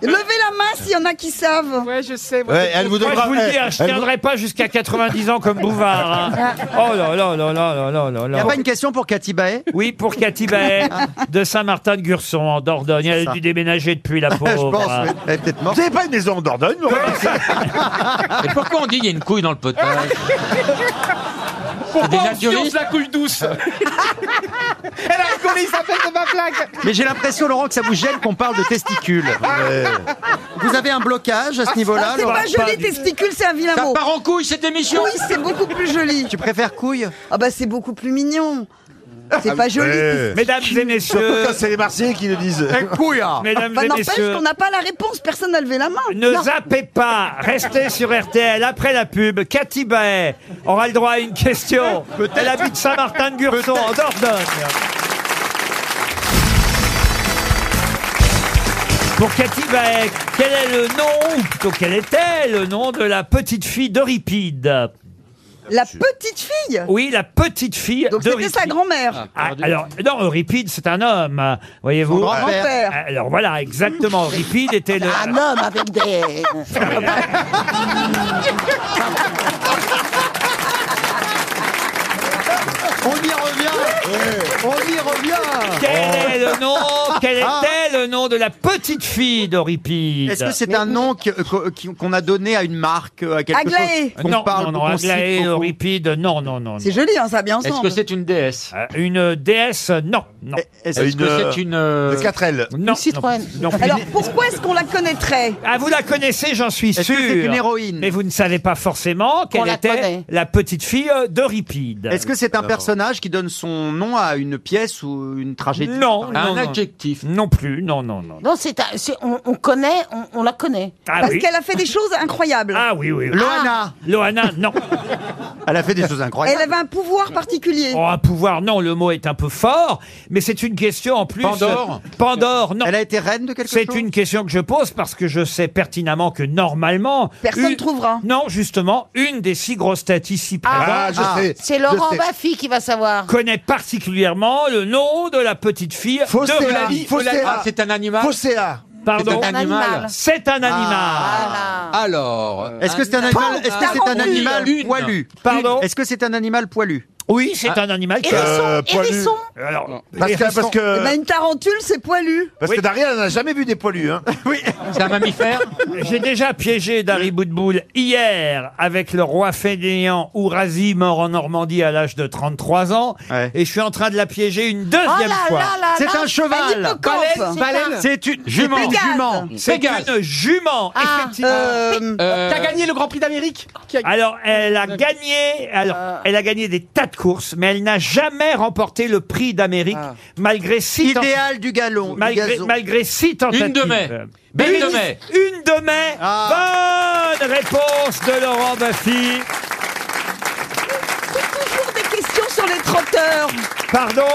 H: Levez la main s'il y en a qui savent.
D: Ouais, je sais.
B: Moi, je vous le
C: Eh,
B: dis, hein, je tiendrai pas jusqu'à 90 ans comme Bouvard. hein. Oh là là là là là là là
C: Il n'y
B: là.
C: Ah. a pas une question pour Cathy Bae
B: Oui, pour Cathy Baet, de Saint-Martin-de-Gurson, en Dordogne. Elle a dû déménager depuis, la pauvre.
C: Je pense, oui.
B: Elle est peut-être morte. Vous n'avez pas une maison en Dordogne,
E: Et pourquoi on dit il y a une couille dans le potage
D: Pourquoi
E: C'est des
D: on fiance
E: naturistes.
D: la couille douce Elle a rigolé, il s'appelle de ma blague.
C: Mais j'ai l'impression, Laurent, que ça vous gêne qu'on parle de testicules. Vous avez un blocage à ce niveau-là
H: Ah, C'est
C: Laurent
H: pas joli, testicule, c'est un vilain
C: Ça
H: mot.
C: part en couille cette émission
H: Oui, c'est beaucoup plus joli.
C: Tu préfères couille
H: Ah bah c'est beaucoup plus mignon. C'est pas joli.
B: Mesdames et messieurs.
G: Surtout quand c'est les Marseillais qui le disent.
C: hein.
H: Enfin,
B: Mesdames et
H: Bah, n'empêche
B: messieurs.
H: qu'on n'a pas la réponse, personne n'a levé la main.
B: Ne
H: Non.
B: zappez pas, restez sur RTL après la pub. Cathy Bae aura le droit à une question. Elle habite Saint-Martin-de-Gurson en Dordogne. Pour Cathy Bae, quel est le nom, ou plutôt quel était le nom de la petite fille d'Euripide
H: La petite fille
B: Oui, la petite fille
H: Donc c'était
B: d'Euripide.
H: sa grand-mère.
B: Ah, alors, non, Euripide, c'est un homme, euh, voyez-vous.
H: grand-père.
B: Alors voilà, exactement. Euripide était le.
F: Un homme avec des...
C: On y revient On y revient
B: Quel est le nom Quel
C: Oh. Ah.
B: était le nom de la petite fille d'Euripide
C: Est-ce que c'est un nom que- que- qui- qu'on a donné à une marque, à quelque
B: Aglaé
C: chose qu'on
B: Non,
C: parle,
B: non, euh, non,
C: qu'on
B: Aglaé,
C: cite, qu'on-
B: Euripide, non, non, non.
H: C'est joli, hein, ça bien ensemble.
B: c'est une déesse Une déesse, non, non.
C: Est-ce Une, que c'est euh,
B: une...
C: de 4L?
B: Non. Non, non.
H: Alors pourquoi est-ce qu'on la connaîtrait
B: Ah, vous la connaissez, j'en suis sûr.
H: Est-ce que c'est une
B: héroïne. Mais vous ne savez pas forcément
H: On
B: quelle
H: la
B: était
H: connaît.
B: la petite fille euh, d'Euripide.
C: Est-ce que c'est un personnage qui donne son nom à une pièce ou une tragédie
B: Non,
C: Un
B: non, non.
C: adjectif.
B: Non plus, non, non, non.
F: Non, c'est, un- c'est- on, on connaît, on, on la connaît.
B: Ah
H: Parce
B: oui.
H: qu'elle a fait des choses incroyables.
B: Ah oui, oui. oui.
H: Loana.
B: Loana, non.
C: Elle a fait des choses
H: Elle avait un pouvoir particulier.
B: Oh, un pouvoir, non, le mot est un peu fort, mais c'est une question en plus.
C: Pandore
B: Pandore, non.
C: Elle a été reine de quelque chose
B: C'est une question que je pose parce que je sais pertinemment que normalement.
F: Personne
B: une-
F: trouvera.
B: Non, justement, une des six grosses têtes ici
F: Ah,
B: présentes
F: C'est Laurent Baffy qui va savoir.
B: connaît particulièrement le nom de la petite fille. de
F: Phocéa.
B: Eulalie.
F: Phocéa.
B: Eulalie.
F: Ah,
E: hein. c'est un animal
B: Phocéa. Pardon.
E: C'est un animal. Ah.
B: C'est un animal.
E: Alors.
C: Euh, Est-ce que c'est un animal, est-ce que c'est un animal
E: Une. Ah.
C: poilu
B: Pardon
C: Est-ce que c'est un animal poilu
B: Oui, c'est un animal Euh,
C: poilu.
E: Euh,
B: Alors,
G: Parce que- parce que-
H: Eh ben, une tarentule, c'est poilu.
G: Parce que Daria, elle n'a jamais vu des poilus. Hein. Oui.
E: C'est un mammifère
B: J'ai déjà piégé Dari Boudboul hier avec le roi fainéant Ourasi, mort en Normandie à l'âge de 33 ans. Et je suis en train de la piéger une deuxième
F: Oh là
B: fois.
F: là là
C: C'est
F: là,
C: un cheval.
F: un hippocampe.
B: Baleine,
F: C'est
B: baleine.
F: un-
B: C'est une
C: Jument.
B: C'est une
C: Jument.
B: C'est
C: Pégase.
B: une jument,
F: Ah,
B: effectivement.
D: Euh, T'as gagné le Grand Prix d'Amérique Qui a- Euh,
B: Alors, elle a gagné, alors, elle a gagné des tas de courses, mais elle n'a jamais remporté le prix d'Amérique, malgré six tent-
C: Idéal du galon. du
B: malgré,
C: gazon.
B: malgré six tentatives.
E: Une de mai.
B: Mais
E: Une de
B: une-
E: mai.
B: Une de mai.
C: Ah.
B: Bonne réponse de Laurent Baffy.
H: Toujours des questions sur les trotteurs.
B: Pardon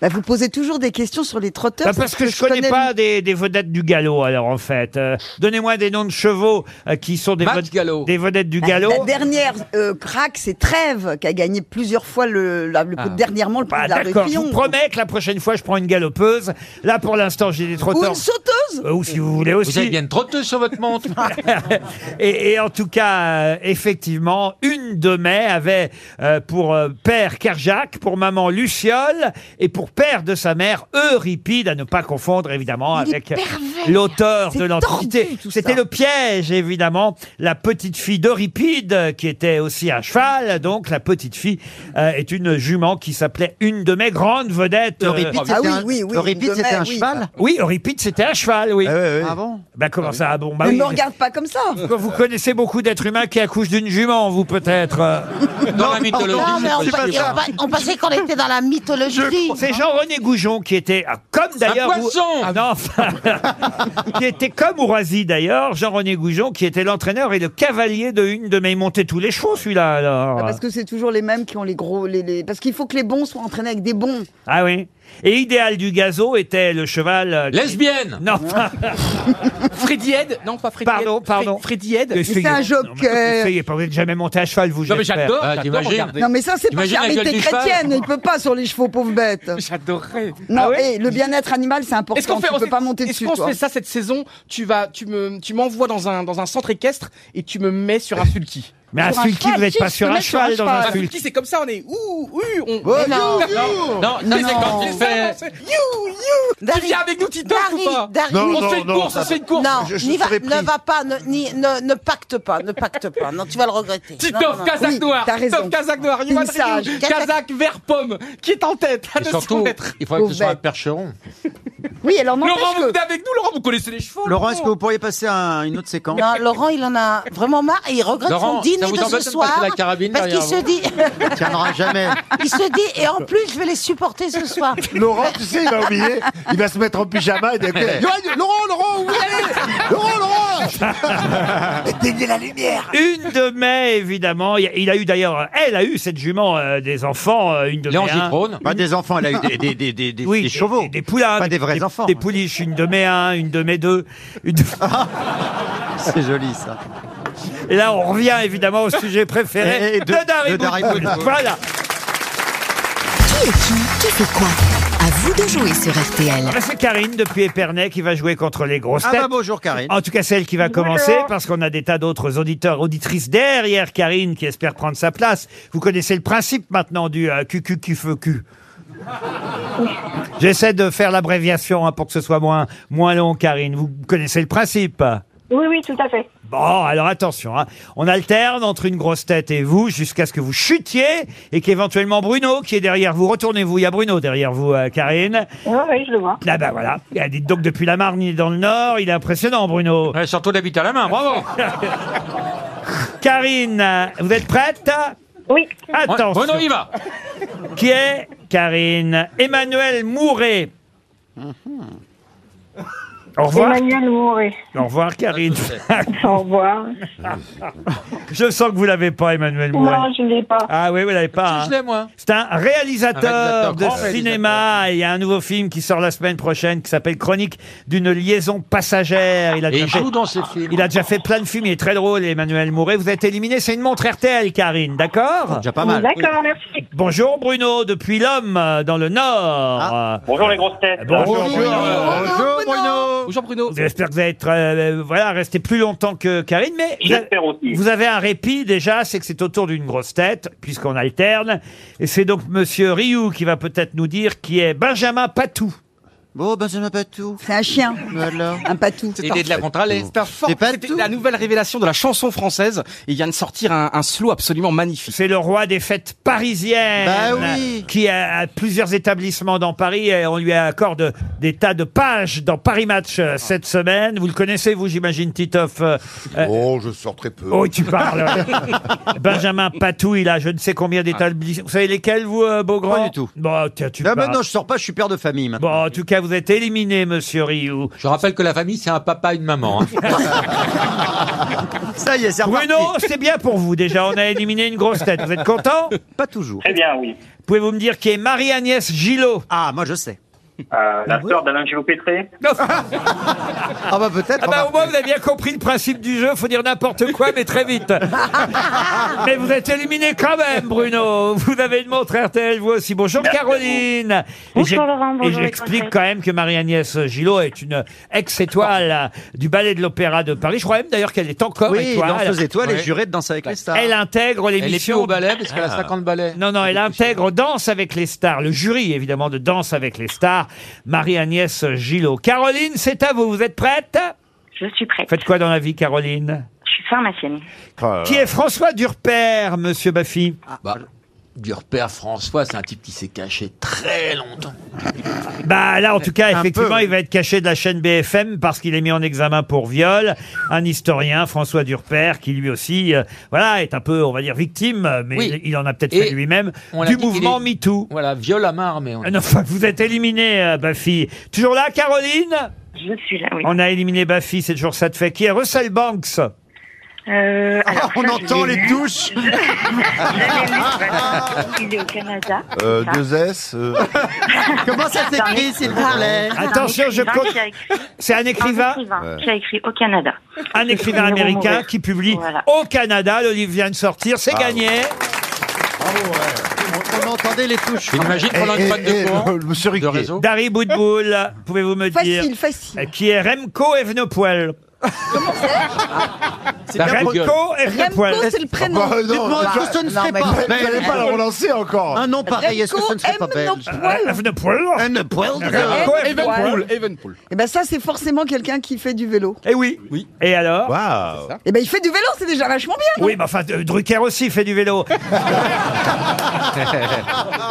H: Bah, vous posez toujours des questions sur les trotteurs.
B: Bah, parce que, je connais, pas des, des vedettes du galop, alors en fait. Euh, Donnez-moi des noms de chevaux euh, qui sont des, vede- des vedettes du
H: Bah,
B: galop.
H: La dernière euh, crack, c'est Trèves, qui a gagné plusieurs fois le, la- le-
B: Ah.
H: dernièrement le prix
B: Bah,
H: de l'Arc de
B: D'accord, je vous
H: Triomphe.
B: promets que la prochaine fois, je prends une galopeuse. Là, pour l'instant, j'ai des
H: Ou
B: trotteurs.
H: une sauteuse.
B: Euh, ou si vous voulez aussi.
E: Vous avez bien une trotteuse sur votre montre.
B: et, et en tout cas, euh, effectivement, une de mai avait euh, pour euh, père Kerjak, pour maman Luciole et pour père de sa mère Euripide, à ne pas confondre évidemment
H: Il est
B: avec
H: pervers.
B: l'auteur de
H: C'est
B: l'Antiquité.
H: tordu, tout ça.
B: C'était le piège évidemment. La petite fille d'Euripide, euh, qui était aussi à cheval, donc la petite fille euh, est une jument qui s'appelait une de mes grandes vedettes. euh,
C: Euripide, c'était
H: Ah oui,
C: un-
H: oui, oui,
C: Euripide,
H: de
C: c'était
H: mai,
C: un
H: oui.
C: cheval
B: Oui, Euripide, c'était un cheval, oui.
C: Ah bon
B: Bah comment ça Ah Bon, bah
H: ne
B: oui.
H: me regarde pas comme ça.
B: Quand Vous connaissez beaucoup d'êtres humains qui accouchent d'une jument, vous peut-être. euh.
E: Dans la
F: Non,
E: mythologie.
F: mais on,
E: c'est
F: pa-
E: possible.
F: on pa- on pensait qu'on était dans la mythologie.
B: C'est Jean-René Goujon qui était, ah, comme d'ailleurs...
E: Un poisson
B: Ah non, enfin, Qui était comme Ourasi d'ailleurs, Jean-René Goujon, qui était l'entraîneur et le cavalier de une de mes montées tous les chevaux, celui-là, alors.
H: Ah, parce que c'est toujours les mêmes qui ont les gros. Les, les- Parce qu'il faut que les bons soient entraînés avec des bons.
B: Ah oui Et Idéal du Gazo était le cheval... euh, qui-
E: Lesbienne
B: Non, enfin,
H: Ah.
D: Freddy Head Non, pas Freddy
B: Pardon,
D: Head.
B: pardon.
D: Fre- Freddy Head.
B: essayez-
H: c'est un joker.
B: Non, mais essayez pas, vous n'êtes jamais monté à cheval, vous,
D: Non, mais
B: j'espère.
D: j'adore,
E: Ah,
D: j'adore
E: t'imagines
D: regarder.
H: Non, mais ça, c'est pas
E: T'imagines la gueule
H: charité
E: du cheval
H: chrétienne. Il peut pas sur les chevaux, pauvre bête.
D: J'adorerais.
B: Ah
H: Non, hé, le bien-être animal, c'est important.
D: Est-ce qu'on fait,
H: tu
D: on
H: peux
D: fait-
H: pas monter
D: est-ce
H: dessus.
D: qu'on se
H: toi.
D: fait ça cette saison Tu vas, tu me, tu m'envoies dans un dans un centre équestre et tu me mets sur un sulky.
B: Mais un
H: Sur un
B: sulky, vous
H: cheval,
B: n'êtes pas
H: si,
B: sur
H: je
B: un
H: te mets sur un
B: cheval dans
H: cheval.
B: un
D: Un
B: sulky. Oh,
D: sulky, c'est comme ça, on est ouh ouh, on.
F: Mais non.
E: Non, ça, c'est quand tu fais.
D: You you. Tu
F: Dari-
D: viens avec nous, Tito, ou
F: Dari-
D: pas
F: Dari-
G: Non,
D: On
G: non,
D: se fait une
G: non,
D: course,
G: ça
D: on se fait une course.
F: Non,
G: je- je
F: n'y va-
G: serais pris.
F: ne va pas, ne, ni- ne, ne pacte pas, ne pacte pas. Non, tu vas le regretter. Non, non,
D: Titov,
F: non.
D: Kazakh
H: Oui,
D: noir,
H: t'as raison.
D: Titov, Kazakh noir, il
H: Une
D: va
H: sage.
D: Kazakh vert pomme, qui est en tête à
E: Et
D: 200
E: surtout,
D: mètres.
E: il faudrait que ce soit un
H: Pauvre bête.
E: percheron.
H: Oui, alors n'empêche
D: Laurent, vous
H: que-
D: venez avec nous, Laurent, vous connaissez les chevaux.
C: Laurent, est-ce que vous pourriez passer à une autre séquence
F: Non, Laurent, il en a vraiment marre et il regrette
C: Laurent,
F: son
C: ça
F: dîner
C: vous
F: de
C: embête de
F: ce
C: passer
F: soir.
C: la carabine
F: parce qu'il
C: derrière
F: se
C: vous
F: dit.
C: tiendra jamais.
F: Il se dit, et en plus, je vais les supporter ce soir.
K: Laurent, tu sais, il va oublier. Il va se mettre en
E: Ah bah,
K: pyjama et d'un coup, il va dire, Ouais, Laurent, Laurent, où vous allez Laurent, Laurent Éteignez la lumière
B: Une de mai, évidemment. Il y a, il a eu d'ailleurs, elle a eu cette jument euh, des enfants, euh, une de
C: Léon
B: mai. un.
C: Zitrone. Pas des enfants, elle a eu des- des- des- des- des- des chevaux.
B: Des, poulains.
C: Pas des vrais enfants.
B: Des pouliches, une de mai 1, une de mai 2. Une de-
C: C'est joli ça.
B: Et là, on revient évidemment au sujet préféré
C: Et- et
B: de,
C: de-
B: Darry
C: de Darry
B: Boudboul.
C: Boudboul.
B: Voilà.
I: Qui est qui Qui fait quoi À vous de jouer sur RTL.
B: Ah bah, c'est Karine depuis Épernay qui va jouer contre les grosses
C: Ah
B: têtes.
C: bah, bonjour, Karine.
B: En tout cas, celle qui va
C: Bonjour.
B: commencer parce qu'on a des tas d'autres auditeurs, auditrices derrière Karine qui espèrent prendre sa place. Vous connaissez le principe maintenant du euh, QQQFQ. J'essaie de faire l'abréviation hein, pour que ce soit moins, moins long, Karine. Vous connaissez le principe.
M: Oui, oui, tout à fait.
B: Bon, alors attention, hein. on alterne entre une grosse tête et vous jusqu'à ce que vous chutiez et qu'éventuellement Bruno, qui est derrière vous, retournez-vous, il y a Bruno derrière vous, euh, Karine.
M: Oui, oui, je le vois.
B: Là, bah voilà. Ah, Dites donc, depuis la Marne, il est dans le Nord, il est impressionnant, Bruno.
E: Eh, surtout d'habiter à la main, bravo
B: Karine, euh, vous êtes prête
M: Oui.
B: Attention.
E: Bruno, il va.
B: Qui est Karine Emmanuel Mouret. Au revoir.
M: Emmanuel Mouret.
B: Au revoir, Karine.
E: Ah,
M: Au revoir.
B: Je sens que vous l'avez pas, Emmanuel Mouret.
M: Non, je ne l'ai pas.
B: Ah oui, vous l'avez pas.
M: Si,
B: hein.
M: je l'ai, moi.
B: C'est un réalisateur,
M: Un réalisateur,
B: de
M: grand
B: cinéma. Et Il y a un nouveau film qui sort la semaine prochaine qui s'appelle Chronique d'une liaison passagère. Il a déjà fait, Il a déjà fait plein de films. Il est très drôle, Emmanuel Mouret. Vous êtes éliminé. C'est une montre RTL, Karine. D'accord Déjà
C: pas
M: D'accord, merci.
B: Bonjour Bruno, depuis l'homme euh, dans le Nord.
L: Ah. Bonjour les grosses têtes.
B: Euh, Bonjour, Bruno.
D: Bruno. Bonjour Bruno.
B: J'espère que vous allez être, euh, voilà, rester plus longtemps que Karine, mais vous avez,
L: J'espère aussi.
B: vous avez un répit déjà, c'est que c'est autour d'une grosse tête, puisqu'on alterne. Et c'est donc Monsieur Rioux qui va peut-être nous dire qui est Benjamin Patou.
C: Bon, Benjamin Patou.
H: C'est un chien. Un patou.
D: C'est un- C'est un fort- c'était la nouvelle révélation de la chanson française. Il vient de sortir un, un slow absolument magnifique.
B: C'est le roi des fêtes parisiennes.
D: Bah oui.
B: Qui a, a plusieurs établissements dans Paris et on lui accorde des tas de pages dans Paris Match euh, cette semaine. Vous le connaissez, vous, j'imagine, Titoff. euh, euh,
K: Oh, je sors très peu.
B: Oh, tu parles. Benjamin Patou, il a je ne sais combien d'établissements. Vous savez lesquels, vous, euh, Beaugrand
C: Pas du tout.
B: Bon, tiens, tu
C: Là
B: parles.
C: maintenant, je sors pas, je suis père de famille maintenant.
B: Bon, en tout cas, vous êtes éliminé, monsieur Rioux.
E: Je rappelle que la famille, c'est un papa et une maman. hein.
C: Ça y est, c'est
B: Bruno, c'est bien pour vous déjà. On a éliminé une grosse tête. Vous êtes content
C: Pas toujours.
L: Très bien, oui.
B: Pouvez-vous me dire qui est Marie-Agnès Gillot
C: Ah, moi je sais.
L: Euh, la sœur d'Alain Gilopétré.
C: Ah bah peut-être.
B: Ah bah, au moins, vous avez bien compris le principe du jeu. Faut dire n'importe quoi, mais très vite. mais vous êtes éliminé quand même, Bruno. Vous avez une montre RTL, vous aussi. Bonjour, Caroline. Et j'ai-
M: Bonjour, Laurent.
B: Et
M: Bonjour,
B: j'explique
M: les
B: quand même que Marie-Agnès Gillot est une ex-étoile du ballet de l'Opéra de Paris. Je crois même d'ailleurs qu'elle est encore
C: Oui,
B: étoile.
C: dans Faux Étoiles,
B: Ouais.
C: et juré de danser avec les stars.
B: Elle intègre
C: Elle est
B: l'émission. Ah.
C: plus au ballet parce qu'elle a 50
B: ballets. Non, non, elle intègre Danse avec les stars, le jury évidemment de Danse avec les stars, Marie-Agnès Gillot. Caroline, c'est à vous, vous êtes prête
M: Je suis prête.
B: Faites quoi dans la vie, Caroline
M: Je suis pharmacienne.
E: hein.
B: Qui est François Durper, monsieur Baffy
D: Ah,
N: Bah, du repère François, c'est un type qui s'est caché très longtemps.
B: Bah là, en tout cas,
N: Un
B: effectivement,
N: peu.
B: il va être caché de la chaîne BFM parce qu'il est mis en examen pour viol. Un historien, François Durper, qui lui aussi, euh, voilà, est un peu, on va dire, victime, euh, mais
N: Oui.
B: il, il en a peut-être
N: Et
B: fait lui-même
N: on l'a
B: du
N: dit qu'il
B: mouvement
N: est-
B: MeToo.
N: Voilà, viol à main armée. on-
B: Ah non, enfin, vous êtes éliminé, euh, Baffy. Toujours là, Caroline
M: Je suis là, oui.
B: On a éliminé Baffy, c'est toujours ça de fait. Qui est Russell Banks
M: Euh, alors,
B: on
M: ça, je
B: entend
M: l'ai
B: les
M: lu.
B: touches.
M: Je l'ai lu, voilà. Il est au Canada.
K: Euh,
M: Ça.
K: deux S. euh.
C: Comment ça s'écrit, s'il vous plaît
M: C'est un
B: Attention, je
M: écrivain
B: compte-
M: qui a écrit-
B: C'est un écrivain
K: Ouais.
M: Qui a écrit au Canada.
B: Un écrivain
M: Guillaume
B: américain
M: Maurer.
B: qui publie
M: Voilà.
B: au Canada. Le livre vient de sortir, c'est
K: Ah,
B: gagné.
C: On entendait les touches.
E: J'imagine pendant
K: Eh,
E: une boîte
K: eh, eh,
E: de courant.
K: le- Monsieur Riquet.
E: réseau.
B: Dari Boudboul, pouvez-vous me
H: Facile,
B: dire
H: facile.
B: euh, qui est Remco Evenepoel C'est bien Remco pour- et Remco, Poil. c'est le prénom.
G: Ah
K: Bah, non,
C: Dites-moi, est-ce
K: bah,
C: que ce ne
K: non,
C: serait
K: mais
C: pas
K: vous
C: belge
K: n'allez pas la relancer encore.
C: Un nom pareil, est-ce que ce ne serait
K: Remco
C: pas belge
B: Euh,
K: M. Nopoil.
C: Un Nopoil.
H: Evenpool,
D: Evenpool.
H: Et ben ça, c'est forcément quelqu'un qui fait du vélo.
B: Eh oui. oui. Et alors Waouh
H: Et ben il fait du vélo, c'est déjà vachement bien.
B: Oui, mais enfin, euh, Drucker aussi fait du vélo.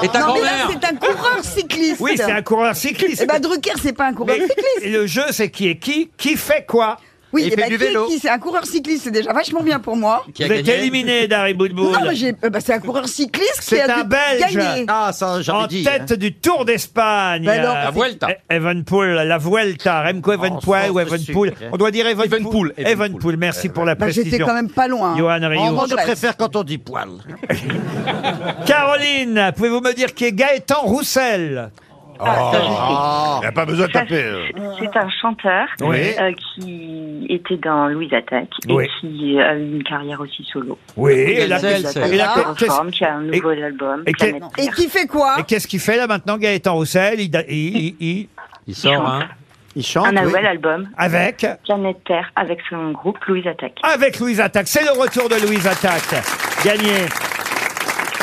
B: Et ta
H: non, mais là,
B: grand-mère
H: c'est un coureur cycliste.
B: Oui, c'est un coureur cycliste.
H: Et ben Drucker, c'est pas un coureur
B: Mais
H: cycliste.
B: le jeu, c'est qui est qui, qui fait quoi
H: Oui, eh ben, qui- qui- c'est un coureur cycliste, c'est déjà vachement bien pour moi.
B: Vous êtes éliminé, Dari Boudboul.
H: Non, mais j'ai- euh, bah, c'est un coureur cycliste qui
B: C'est
H: a
B: un
H: dû
B: Belge Ah.
H: gagner.
B: en tête du Tour d'Espagne.
H: Ben alors, La c'est- Vuelta.
B: E- Evenpool, la Vuelta, Remco Evenpool ou Evenpool. On doit dire Evenpool. Evenpool, merci pour la
H: Bah,
B: précision.
H: J'étais quand même pas loin. hein.
B: Johan Rioux.
H: En regrette.
C: quand on dit poil.
B: Caroline, pouvez-vous me dire qui est Gaëtan Roussel
K: Il n'y Ah, a pas besoin de taper. euh.
M: C'est un chanteur
B: Oui.
M: euh, qui était dans Louise Attaque et
B: Oui.
M: qui a eu une carrière aussi solo.
B: Oui, et
M: et
B: la-
M: la
B: elle, c'est- et la- qu'est-ce-
M: qui a un nouveau album.
B: et
M: Planète
B: qu'est-
M: Terre.
H: qui fait quoi
B: Et qu'est-ce qu'il fait là maintenant, Gaëtan Roussel Il, da- il, il, il-
M: sort, hein.
B: Il chante.
M: un nouvel album
B: Avec
M: Planète Terre, avec son groupe Louise Attaque.
B: Avec Louise Attaque. C'est le retour de Louise Attaque. Gagné.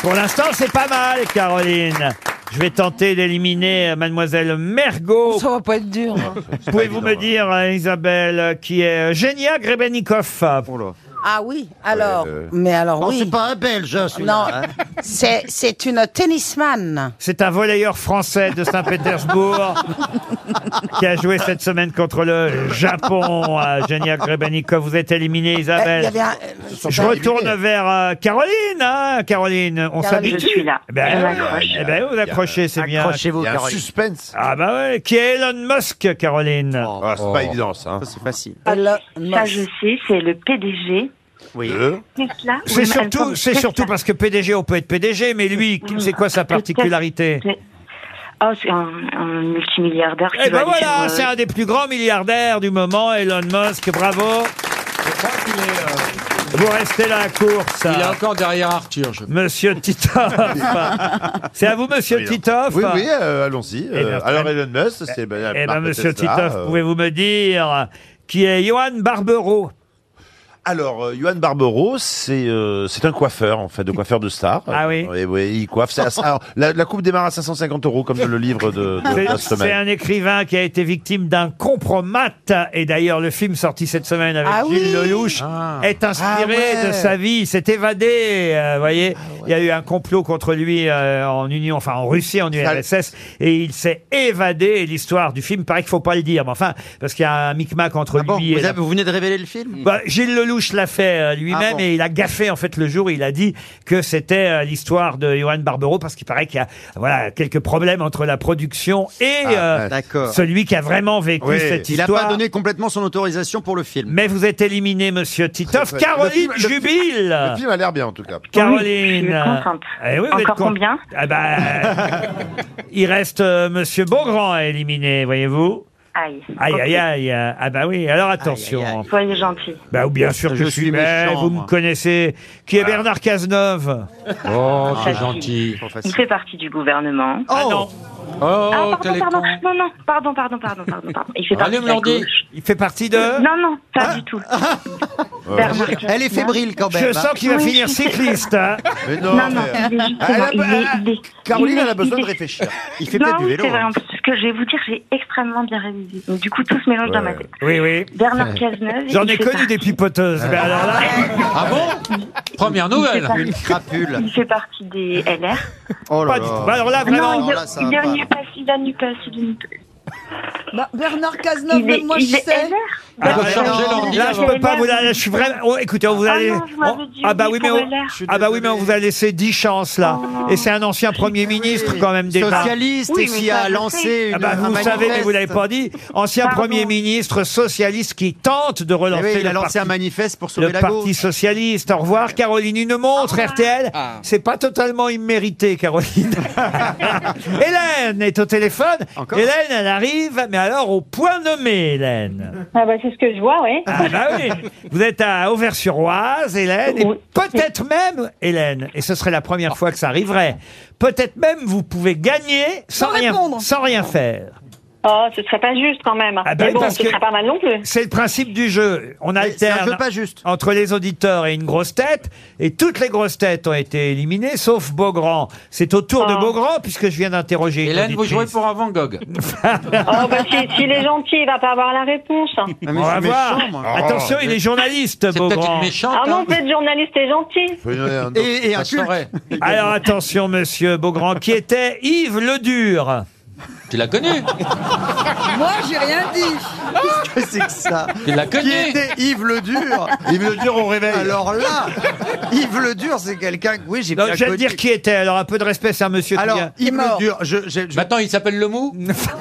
B: Pour l'instant, c'est pas mal, Caroline. Je vais tenter d'éliminer euh, Mademoiselle Mergot. Ça
H: va pas être dur.
B: Pouvez-vous me dire, euh, Isabelle, euh, qui est euh, Genia Grebennikov
F: Ah oui, alors.
B: Mais alors
F: oui. c'est
B: euh, pas un Belge, hein,
F: Non, c'est c'est une tennisman.
B: C'est un volleyeur français de Saint-Pétersbourg qui a joué cette semaine contre le Japon. Euh, Genia Grebennikov, vous êtes éliminé,
F: Euh, il y
B: Isabelle.
F: avait un-
B: Je retourne vers euh, Caroline. hein, Caroline, on
F: Caroline,
B: s'habitue.
F: je suis là.
B: Eh Ben,
F: Je
B: ouais,
F: m'accroche.
B: eh ben, vous accrochez, c'est bien.
C: Accrochez-vous, Il y a un Caroline.
B: suspense. Ah bah ouais. Qui est Elon Musk, Caroline
G: Ah, c'est pas évident, ça. hein.
C: Oh. C'est facile.
M: Ça, je sais, c'est le PDG.
C: Oui.
M: Tesla,
B: C'est
M: oui,
B: surtout,
M: elle-
B: c'est
M: Tesla.
B: surtout parce que PDG, on peut être PDG, mais lui, c'est quoi sa particularité
M: Ah, c'est un, un multimilliardaire qui
B: Eh ben
M: va aller
B: voilà, c'est
M: sur, euh,
B: un des plus grands milliardaires du moment, Elon Musk, bravo Vous restez là à course.
E: euh, Il est encore derrière Arthur. Je...
B: Monsieur Titoff C'est à vous, monsieur Titoff
G: Oui, oui, euh, allons-y.
B: Eh bien,
G: Euh, alors, Elon Musk, c'est... ben,
B: Eh ben,
G: Mark
B: monsieur
G: Tesla,
B: Titoff,
G: euh,
B: pouvez-vous me dire qui est Johan Barbero
G: Alors, euh, Johan Barbero, c'est euh, c'est un coiffeur, en fait, de coiffeur de star.
B: Ah oui
G: Oui, oui, il coiffe. C'est à- alors, la, la coupe démarre à 550 euros, comme le livre de, de la
B: C'est- C'est
G: semaine.
B: un écrivain qui a été victime d'un compromat. Et d'ailleurs, le film sorti cette semaine avec
K: Ah
B: Gilles
K: oui
B: Lelouch
K: Ah.
B: est inspiré
K: Ah ouais.
B: de sa vie. Il s'est évadé, euh, vous voyez.
C: Ah
B: Il y a eu un complot contre lui euh, en Union, enfin en Russie, en URSS. Et il s'est évadé. Et L'histoire du film, paraît qu'il faut pas le dire. Mais enfin, parce qu'il y a un micmac entre lui et
C: Ah Vous,
B: la-
C: avez- vous venez de révéler le
E: Mm.
C: film
B: bah, Gilles Lelouch l'a fait euh, lui-même
C: Ah bon.
B: et il a gaffé en fait le jour. où Il a dit que c'était euh, l'histoire de Johan Barbero parce qu'il paraît qu'il y a voilà quelques problèmes entre la production et
C: Ah,
B: euh,
C: d'accord.
B: celui qui a vraiment vécu
C: Oui.
B: cette
C: Il n'a
B: histoire.
C: pas donné complètement son autorisation pour le film.
B: Mais vous êtes éliminé, Monsieur Titoff.
C: Très, très-
B: Caroline
C: le film- le film-
B: Jubile.
C: le film
G: a l'air bien, en tout cas.
B: Caroline.
M: Oui, je suis contente.
B: Eh oui, vous êtes
M: Encore
B: con-
M: combien
B: Ah bah, Il reste euh, Monsieur Beaugrand à éliminer, voyez-vous.
M: Aïe.
B: Aïe,
M: Ok.
B: aïe, aïe. euh, Ah bah oui, alors attention.
M: Soyez gentils.
B: Bah, ou bien sûr que je, suis, mais
M: méchant,
B: vous
M: moi.
B: me connaissez. Qui est Bernard Cazeneuve
E: Oh,
M: c'est gentil. Il fait partie du gouvernement.
D: Oh,
B: Ah non
M: ah, pardon, pardon. Non, non, pardon, pardon, pardon, pardon. pardon. Il fait partie
B: Allume
M: de la
B: l'ordi.
M: gauche.
B: Il fait partie de...
M: Non, non,
B: Hein
M: pas du tout. Bernard
C: Elle est fébrile quand même.
B: Je sens qu'il va
C: Oui.
B: finir cycliste. hein.
M: Non, Ah, non,
B: euh,
M: il est justement- il est- il est- il est- il est- non, c'est vrai, en plus, ce que je vais vous dire, j'ai extrêmement bien révisé. Donc, du coup, tout se mélange dans ma tête.
B: Oui, oui.
M: Bernard Cazeneuve.
B: J'en
M: il
B: ai
M: fait
B: connu des pipoteuses. mais alors là-
E: Ah bon Première
M: Il fait
E: nouvelle.
M: partie- Il fait partie des LR.
E: Oh
B: là Pas là. du tout. Bah alors là, vraiment-
M: Non, il,
B: Alors là, ça
M: il
B: va
M: est
B: pas.
M: NUPES, il est NUPES, il est NUPES.
H: Bah, Bernard Cazeneuve,
M: Il
H: même
M: est-
H: moi
M: il
H: je
M: est
H: sais.
B: Ah,
H: Bernard-
B: là, là, je peux pas vous la... Je suis vraiment... oh, écoutez, on vous
H: Ah
B: a...
H: non, je m'avais
B: on-
H: dit
B: Ah bah
H: oui
B: oui, mais
H: pour Oh.
B: on...
H: LR.
B: Ah bah oui, mais on vous a laissé 10 chances, là. Et c'est un ancien Premier ministre, quand même, des
C: Socialiste et qui a lancé une,
B: Ah bah, vous
C: un
B: savez, mais
C: manifeste.
B: vous l'avez pas dit. Ancien
C: Pardon.
B: premier ministre socialiste qui tente de relancer
C: Eh oui, il
B: le
C: a lancé
B: parti-
C: un manifeste pour sauver
B: le
C: la
B: parti
C: gauche.
B: socialiste. Au revoir, Caroline. Une montre RTL.
C: Ah.
B: C'est pas totalement immérité, Caroline. Hélène est au téléphone. Hélène, elle arrive, mais alors au point nommé, Hélène.
O: Ah bah c'est ce que je vois, ouais.
B: Ah bah oui. Vous êtes à Auvers-sur-Oise, Hélène, et peut-être même, Hélène, et ce serait la première fois que ça arriverait, peut-être même vous pouvez gagner sans, rien, sans rien faire.
M: Oh, ce serait pas juste quand même.
B: bah
M: Mais
B: oui,
M: bon,
B: parce
M: ce
B: que-
M: serait pas mal non plus.
B: C'est le principe du jeu. On alterne
C: jeu pas juste.
B: entre les auditeurs et une grosse tête. Et toutes les grosses têtes ont été éliminées, sauf Beaugrand. C'est au tour
M: Ah.
B: de Beaugrand, puisque je viens d'interroger une
E: Hélène, vous
B: auditrice.
E: jouez pour un Van Gogh.
C: Ah,
M: Oh, bah, si, s'il est gentil, il va pas avoir la réponse.
B: On va voir. Attention,
E: Oh.
B: il est journaliste, Beaugrand.
M: Ah
B: hein.
M: non,
E: hein.
M: peut être journaliste et gentil.
C: Et, et un culte.
B: Alors attention, monsieur Beaugrand, qui était Yves Ledur.
E: Tu l'as connu
H: Moi, j'ai rien dit.
C: Qu'est-ce que c'est que ça
E: Il l'a connu.
C: Qui était Yves Le Dur Yves Le Dur au réveil. Alors là, Yves Le Dur, c'est quelqu'un que oui, j'ai
B: Non,
C: bien
B: je vais
C: connu.
B: te dire qui était. Alors un peu de respect, c'est un monsieur qui
C: Alors,
B: vient-
C: Yves Le Dur, je,
E: Maintenant, il s'appelle Le Mou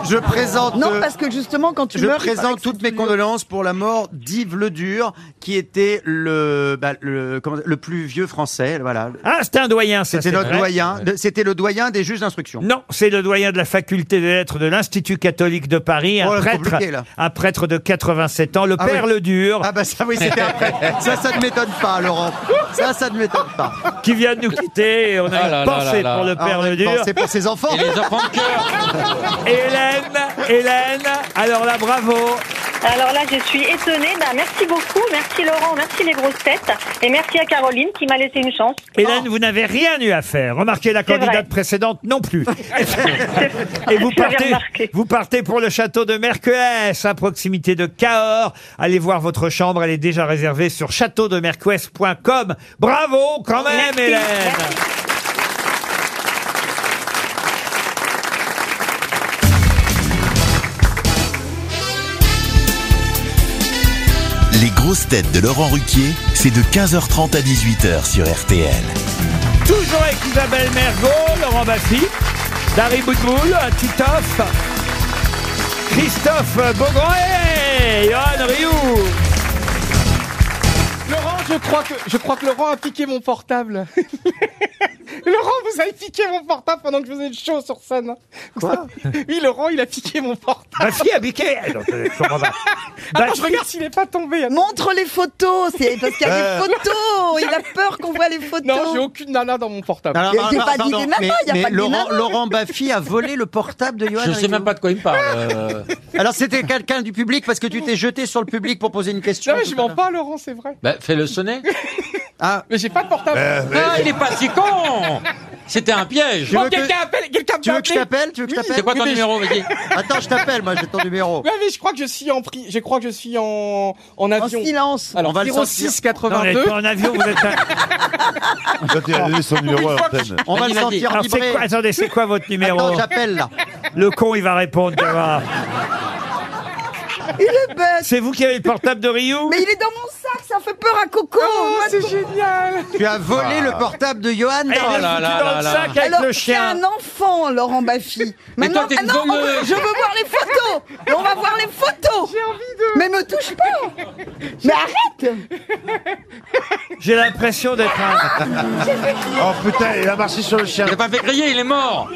C: je présente
H: Non,
C: euh,
H: parce que justement, quand tu
C: je
H: meurs. il paraît
C: présente
H: que
C: toutes mes condoléances pour la mort d'Yves Le Dur, qui était le, bah, le, comment- le plus vieux français. Voilà.
B: Ah, c'était un doyen, ça,
C: C'était
B: c'est
C: notre
B: vrai.
C: doyen. de- C'était le doyen des juges d'instruction.
B: Non, c'est le doyen de la faculté des lettres de l'Institut catholique de Paris, un,
C: Oh là, c'est
B: prêtre,
C: compliqué, là.
B: un prêtre de 87 ans, le
C: Ah
B: père
C: oui.
B: Le Dur,
C: Ah bah ça, oui, c'était après. ça, ça ne m'étonne pas, Laurent. Ça, ça ne m'étonne pas.
B: qui vient de nous quitter. Et On a
E: Ah
B: une
E: là là
B: pensée
E: là là.
B: pour le
E: Ah,
B: père
C: on a
B: Le
C: une
B: Dur.
C: pensée pour ses enfants.
E: Et les enfants de cœur
B: Hélène, Hélène, alors là, bravo.
M: Alors là, je suis étonnée. Bah, merci beaucoup. Merci Laurent. Merci les grosses têtes. Et merci à Caroline qui m'a laissé une chance.
B: Hélène, vous n'avez rien eu à faire. Remarquez la
M: C'est
B: candidate
M: vrai.
B: précédente non plus. Et vous
M: Je l'avais
B: partez,
M: remarqué.
B: vous partez pour le château de Mercues, à proximité de Cahors. Allez voir votre chambre, elle est déjà réservée sur châteaudemercues.com. Bravo quand même,
M: Merci.
B: Hélène.
A: Les grosses têtes de Laurent Ruquier, c'est de 15h30 à 18h sur RTL.
B: Toujours avec Isabelle Mergot, Laurent Baffy, Dari Boudboul, Titoff, Christophe Beaugrand et Johan Rioux.
D: Laurent, je crois que je crois que Laurent a piqué mon portable. Laurent, vous avez piqué mon portable pendant que je faisais le show sur scène. Quoi Oui, Laurent, il a piqué
B: Bah,
D: mon portable.
B: Ma fille a biqué. Eh, non, je comprends pas.
D: Attends, Bah,
B: Baffy-
D: je regarde s'il est pas tombé. hein. Attends.
H: Montre les photos, c'est parce qu'il y a
C: Euh.
H: des photos. Il a peur qu'on voit les photos.
D: Non, j'ai aucune nana dans mon portable.
C: Alors,
H: Mais
C: par-
H: j'ai
C: par-
H: pas dit des nanas,
C: mais,
H: y a
C: mais
H: pas de
C: Laurent,
H: nanas.
C: Laurent Baffy a volé le portable de Johan.
E: Je sais
C: Rioux.
E: même pas de quoi il me parle. euh.
C: Alors c'était quelqu'un du public parce que tu t'es jeté sur le public pour poser une question.
D: Non, Ah,
C: tout
D: mais je
H: Ah,
C: à
D: mens
C: l'heure.
D: pas, Laurent, c'est vrai.
E: Bah, fais-le sonner.
C: Ah,
D: Mais j'ai pas de portable.
E: Ah, il est pas si con C'était un piège.
C: Tu
D: Oh,
C: veux que-
D: quelqu'un appelle, quelqu'un
C: tu
D: peut
C: veux que je
D: appeler.
C: t'appelle Tu veux que je
E: C'est
C: t'appelle
E: quoi ton
D: Oui, mais
E: numéro, vas-y
C: Attends, je t'appelle, moi j'ai ton numéro.
D: Ouais, mais je crois que je suis en prix. Je crois que je suis en, en
H: En
D: avion.
H: silence.
D: Alors,
C: On va le
D: 06
B: Non, vous n'êtes
D: 82.
B: pas en avion, vous êtes. un-
G: Toi, tu as donné son numéro à l'antenne.
C: On va
E: Vas-y,
C: le
E: vas-y.
C: sentir
B: Alors, c'est
C: vibrer.
B: quoi- attendez, c'est quoi votre numéro
C: Attends, j'appelle là.
B: Le con, il va répondre. tu vas voir.
H: Il est bête.
B: C'est vous qui avez le portable de Ryu
H: Mais il est dans mon sac, ça fait peur à Coco.
D: Oh,
H: Moi,
D: c'est génial. Eh
C: Tu as volé le portable de Johan.
B: Et il
C: Darmanin.
B: l'a
E: Ah.
B: foutu dans
E: Oh là là là
B: le
E: là.
B: sac avec
H: Alors,
B: le
H: c'est
B: chien.
H: un enfant, Laurent Baffy.
E: Mais toi, t'es une
H: ah non, on veut-
E: voleuse.
H: je veux voir les photos. Mais on va voir les photos.
D: J'ai envie de.
H: Mais me touche pas. Mais arrête.
B: J'ai l'impression d'être un,
K: Oh putain, il a marché sur le chien.
E: Il a pas fait griller, il est mort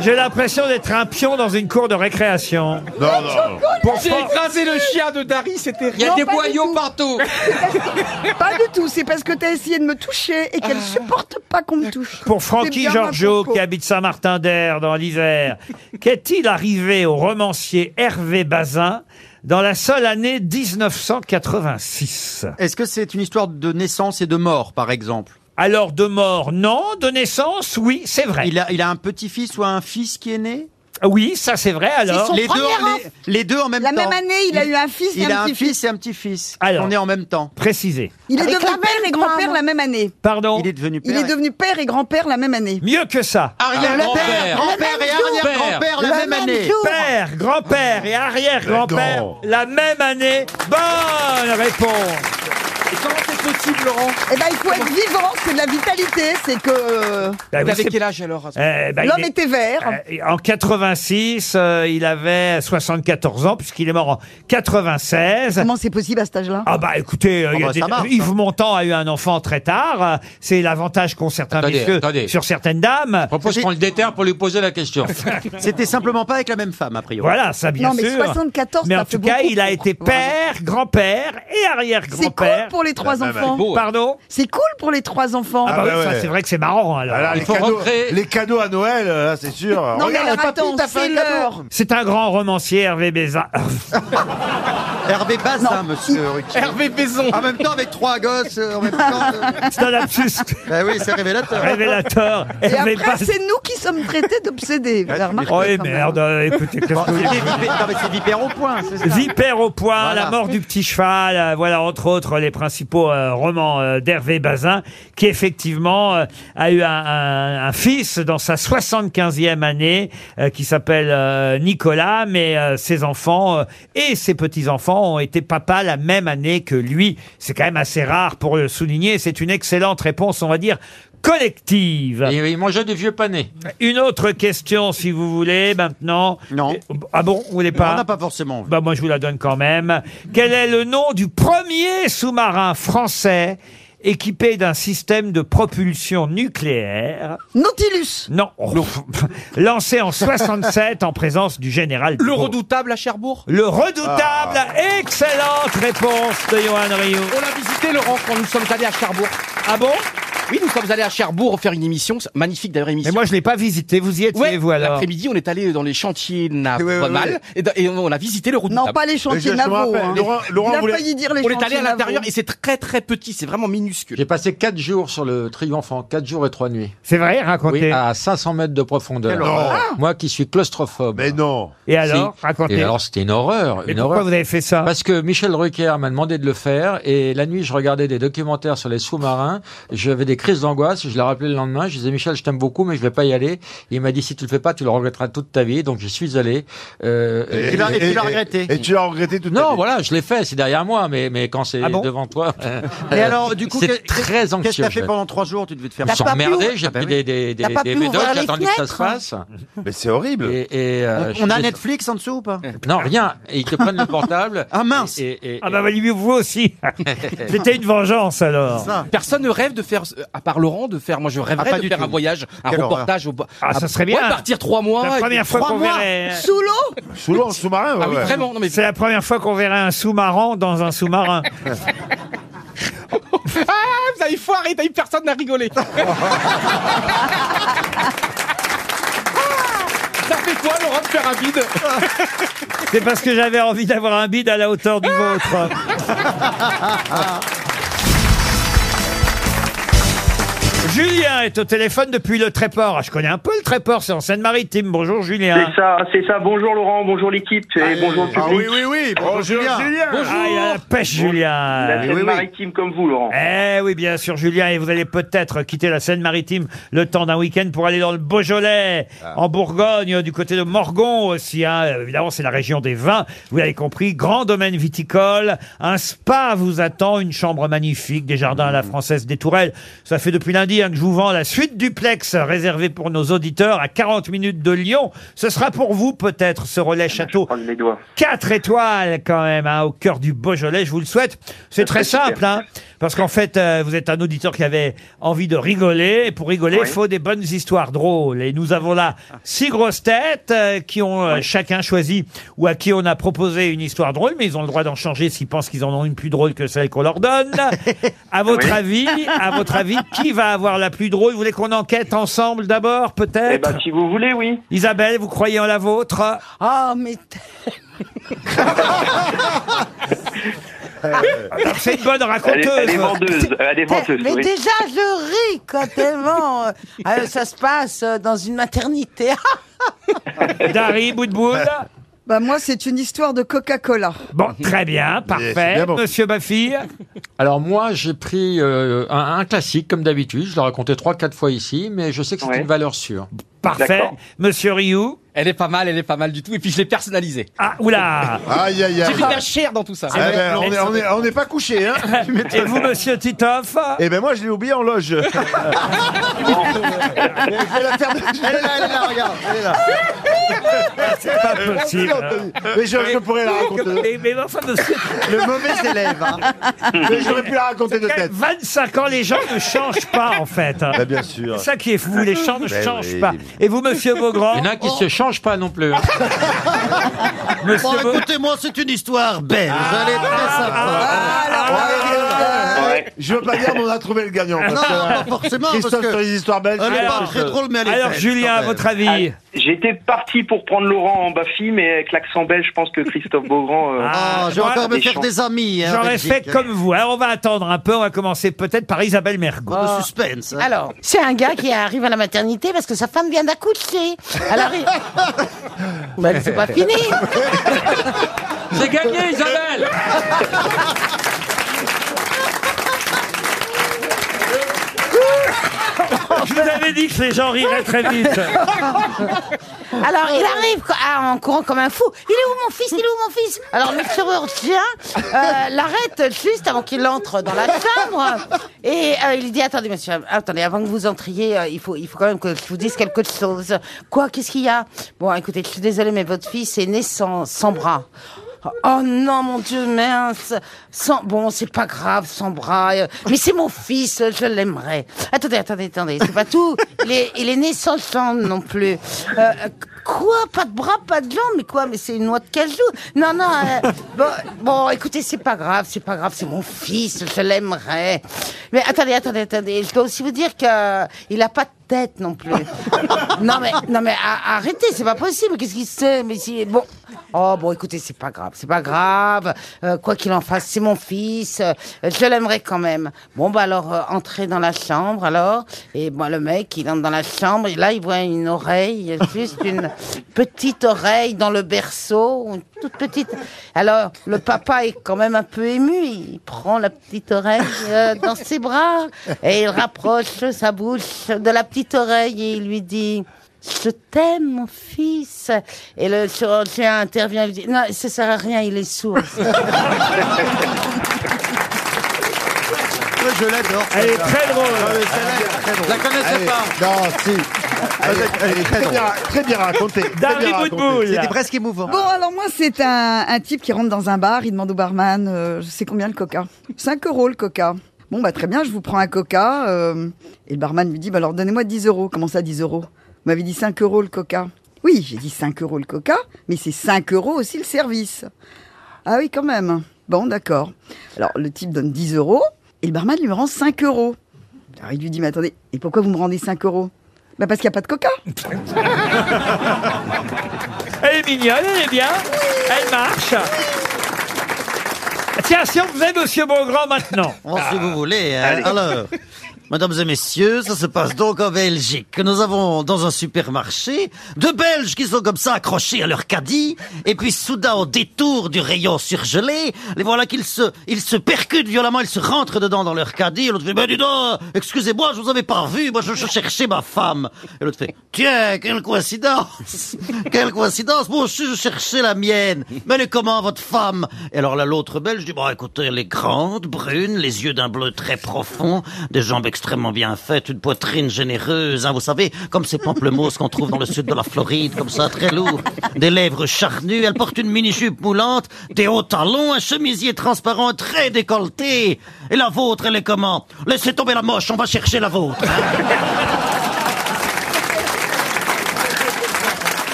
B: j'ai l'impression d'être un pion dans une cour de récréation.
G: Non, non.
B: Pour
D: J'ai
B: Fran-
D: écrasé le chien de Dari, c'était
E: Il y
D: rien.
H: Non,
E: a des
H: pas du
E: boyaux
H: tout.
E: partout
H: Pas du tout. C'est parce que t'as essayé de me toucher et qu'elle supporte pas qu'on me touche.
B: Pour
H: C'est
B: Francky
H: bien ma
B: Giorgio,
H: Coco.
B: qui habite Saint-Martin-d'Air dans l'Isère, qu'est-il arrivé au romancier Hervé Bazin dans la seule année 1986
C: Est-ce que c'est une histoire de naissance et de mort, par exemple
B: Alors, de mort, non. De naissance, oui, c'est vrai.
C: il a, il a un petit-fils ou un fils qui est né
B: Oui, ça, c'est vrai. Alors,
H: Son
C: les deux,
H: premier
C: en- les, les deux en même
H: La
C: temps.
H: même année, il a eu un fils et
C: Il
H: un
C: a un
H: petit-fils.
C: fils et un petit-fils.
B: Alors.
C: On est en même temps.
B: précisez.
H: Il est
F: Avec
H: devenu
F: la
H: père et
F: même
H: grand-père
F: femme.
H: la même année.
B: Pardon
C: Il est devenu père.
H: Il est devenu père et grand-père la même année.
B: Mieux que ça.
C: Arrière-grand-père,
E: Ah,
C: grand-père et arrière-grand-père la
F: Le
C: même
F: même
C: année.
F: jour.
B: Père, grand-père et arrière-grand-père,
G: non.
B: la même année. Bonne réponse.
D: Et comment c'est possible, Laurent
H: Eh ben, il faut être vivant, c'est de la vitalité, c'est que euh,
B: Bah oui,
D: T'avais
B: c'est-
D: quel âge alors à ce
B: Eh, bah, il
H: l'homme
B: est-
H: était vert.
B: euh, En 86, euh, il avait 74 ans, puisqu'il est mort en 96.
H: Comment c'est possible à cet âge-là
B: Ah bah écoutez, euh,
C: Ah
B: il y a
C: bah,
B: des-
C: ça marche,
B: Yves Montand a eu un enfant très tard. euh, C'est l'avantage qu'ont certains
E: Attendez,
B: messieurs
E: attendez.
B: sur certaines dames.
E: Je propose qu'on le déterre pour lui poser la question.
C: C'était simplement pas avec la même femme, a priori.
B: Voilà, ça bien
H: Non, mais
B: sûr.
H: 74,
B: Mais
H: ça
B: en
H: fait
B: tout cas,
H: beaucoup
B: il a
H: pour-
B: été
H: Voilà.
B: père, grand-père et
H: C'est cool
B: arrière-grand-père.
H: pour les trois
G: même
H: enfants. enfants.
B: Pardon
H: C'est cool pour les trois enfants.
B: Ah, bah oui, ça, c'est vrai que c'est marrant. hein, Alors.
K: Ah là, les, cadeaux, les cadeaux à Noël, euh, là, c'est sûr.
H: Non, mais
K: Regarde,
H: alors,
K: papy,
H: attends,
K: t'as fait
H: c'est
K: un cadeau.
H: l'heure.
B: C'est un grand romancier, Hervé Bézin.
C: Hervé Bazin, monsieur Ruquier.
D: Hervé Bézon.
C: En même temps, avec trois gosses, euh, en même temps. euh.
B: C'est un lapsus.
H: Ben
C: Bah oui, c'est révélateur.
B: Révélateur.
H: Et
B: Hervé
H: après,
B: Bazin.
H: c'est nous qui sommes traités d'obsédés. Vous avez remarqué,
B: Oh, et
H: quand même.
B: merde, euh, écoutez, qu'est-ce
C: Bon,
B: que vous
C: c'est
B: voulez
C: vipère- non, Ah, mais c'est vipère au point, c'est ça
B: Vipère au point,
C: Voilà.
B: la mort du petit cheval, euh, voilà entre autres les principaux euh, romans euh, d'Hervé Bazin, qui effectivement euh, a eu un, un- un fils dans sa 75e année, euh, qui s'appelle euh, Nicolas, mais euh, ses enfants euh, et ses petits-enfants ont été papa la même année que lui. C'est quand même assez rare pour le souligner, c'est une excellente réponse, on va dire, collective.
E: Et il mangeait des vieux panés.
B: Une autre question, si vous voulez, maintenant. Non. Ah bon, vous voulez pas
C: On n'a pas forcément.
B: Bah moi, je vous la donne quand même. Quel est le nom du premier sous-marin français équipé d'un système de propulsion nucléaire
H: Nautilus
B: Non. Lancé en 67 en présence du général de
D: Le
B: Gaulle.
D: redoutable à Cherbourg
B: Le redoutable,
D: Ah.
B: excellente réponse de Johan Rioux.
D: On l'a visité, Laurent, quand nous sommes allés à Cherbourg.
B: Ah bon
D: Oui, nous sommes allés à Cherbourg faire une émission, c'est magnifique d'ailleurs émission.
B: Mais moi, je l'ai pas visité. Vous y étiez,
D: Ouais,
B: vous alors
D: L'après-midi, on est allé dans les chantiers nav-
B: Ouais, ouais, ouais.
D: mal, et dans- et on a visité le redoutable.
H: Non, pas les chantiers
D: Je- je me
H: navaux.
D: rappelle.
H: hein.
D: Laurent- Laurent
H: Il a
D: voulait-
H: failli dire les
D: on
H: chantiers
D: est allé à l'intérieur
H: navaux.
D: et c'est très très petit, c'est vraiment minuscule.
E: J'ai passé 4 jours sur le triomphant, 4 jours et 3 nuits.
B: C'est vrai, racontez.
E: Oui, à 500 mètres de profondeur.
B: Quelle horreur.
E: Moi qui suis claustrophobe. Mais non.
B: Et alors, racontez.
E: Et alors, c'était une horreur.
B: Mais
E: une
B: pourquoi
E: horreur.
B: vous avez fait ça
E: Parce que Michel Rucker m'a demandé de le faire et la nuit, je regardais des documentaires sur les sous-marins. J'avais des crises d'angoisse. Je l'ai rappelé le lendemain. Je disais, Michel, je t'aime beaucoup, mais je vais pas y aller. Et il m'a dit, si tu le fais pas, tu le regretteras toute ta vie. Donc, je suis allé. Euh,
K: Et tu l'as- et tu l'as regretté.
E: Et tu l'as regretté toute ta vie. Non, voilà, je l'ai fait. C'est derrière moi, mais, mais quand c'est
C: Ah bon
E: devant toi. euh,
C: Et alors, du coup,
E: c'est
C: qu'est-
E: très anxieux.
C: Qu'est-ce que t'as
E: je
C: fait
E: l'ai
C: pendant trois jours Tu devais te faire
E: je me suis emmerdé, j'ai pris des, des, des,
C: Ah bah T'as pas
E: des
C: pu
E: médocs,
C: ouvrir
E: j'ai
C: les
E: attendu que ça se fasse.
C: fenêtres
E: Mais c'est horrible. Et, et, euh,
C: On
E: je
C: a
E: suis-
C: Netflix en dessous ou pas
E: Non, rien. Et ils te prennent le portable.
C: Ah mince
B: Ah bah, lui, vous aussi. C'était une vengeance alors.
D: Personne ne rêve de faire, euh, à part Laurent, de faire. Moi, je rêverais
B: Ah, pas
D: de
B: du
D: faire
B: tout.
D: un voyage, un
B: Quelle
D: reportage au.
B: Ah, ça
D: à-
B: serait bien.
D: Ouais, partir trois mois.
B: La
D: et puis-
B: première fois
D: Trois
B: qu'on
D: mois.
B: verrait.
H: Sous l'eau
B: Sous l'eau, en sous-marin,
D: Ah oui, ouais. vraiment, non, mais-
B: C'est la première fois qu'on verrait un sous-marin dans un sous-marin.
D: Ah, vous avez foiré, t'as eu personne n'a rigolé. Ça fait quoi, Laurent, de faire un bide
B: C'est parce que j'avais envie d'avoir un bide à la hauteur du vôtre. Julien est au téléphone depuis le Tréport. Ah, je connais un peu le Tréport, c'est en Seine-Maritime. Bonjour Julien.
O: C'est ça, c'est ça. Bonjour Laurent, bonjour l'équipe et bonjour le public.
K: Ah oui, bonjour Bonjour Julien. Julien. Bonjour.
B: Ah, il y a la pêche Julien.
O: La scène maritime comme vous Laurent.
B: Eh oui, bien sûr, Julien, et vous allez peut-être quitter la Seine-Maritime le temps d'un week-end pour aller dans le Beaujolais, en Bourgogne, du côté de Morgon aussi. hein. Évidemment, c'est la région des vins, vous l'avez compris, grand domaine viticole, un spa vous attend, une chambre magnifique, des jardins à la française des Tourelles. Ça fait depuis lundi hein, que je vous vends la suite duplex réservée pour nos auditeurs à 40 minutes de Lyon. Ce sera pour vous peut-être ce relais château.
O: Prendre mes doigts.
B: Quatre étoiles quand même hein, au cœur du Beaujolais, je vous le souhaite. C'est très simple, hein, parce qu'en fait, euh, vous êtes un auditeur qui avait envie de rigoler, et pour rigoler, il faut des bonnes histoires drôles. Et nous avons là six grosses têtes euh, qui ont euh, chacun choisi ou à qui on a proposé une histoire drôle, mais ils ont le droit d'en changer s'ils pensent qu'ils en ont une plus drôle que celle qu'on leur donne. à votre
O: Oui.
B: avis, à votre avis, qui va avoir la plus drôle Vous voulez qu'on enquête ensemble d'abord, peut-être
O: Eh ben si vous voulez, oui.
B: Isabelle, vous croyez en la vôtre
H: Ah, mais.
B: Alors, C'est une bonne
O: Euh, Elle
B: raconteuse.
O: est, elle est vendeuse, euh, elle est
B: Eh,
O: vendeuse.
H: Mais
O: oui.
H: déjà, je ris quand tellement euh, euh, ça se passe euh, dans une maternité.
B: Dari Boudboul.
H: bah moi, c'est une histoire de Coca-Cola.
B: Bon, très bien, parfait. Monsieur Baffy.
E: Alors moi, j'ai pris euh, un, un classique comme d'habitude. Je l'ai raconté trois, quatre fois ici, mais je sais que c'est
D: Ouais.
E: une valeur sûre.
B: Parfait. Monsieur Rioux.
D: Elle est pas mal, elle est pas mal du tout. Et puis je l'ai personnalisée.
B: Ah, oula
K: Aïe, aïe, aïe.
D: J'ai mis de la chair dans tout ça.
K: Ah ben, on est- on est- on n'est pas couché, hein
B: Et vous, monsieur Titoff
K: Eh ben moi, je l'ai oublié en loge.
C: Je vais la faire. Elle est là, elle est là, regarde. Elle est là.
B: C'est pas possible.
K: Mais je, je pourrais la raconter.
B: Mais, mais enfin, monsieur.
K: Le mauvais élève. hein. Mais J'aurais pu la raconter de
B: Quand même
K: tête.
B: 25 ans, les gens ne changent pas, en fait.
K: Bah, bien sûr.
B: C'est ça qui est fou, les gens
P: Bah
B: ne
E: Ben
B: changent
E: oui.
B: pas.
P: Oh,
B: Et vous, monsieur Beaugrand Oh.
E: Il y en a qui se changent pas non plus. hein.
B: Monsieur Beau-
C: écoutez-moi, c'est une histoire belge.
B: Ah,
C: Elle est très sympa.
B: ah, ah,
C: Ouais,
B: ah,
C: ouais,
B: ah,
C: ouais.
B: ah,
C: Ouais.
G: Je veux pas dire qu'on a trouvé le gagnant. parce
P: Non,
G: que,
P: pas
G: euh,
P: forcément,
G: Christophe
P: parce que
G: sur les histoires belges. Ah,
P: elle est pas très drôle, mais elle est
B: Alors,
P: belle,
B: Julien,
P: quand
B: à
P: même.
B: votre avis
D: Ah,
C: J'étais parti pour prendre Laurent en Baffy, mais avec l'accent belge, je pense que Christophe Beaugrand. euh,
P: Ah, je vais
C: a
P: encore me
C: des
P: faire
C: chances.
P: des amis. hein, en
B: J'aurais
P: Belgique.
B: fait comme vous. Alors, on va attendre un peu. On va commencer peut-être par Isabelle Mergo.
P: Le suspense. hein.
F: Oh. Alors, c'est un gars qui arrive à la maternité parce que sa femme vient d'accoucher. Alors, il... Bah, c'est pas fini.
M: J'ai gagné, Isabelle
B: Je vous avais dit que les gens riraient très vite.
F: Alors, il arrive co- ah, en courant comme un fou. Il est où mon fils Il est où mon fils Alors, le chirurgien euh, l'arrête juste avant qu'il entre dans la chambre. Et euh, il dit Attendez, monsieur, attendez, avant que vous entriez, euh, il, faut, il faut quand même que je vous dise quelque chose. Quoi Qu'est-ce qu'il y a Bon, écoutez, je suis désolée, mais votre fils est né sans, sans bras. Oh non, mon Dieu, mince. Sans... Bon, c'est pas grave, sans bras. euh, Mais c'est mon fils, euh, je l'aimerais. Attendez, attendez, attendez, c'est pas tout. Il est, il est né sans jambes non plus. Euh, euh, quoi Pas de bras, pas de jambes Mais quoi Mais c'est une noix de cajou. Non, non. euh, bon, bon, écoutez, c'est pas grave, c'est pas grave, c'est mon fils, je l'aimerais. Mais attendez, attendez, attendez. Je dois aussi vous dire qu'il a pas de tête non plus. non mais non mais a- arrêtez, c'est pas possible. Qu'est-ce qu'il sait Mais si bon. Oh bon, écoutez, c'est pas grave, c'est pas grave. Euh, quoi qu'il en fasse, c'est mon fils. Euh, je l'aimerais quand même. Bon bah alors euh, entrez dans la chambre alors. Et bon le mec, il entre dans la chambre et là il voit une oreille, juste une petite oreille dans le berceau, une toute petite. Alors le papa est quand même un peu ému. Il prend la petite oreille euh, dans ses bras et il rapproche sa bouche de la petite oreille et il lui dit Je t'aime, mon fils. Et le chirurgien intervient et lui dit Non, ça sert à rien, il est sourd.
P: Ouais, Je l'adore.
B: Elle est
P: celle-là.
B: très drôle.
P: Ah oui, celle-là, elle est très drôle. Je la connaissais pas.
G: Non, si.
B: Ah,
G: Elle est- elle est très bien, très bien racontée. très bien racontée.
P: C'était presque émouvant.
C: Ah.
H: Bon, alors moi, c'est un, un type qui rentre dans un bar, il demande au barman, euh, je sais combien le coca 5 euros le coca. Bon, bah très bien, je vous prends un coca. euh, et le barman lui dit, bah alors donnez-moi 10 euros. Comment ça, 10 euros Vous m'avez dit 5 euros le coca. Oui, j'ai dit 5 euros le coca, mais c'est 5 euros aussi le service. Ah oui, quand même. Bon, d'accord. Alors, le type donne 10 euros et le barman lui rend 5 euros. Alors, il lui dit, mais attendez, et pourquoi vous me rendez 5 euros Bah parce qu'il n'y a pas de coca.
B: Elle est mignonne, elle est bien. Elle marche. Tiens, si on faisait Monsieur Beaugrand maintenant. Ah.
P: Oh, si vous voulez. hein. Alors, mesdames et messieurs, ça se passe donc en Belgique. Nous avons dans un supermarché deux Belges qui sont comme ça accrochés à leur caddie, et puis soudain au détour du rayon surgelé, les voilà qu'ils se, ils se percutent violemment, ils se rentrent dedans dans leur caddie. Et L'autre fait, ben dis donc, excusez-moi, je vous avais pas vu, moi je, je cherchais ma femme. Et l'autre fait, tiens, quelle coïncidence, quelle coïncidence. Moi aussi je cherchais la mienne. Mais elle est comment votre femme Et alors là l'autre Belge dit, bon écoutez, elle est grande, brune, les yeux d'un bleu très profond, des jambes extrêmement bien faites, une poitrine généreuse, hein, vous savez, comme ces pamplemousses qu'on trouve dans le sud de la Floride, comme ça, très lourd, des lèvres charnues, elle porte une mini-jupe moulante, des hauts talons, un chemisier transparent très décolleté. Et la vôtre, elle est comment Laissez tomber la moche, on va chercher la vôtre. hein.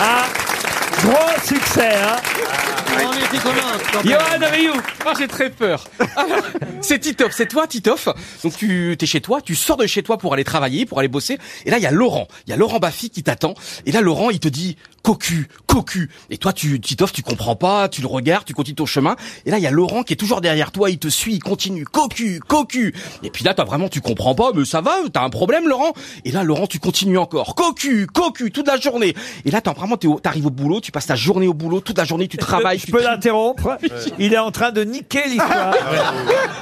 B: Ah, gros succès, hein.
P: On était contente, quand même.
B: Johan Rioux.
D: Ah, j'ai très peur. Alors, c'est Titoff, c'est toi, Titoff. Donc, tu es chez toi, tu sors de chez toi pour aller travailler, pour aller bosser. Et là, il y a Laurent. Il y a Laurent Baffy qui t'attend. Et là, Laurent, il te dit cocu, cocu. Et toi, tu, Titoff, tu comprends pas, tu le regardes, tu continues ton chemin. Et là, il y a Laurent qui est toujours derrière toi, il te suit, il continue cocu, cocu. Et puis là, t'as vraiment, tu comprends pas, mais ça va, t'as un problème, Laurent. Et là, Laurent, tu continues encore cocu, cocu, toute la journée. Et là, t'as vraiment, t'es au- t'arrives au boulot, tu passes ta journée au boulot, toute la journée, tu travailles.
B: Je
D: tu
B: peux
D: tri-
B: l'interrompre. Il est en train de niquer l'histoire.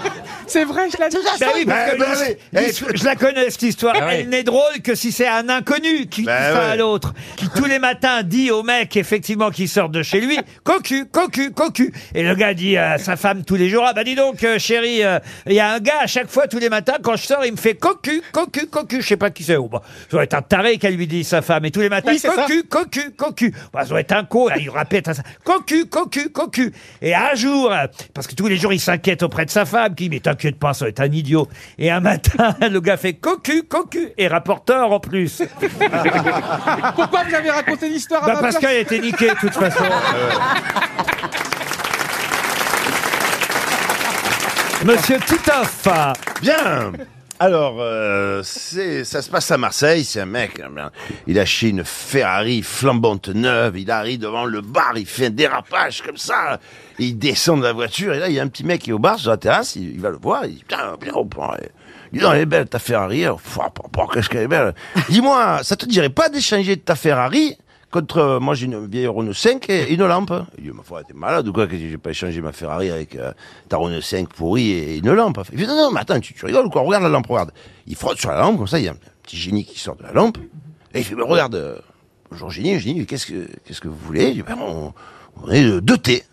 D: C'est vrai, je l'ai dit.
B: Ben oui, parce
G: Bah,
B: que
G: bah,
B: l'his-
G: oui. Eh,
B: l'his- je la connais cette histoire.
D: Ben
G: Ah
B: Elle n'est drôle que si c'est un inconnu qui dit ça
G: ouais.
B: à l'autre, qui tous les matins dit au mec effectivement qui sort de chez lui, cocu, cocu, cocu. Et le gars dit à sa femme tous les jours, ah bah dis donc euh, chérie, euh, il y a un gars à chaque fois tous les matins quand je sors il me fait cocu, cocu, cocu. Je sais pas qui c'est. Oh, bah, ça doit être un taré qu'elle lui dit sa femme. Et tous les matins,
D: Oui, c'est ça.
B: cocu, cocu, cocu. Bah, ça doit être un con, là, il répète à ça. Cocu, cocu, cocu. Et un jour, euh, parce que tous les jours, il s'inquiète auprès de sa femme, qui dit, mais t'inquiète pas, ça va être un idiot. Et un matin, le gars fait cocu, cocu, et rapporteur en plus.
D: Pourquoi vous avez raconté l'histoire à
B: bah,
D: ma
B: parce
D: place
B: qu'elle
M: Ah
B: était niquée, de toute façon. Monsieur Titoff
G: Bien alors, euh, c'est- ça se passe à Marseille, c'est un mec, euh, bien, il a acheté une Ferrari flambante neuve, il arrive devant le bar, il fait un dérapage comme ça, il descend de la voiture, et là, il y a un petit mec qui est au bar sur la terrasse, il, il va le voir, il dit, putain, viens, on prend, euh, dis donc, elle est belle ta Ferrari, Alors, Pouah, pouah, pouah, oh, qu'est-ce qu'elle est belle. Dis-moi, ça te dirait pas d'échanger ta Ferrari contre, euh, moi j'ai une vieille Renault 5 et une lampe Il dit, ma foi, t'es malade ou quoi que j'ai pas échangé ma Ferrari avec euh, ta Renault 5 pourrie et une lampe Il dit, non, non, mais attends, tu, tu rigoles ou quoi Regarde la lampe, regarde. Il frotte sur la lampe, comme ça, il y a un petit génie qui sort de la lampe. Et il fait, mais regarde, euh, bonjour génie, génie, qu'est-ce que, qu'est-ce que vous voulez Il dit, ben, on, on est euh, deux thés.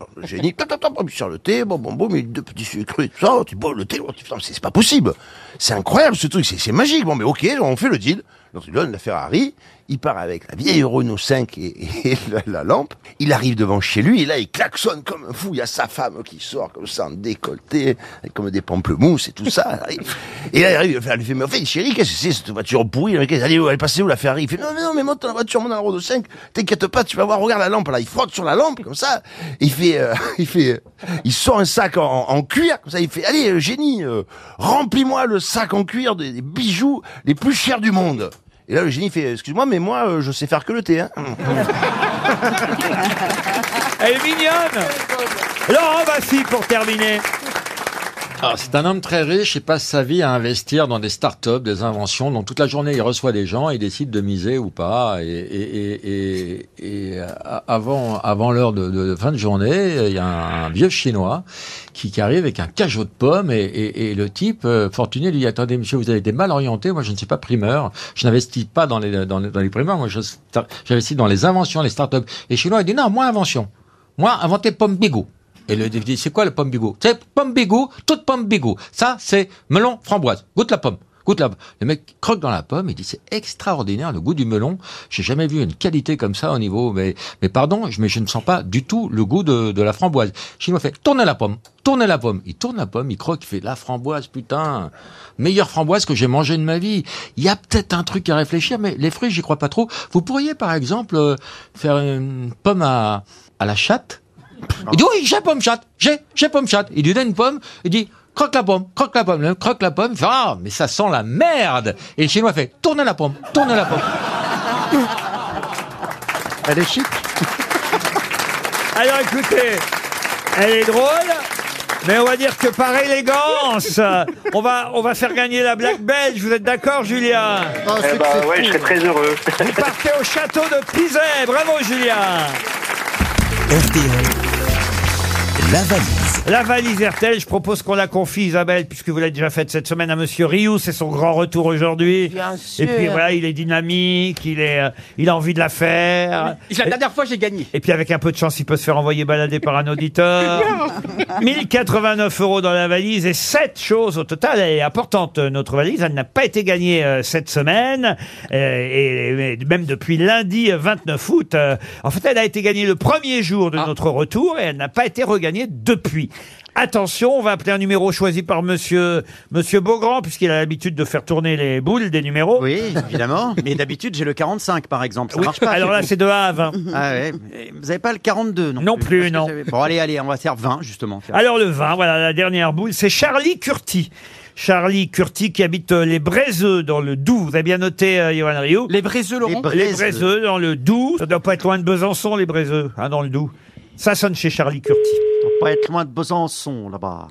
G: Alors, Le génie, tap, tap, tap, il sort le thé, bon, bon, bon, mais deux petits sucres, et tout ça, tu bois le thé, oh, putain, c'est c'est pas possible. C'est incroyable ce truc, c'est c'est magique. Bon, mais ok, on fait le deal. Donc, il donne la Ferrari, il part avec la vieille Renault 5 et, et la, la lampe. Il arrive devant chez lui, et là, il klaxonne comme un fou. Il y a sa femme qui sort comme ça, en décolleté, avec comme des pamplemousses et tout ça. Et là, il arrive, Ah elle lui fait, mais en fait, chérie, qu'est-ce que c'est, cette voiture pourrie? Elle est où? Elle est passée où, la Ferrari? Il fait, non, mais non, mais monte dans la voiture, monte dans la Renault 5. T'inquiète pas, tu vas voir, regarde la lampe, là. Il frotte sur la lampe, comme ça. Il fait, euh, il fait, euh, il sort un sac en, en cuir, comme ça. Il fait, allez, euh, génie, euh, remplis-moi le sac en cuir des, des bijoux les plus chers du monde. Et là, le génie fait, excuse-moi, mais moi, euh, je sais faire que le thé, hein.
B: Elle est mignonne Laurent Bassi pour terminer.
E: Alors, Ah, c'est un homme très riche, il passe sa vie à investir dans des startups, des inventions. Donc toute la journée, il reçoit des gens, il décide de miser ou pas. Et, et- et- et- et, euh, avant, avant l'heure de, de- de fin de journée, il y a un, vieux chinois qui, qui arrive avec un cajot de pommes. Et, et- et le type, euh, fortuné, lui dit, attendez monsieur, vous avez été mal orienté, moi je ne suis pas primeur. Je n'investis pas dans les, dans les, dans les primeurs, moi je- j'investis dans les inventions, les startups. Et le chinois, il dit, non, moi invention. Moi, inventer pomme bigot. Et le député dit, c'est quoi le pomme bigot C'est pomme bigot, toute pomme bigot. Ça, c'est melon, framboise. Goûte la pomme. Goûte la pomme. Le mec croque dans la pomme, il dit, c'est extraordinaire le goût du melon. J'ai jamais vu une qualité comme ça au niveau, mais, mais pardon, je, mais je ne sens pas du tout le goût de, de la framboise. Chinois fait, tournez la pomme, tournez la pomme. Il tourne la pomme, il croque, il fait, la framboise, putain, meilleure framboise que j'ai mangée de ma vie. Il y a peut-être un truc à réfléchir, mais les fruits, j'y crois pas trop. Vous pourriez, par exemple, euh, faire une pomme à, à la chatte il dit oui, j'ai pomme chatte, j'ai, j'ai pomme chatte. Il lui donne une pomme, il dit croque la pomme, croque la pomme, Le mec croque la pomme. Il fait ah, mais ça sent la merde. Et le chinois fait tourne la pomme, tourne la pomme.
B: Elle est chic. Alors écoutez, elle est drôle, mais on va dire que par élégance, on va, on va faire gagner la blague belge. Vous êtes d'accord, Julien
O: Eh bah ouais, je serais très heureux.
B: Vous partez au château de Pizet. Bravo, Julien. La valise. La valise RTL, je propose qu'on la confie, Isabelle, puisque vous l'avez déjà faite cette semaine à Monsieur Rioux. C'est son grand retour aujourd'hui.
D: Bien
B: Et
D: sûr.
B: puis voilà, il est dynamique, il, est, euh, il a envie de la faire.
D: La dernière fois, j'ai gagné.
B: Et puis avec un peu de chance, il peut se faire envoyer balader par un auditeur. 1089 euros dans la valise et 7 choses au total. Elle est importante, euh, notre valise. Elle n'a pas été gagnée euh, cette semaine. Euh, et, et même depuis lundi euh, 29 août. euh, en fait, elle a été gagnée le premier jour de notre retour et elle n'a pas été regagnée depuis. Attention, on va appeler un numéro choisi par monsieur, monsieur Beaugrand, puisqu'il a l'habitude de faire tourner les boules des numéros. Oui,
P: évidemment. Mais d'habitude, j'ai le 45, par exemple. Ça
B: Oui,
P: marche pas.
B: alors là, c'est de Havre, hein.
P: Ah ouais. Et Vous avez pas le 42, non Non
B: plus, non. Ah.
P: Bon, allez, allez, on va faire 20, justement.
B: Alors le vin, voilà la dernière boule, c'est Charlie Curti. Charlie Curti qui habite euh, les Bréseux dans le Doubs. Vous avez bien noté, euh, Johan Rioux Les Bréseux,
P: Laurent
B: Les
P: Bréseux.
B: Bréseux dans le Doubs. Ça doit pas être loin de Besançon, les Bréseux, hein, dans le Doubs. Ça sonne chez Charlie Curti.
P: On va être loin de Besançon, là-bas.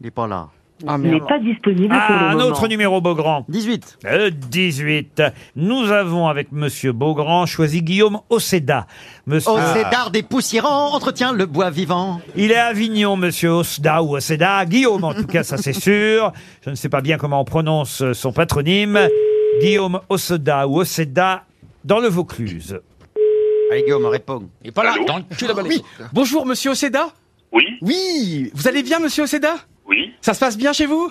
P: Il n'est pas là.
B: Il n'est pas
P: disponible
B: Ah, un autre numéro, Beaugrand. 18. Le 18. Nous avons avec Monsieur Beaugrand choisi Guillaume Océda. Monsieur... Ah.
P: Au Cédar des poussiérants, entretient le bois vivant.
B: Il est à Avignon, monsieur Osda ou Oseda. Guillaume, en tout cas, ça c'est sûr. Je ne sais pas bien comment on prononce euh, son patronyme. Guillaume Osda ou Oseda dans le Vaucluse.
P: Allez, Guillaume, réponds.
D: Et pas là, dans le cul là-bas. Oui. Bonjour, monsieur Oceda Oui. Oui. Vous allez bien, monsieur Oceda Oui. Ça se passe bien chez vous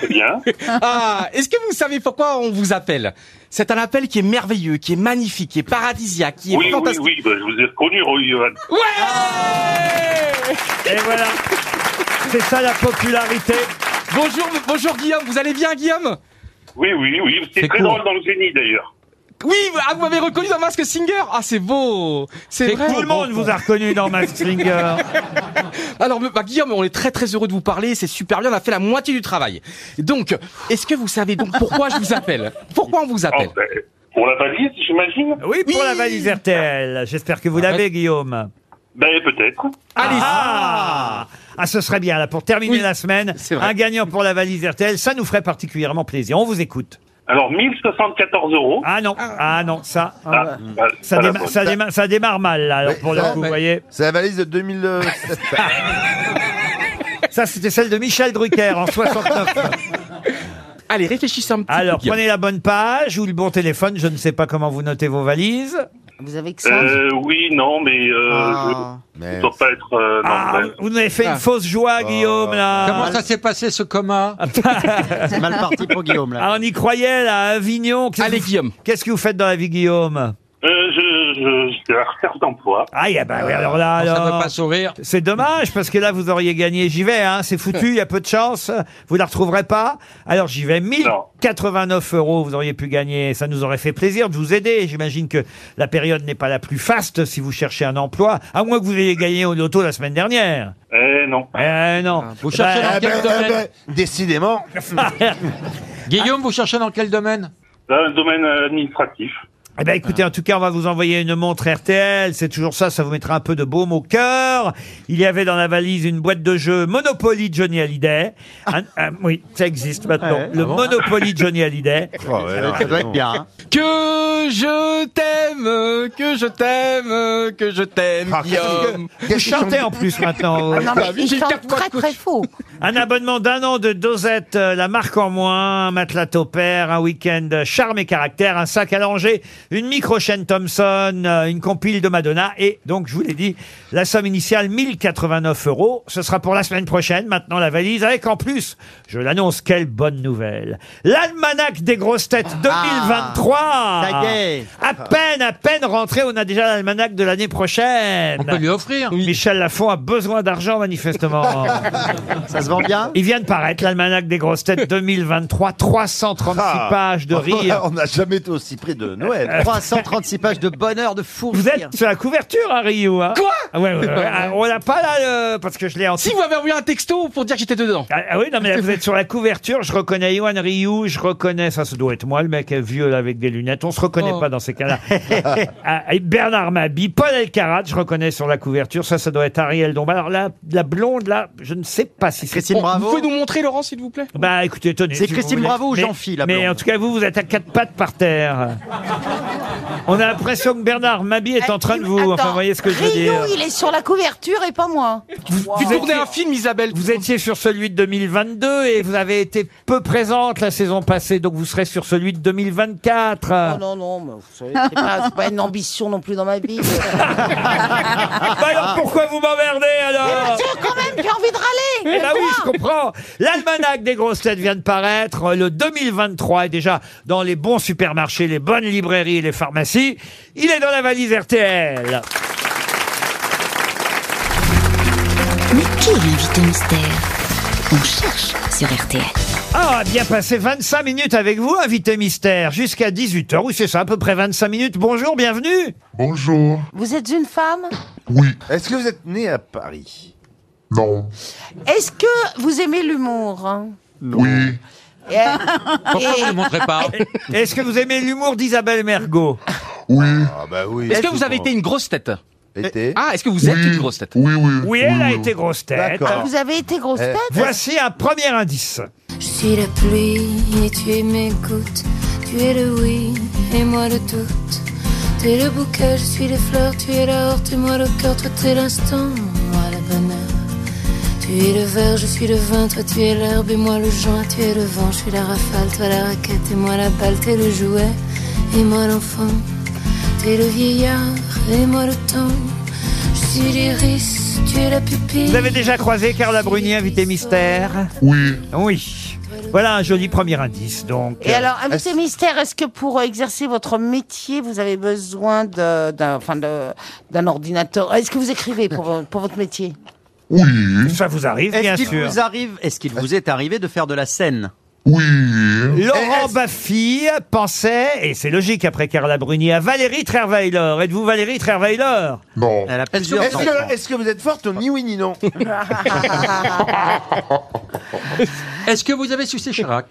D: C'est bien. ah, est-ce que vous savez pourquoi on vous appelle C'est un appel qui est merveilleux, qui est magnifique, qui est paradisiaque, qui est
Q: Oui, oui,
D: fantastique.
Q: oui, bah, je vous ai reconnu, Roy Johan.
B: Et voilà. C'est ça la popularité.
D: Bonjour, bonjour Guillaume. Vous allez bien, Guillaume
Q: Oui, oui, oui. C'est
D: C'est
Q: très
D: court.
Q: drôle dans le génie, d'ailleurs.
D: Oui, ah, vous m'avez reconnu dans Mask Singer Ah, c'est beau C'est
B: C'est
D: vrai
B: tout le monde vous a reconnu dans Mask Singer.
D: Alors, bah, Guillaume, on est très très heureux de vous parler, c'est super bien, on a fait la moitié du travail. Donc, est-ce que vous savez donc pourquoi je vous appelle Pourquoi on vous
B: Eh.
D: appelle
Q: Pour Oh, ben, la valise, j'imagine
B: Oui, pour la valise RTL. J'espère que vous l'avez, Guillaume.
Q: Ben, peut-être.
B: Ah, ah, ce serait bien, là, pour terminer la semaine, un gagnant pour la valise RTL, ça nous ferait particulièrement plaisir. On vous écoute.
Q: Alors, 1074 euros.
B: Ah non, ah non, ça,
Q: Ah,
B: euh,
Q: bah,
B: ça,
Q: pas la
B: déma-
Q: bonne.
B: ça déma- ça démarre mal, là, alors, pour le
G: ça,
B: coup, vous
G: mais-
B: voyez.
G: C'est la valise de 2007.
B: Ça, c'était celle de Michel Drucker en 69.
D: Allez, réfléchissez un petit
B: Alors,
D: peu, Guillaume.
B: prenez la bonne page ou le bon téléphone, je ne sais pas comment vous notez vos valises.
F: Vous avez
Q: Euh, oui, non, mais euh, je- je ne dois pas être. euh, non, ben-
B: Ah, Vous nous avez
M: Ah.
B: fait une fausse
G: Ah.
B: joie, Guillaume, là.
E: Comment ça s'est passé ce coma
B: C'est
P: mal parti pour Guillaume, là.
B: Ah, on y croyait, là, à Avignon. Allez, Guillaume. Qu'est-ce que vous fêtes dans la vie, Guillaume
Q: Euh, je, je, j'étais à la recherche d'emploi.
B: Ah, yeah, bah oui, alors là,
Q: Ça
B: alors.
Q: veut pas
E: sourire.
B: C'est dommage, parce que là, vous auriez gagné. J'y vais, hein. C'est foutu, il y a peu de chance. Vous la retrouverez pas. Alors, j'y vais. 1089 euros, vous auriez pu gagner. Ça nous aurait fait plaisir de vous aider. J'imagine que la période n'est pas la plus faste si vous cherchez un emploi, à moins que vous ayez gagné au loto la semaine dernière.
Q: Eh non.
B: Eh ben, non.
E: Vous cherchez dans quel domaine
B: eh Décidément.
E: Guillaume, vous cherchez dans quel domaine
Q: Dans le Euh, domaine administratif.
B: Eh ben écoutez, en tout cas, on va vous envoyer une montre RTL. C'est toujours ça, ça vous mettra un peu de baume au cœur. Il y avait dans la valise une boîte de jeu Monopoly de Johnny Hallyday. Un- un- oui, ça existe maintenant.
D: Ouais.
B: le
D: Ah bon
B: Monopoly de Johnny Hallyday.
D: Oh, Ça doit être bien, hein. Que je t'aime, que je t'aime, que je t'aime, Guillaume.
B: Vous chantez en plus maintenant.
D: Ah non, mais il chante
B: très très
F: faux.
B: Un abonnement d'un an de Dosette, euh, la marque en moins, un matelas Topair, un week-end charme et caractère, un sac à langer, une micro-chaîne Thompson, euh, une compile de Madonna et donc, je vous l'ai dit, la somme initiale 1089 euros. Ce sera pour la semaine prochaine. Maintenant, la valise avec en plus, je l'annonce, quelle bonne nouvelle. L'almanach des grosses têtes 2023.
P: ça y est.
B: À peine, à peine rentré, on a déjà l'almanach de l'année prochaine.
E: On peut lui offrir.
B: Michel Lafont a besoin d'argent, manifestement.
P: Ça se vend bien
B: Il vient de paraître, l'almanach des grosses têtes 2023, 336
P: Ah.
B: pages de rire.
G: Ah. On n'a jamais été aussi près de Noël.
P: 336 pages de bonheur, de fou.
B: Vous êtes sur la couverture, hein, Rio hein
D: Quoi
B: Ah ouais, ouais, ouais. Ah, On l'a pas là, le- parce que je l'ai en
D: Si vous m'avez envoyé un texto pour dire que j'étais dedans.
B: Ah, ah oui, non, mais là, vous êtes sur la couverture. Je reconnais Yohan Ryu, je reconnais, ça, ça doit être moi, le mec est vieux là, avec des lunettes. On se reconnaît
D: Oh.
B: pas dans ces cas-là. Ah, et Bernard Mabi, Paul Elkarat, je reconnais sur la couverture. Ça, ça doit être Ariel Dombal. Alors là, la blonde, là, je ne sais pas si c'est
P: Christine Bravo.
D: Vous pouvez nous montrer, Laurent, s'il vous plaît
B: Bah écoutez, tenez.
P: C'est
B: si vous
P: Christine
B: voulez.
P: Bravo ou
B: Mais-
P: Jean-Phi, la
B: Mais
P: blonde
B: en tout cas, vous, vous êtes à quatre pattes par terre. On a l'impression que Bernard Mabi est en train de vous. enfin, vous voyez ce que je veux dire.
F: il est sur la couverture et pas moi.
B: Vous tournez un film,
D: Isabelle.
B: Vous étiez sur celui de 2022 et vous avez été peu présente la saison passée, donc vous serez sur celui de 2024.
F: Oh non, non, mais vous savez, c'est pas, c'est pas une ambition non plus dans ma vie.
B: Ah. Bah alors pourquoi vous m'emmerdez alors
F: Eh ben, quand même, j'ai envie de râler.
B: Eh ben oui, je comprends. L'almanach des grosses têtes vient de paraître. euh, Le 2023 est déjà dans les bons supermarchés, les bonnes librairies et les pharmacies. Il est dans la valise RTL.
I: Mais qui est l'invité mystère On cherche sur RTL.
B: Ah, bien passé 25 minutes avec vous, invité mystère, jusqu'à 18h. Oui, c'est ça, à peu près 25 minutes. Bonjour, bienvenue.
R: Bonjour.
F: Vous êtes une femme
R: Oui.
G: Est-ce que vous êtes né à Paris
R: Non.
F: Est-ce que vous aimez l'humour hein
R: Oui.
F: Et-
E: Pourquoi
F: et-
E: vous ne le montrez pas
B: Est-ce que vous aimez l'humour d'Isabelle Mergot
R: Oui.
G: Ah bah oui.
D: Est-ce que vous avez été une grosse tête
G: Été.
D: Ah, est-ce que vous êtes
G: Oui.
D: une grosse tête
R: Oui, oui.
B: Ah, Oui, Eh, elle a été grosse tête.
G: D'accord.
F: Ah, Vous avez été grosse
S: Eh.
F: tête
B: Voici un premier indice.
S: Si la pluie et tu es mes gouttes, tu es le oui et moi le doute. Tu es le bouquet, je suis les fleurs, tu es la horte et moi le cœur, toi tu es l'instant, moi le bonheur. Tu es le verre, je suis le vin, toi tu es l'herbe et moi le joint, tu es le vent, je suis la rafale, toi la raquette et moi la balle, tu es le jouet et moi l'enfant. Tu es le vieillard et moi le temps. Je suis l'iris, tu es la pupille.
B: Vous avez déjà croisé Carla Bruni, invité mystère
R: Oui.
B: Oui. Voilà un joli premier indice, donc.
F: Et alors, invité mystère, est-ce que pour exercer votre métier, vous avez besoin de- d'un enfin, de- d'un ordinateur Est-ce que vous écrivez pour, pour votre métier
R: Oui.
B: Ça vous arrive,
P: Est-ce
B: bien
P: qu'il
B: sûr.
P: vous arrive Est-ce qu'il vous est arrivé de faire de la scène
B: Oui. Laurent Baffy pensait, et c'est logique après Carla Bruni, à Valérie Trerweiler. Êtes-vous Valérie Trerweiler
R: Non.
B: Elle appelle
G: Est-ce que, est-ce que vous êtes forte au ni oui ni non
E: Est-ce que vous avez sucé Chirac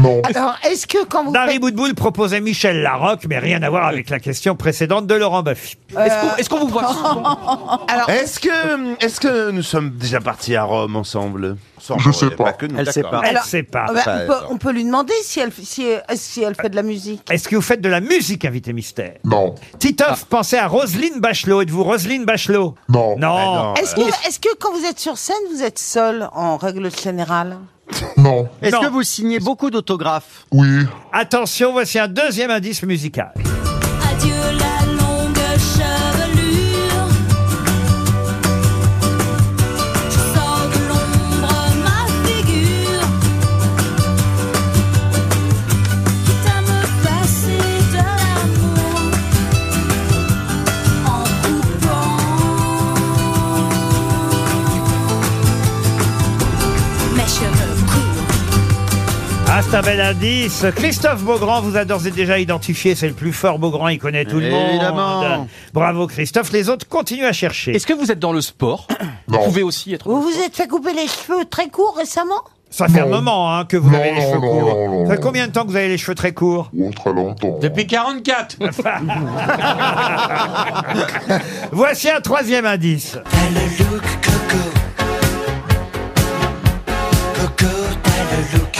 Q: Oh.
B: Alors, est-ce que quand vous. Dari Boudboul proposait Michel Larocque, mais rien à voir avec la question précédente de Laurent Baffy.
F: Euh,
D: Est-ce qu'on- est-ce qu'on vous voit souvent
G: Bah, Alors, est-ce que, est-ce que nous sommes déjà partis à Rome ensemble
B: Je sais pas.
G: Elle sait pas.
F: Alors, bah,
G: Enfin,
F: on, peut,
G: non.
F: on peut lui demander si elle, si, si elle fait de la musique.
B: Est-ce que vous faites de la musique, invité mystère Non. Titoff pensait à Roselyne Bachelot. Êtes-vous Roselyne Bachelot Non.
G: Oh.
D: Bah,
B: Ah, Euh, Non.
D: euh,
F: Est-ce que, est-ce que quand vous êtes sur scène, vous êtes seul en règle générale
B: Non.
F: Est-ce que
B: vous signez beaucoup d'autographes Oui. Attention, voici un deuxième indice musical.
S: Adieu la longue chevelure. Je sors de l'ombre ma figure. Quitte à me passer de l'amour en coupant mes cheveux courts.
B: Ah, c'est un bel indice. Christophe Beaugrand vous a d'ores et déjà identifié. C'est le plus fort Beaugrand. Il connaît tout
D: Évidemment.
B: le monde. Bravo, Christophe. Les autres continuent à chercher.
D: Est-ce que vous êtes dans le sport Vous pouvez aussi être.
F: Vous vous êtes fait couper les cheveux très courts récemment
B: Ça fait un moment hein, que vous
F: Non,
B: avez les
F: non,
B: cheveux
F: non,
B: courts.
F: non, non,
B: ça fait
F: non.
B: combien de temps que vous avez les cheveux très courts
R: Très longtemps.
E: Depuis 44
B: Voici un troisième indice.
S: Coco, t'as le look.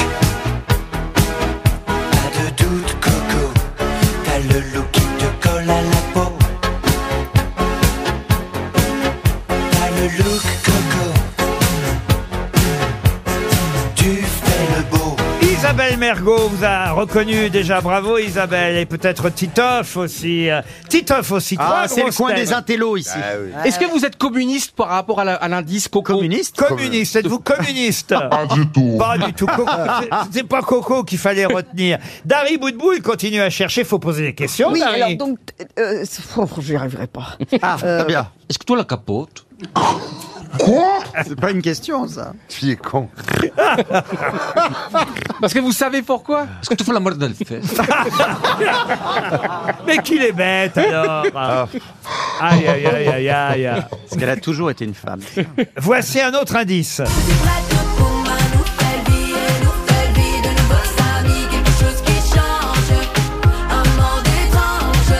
S: Pas de doute, Coco. T'as le look qui te colle à la peau. T'as le look, Coco. Tu fais le beau.
B: Isabelle Mergot vous a reconnu déjà. Bravo Isabelle. Et peut-être Titoff aussi. Euh, Titoff aussi.
D: Ah,
B: Trois
D: c'est le
B: grosses
D: coin
B: têtes.
D: des intellos
G: ici. Ah oui.
D: Est-ce que vous êtes communiste par rapport à la- à l'indice Coco Communiste
B: Communiste, êtes-vous communiste Pas
R: du tout.
B: Pas du tout. Ah, Coco, c'est- c'est pas Coco qu'il fallait retenir. Dari Boudboul continue à chercher. Faut poser des questions.
H: Oui,
B: Dari.
H: alors donc, euh, c'est- oh, j'y arriverai pas.
B: Ah,
H: Euh,
E: Est-ce que toi la capote
H: Quoi C'est pas une question, ça.
G: Tu es con.
D: Parce que vous savez pourquoi
E: Est-ce que tu fais la mort dans le fesses
B: Mais qu'il est bête alors. hein. Aïe aïe aïe aïe aïe.
P: Parce qu'elle a toujours été une femme.
B: Voici un autre indice.
S: De nouveaux amis, quelque chose qui change. Un monde étrange.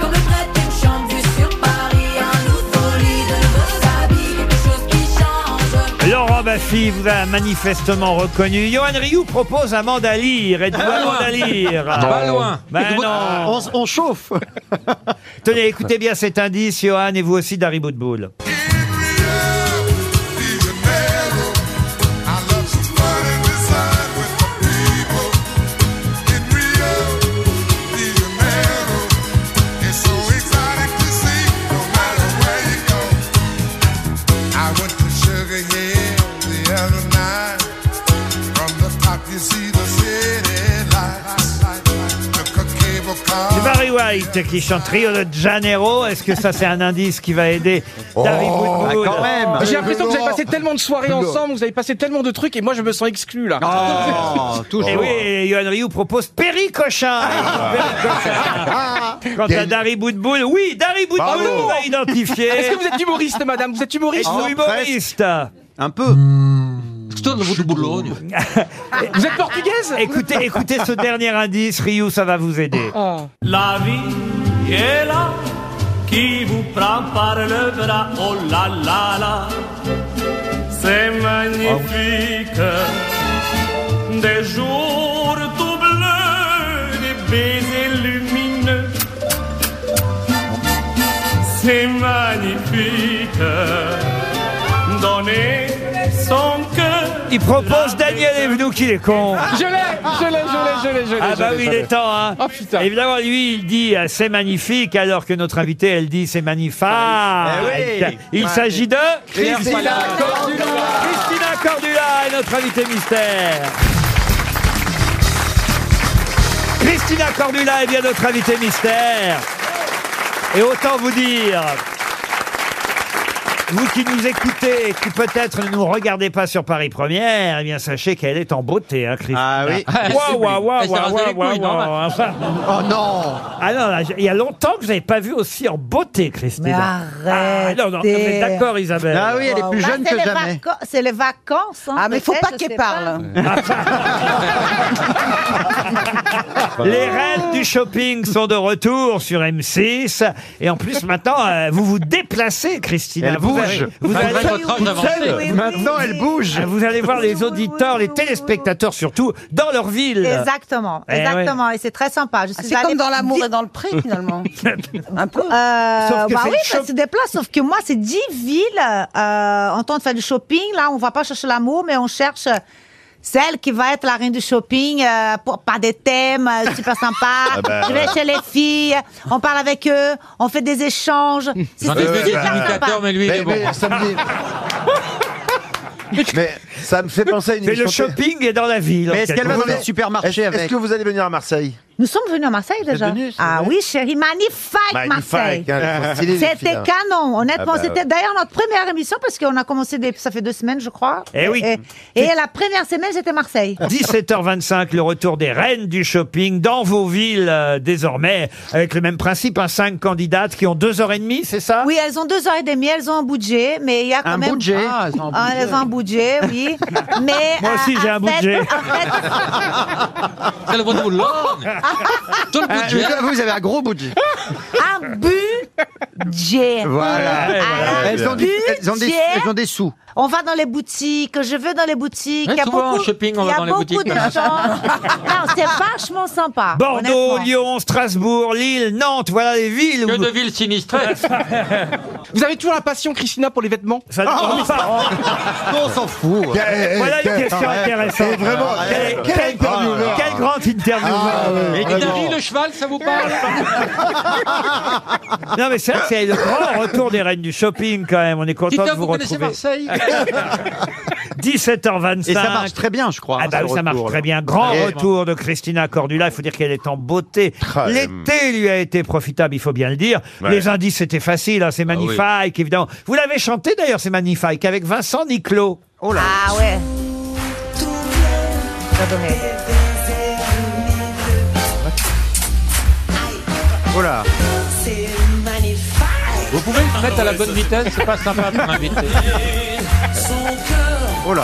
S: Comme le prête une chambre vue sur Paris. Un nouveau lit, de nouveaux habits, quelque chose qui change.
B: Laurent Baffy vous a manifestement reconnu. Johan Rioux propose un mandalire. Êtes-vous
S: Pas
D: Ah.
B: un
S: loin.
B: mandalire
S: Pas loin.
B: Ben
S: Écoute,
B: non.
P: On chauffe.
B: Tenez, écoutez bien cet indice, Johan, et vous aussi, Dari Boudboul. C'est Barry White qui chante Rio de Janeiro. Est-ce que ça, c'est un indice qui va aider Dari
P: Ah,
B: Boudboul
D: Ah, J'ai l'impression que vous avez passé tellement de soirées
B: Plus
D: ensemble, vous avez passé tellement de trucs et moi je me sens exclu là. Ah,
B: Et Eh oui, et Johan Rioux propose Perry Cochin. Perry Cochin. Quant à Dari Boudboul, oui, Dari Boudboul
D: Bravo.
B: vous a identifié.
D: Est-ce que vous êtes humoriste, madame Vous êtes humoriste
B: Êtes-vous humoriste
P: Un peu.
B: Hmm.
E: de Boulogne.
D: Vous êtes portugaise
B: Ah, Écoutez, écoutez ce dernier indice, Ryu, ça va vous aider.
E: Ah.
T: La vie est là qui vous prend par le bras. Oh là là là, c'est magnifique. Des jours tout bleus, des baisers lumineux. C'est magnifique. Donner son cœur.
B: Il propose Daniel Evenou qui est con.
T: Je l'ai, je l'ai, je l'ai, je l'ai, je l'ai,
B: Ah
T: je
B: bah
T: l'ai, Oh, je
B: oui, il
T: l'ai.
B: est temps, hein. Évidemment, lui, il dit euh, c'est magnifique, alors que notre invité, elle dit c'est magnifique. Ah,
T: Eh oui.
B: Il
T: Ouais.
B: s'agit de
T: Christina Christina Cordula.
B: Christina Cordula est notre invité mystère. Christina Cordula est bien notre invitée mystère. Et autant vous dire Vous qui nous écoutez et qui peut-être ne nous regardez pas sur Paris Première, eh bien sachez qu'elle est en beauté, hein, Christine. Ah
T: oui.
B: Waouh, waouh, waouh,
T: Elle s'est rasé les
B: waouh, waouh,
T: couilles, non
B: waouh. Oh non Ah non, là, il y a longtemps que je n'avais pas vu aussi en beauté, Christine.
F: Mais
B: Ah, non, non, vous êtes d'accord, Isabelle.
F: Bah, c'est les vaca- C'est les vacances.
U: Ah, mais faut pas qu'elle
F: parle.
B: Les reines du shopping sont de retour sur M6. Et en plus, maintenant, euh, vous vous déplacez, Christine.
T: Elle
B: Vous
T: bouge.
B: allez- vous
T: Malgré
B: allez-
T: votre âge
B: toute
T: avancé.
B: seule.
T: Oui, oui,
B: Maintenant,
T: oui.
B: elle bouge. Vous allez voir les auditeurs, les téléspectateurs surtout, dans leur ville.
U: Exactement,
B: Eh ouais.
U: exactement, et c'est très sympa. Je
F: Ah,
U: suis
F: c'est comme
U: allée
F: dans l'amour
U: vi-
F: et dans le pré, finalement. Un peu.
U: Euh,
F: Sauf que
U: bah
F: c'est
U: oui,
F: le shop-
U: ça se déplace, sauf que moi, c'est 10 villes euh, en temps de faire du shopping. Là, on va pas chercher l'amour, mais on cherche euh, celle qui va être la reine du shopping, euh, pour, par des thèmes euh, super sympas.
T: Ah bah,
U: Je vais
T: ouais.
U: chez les filles, on parle avec eux, on fait des échanges. C'est
E: Hum. J'en ai
U: super
E: vu des
U: sympa.
E: imitateurs, mais lui, il est bon.
G: Mais ça me fait penser à une
B: Mais le
G: émission-
B: shopping est dans la ville.
G: Mais
B: en
G: est-ce qu'elle
B: quelque
G: va dans
B: sorte.
G: les supermarchés Est-ce- est-ce avec que vous allez venir à Marseille
U: Nous sommes venus à Marseille déjà.
G: venus, c'est
U: ah
G: vrai.
U: oui, chérie, magnifique
G: Magnifique,
U: Marseille.
G: hein, ils sont stylés, les filles,
U: C'était
G: hein.
U: canon, honnêtement.
G: Ah bah
U: C'était
G: ouais.
U: d'ailleurs notre première émission parce qu'on a commencé des- ça fait deux semaines, je crois.
B: Eh oui.
U: Et, et la première semaine, c'était Marseille.
B: 17h25, le retour des reines du shopping dans vos villes euh, désormais, avec le même principe, hein, cinq candidates qui ont deux heures et demie, c'est ça
U: Oui, elles ont deux heures et demie, elles ont un budget, mais il y a quand
B: Un
U: même.
B: budget. Ah, elles ont un
U: Ah,
B: budget.
U: elles ont un budget, oui. mais
B: Moi aussi,
U: euh,
B: j'ai un
U: en
B: budget. Oh,
E: C'est le bon de
P: Ah, Euh, Vous avez un gros bout de
U: un budget.
P: Voilà.
U: Un
P: Elles ont du- elles ont des-
U: budget.
P: elles ont des sous.
U: On va dans les boutiques, je vais dans les boutiques.
E: Ouais,
U: il y a
E: souvent, en
U: beaucoup,
E: shopping, on
U: il y
E: va
U: a
E: dans les
U: beaucoup
E: boutiques.
U: de gens. non, c'est vachement sympa.
B: Bordeaux,
U: honnêtement.
B: Lyon, Strasbourg, Lille, Nantes, voilà les villes. Que
E: de villes sinistrées.
D: Vous avez toujours la passion, Christina, pour les vêtements Ah,
B: Ça dépend.
P: On s'en fout.
B: Voilà une question intéressante. Ah, Quel- quel- Quel grand intervieweur
E: Et Dari, le cheval, ça vous parle
B: Ah, Non mais c'est vrai que c'est le grand retour des reines du shopping quand même. On est content de
E: Titoff,
B: vous,
E: vous connaissez
B: retrouver.
E: Marseille
B: 17h25.
P: Et ça marche très bien, je crois.
B: Ah
P: hein,
B: bah
P: ce
B: oui, ça marche
P: retour,
B: très
P: là.
B: bien. Grand
P: Et-
B: retour de Christina Cordula. Il faut dire qu'elle est en beauté.
P: Ah,
B: L'été lui a été profitable, il faut bien le dire.
P: Ouais. Ah
B: Les indices c'était facile. hein, C'est magnifique, évidemment. Vous l'avez chanté d'ailleurs, c'est magnifique, avec Vincent Niclot.
U: Oh là. Ah ouais. J'adorais.
P: Oh là.
E: Vous pouvez le mettre à la bonne vitesse, c'est pas sympa pour l'invité.
P: Oh là.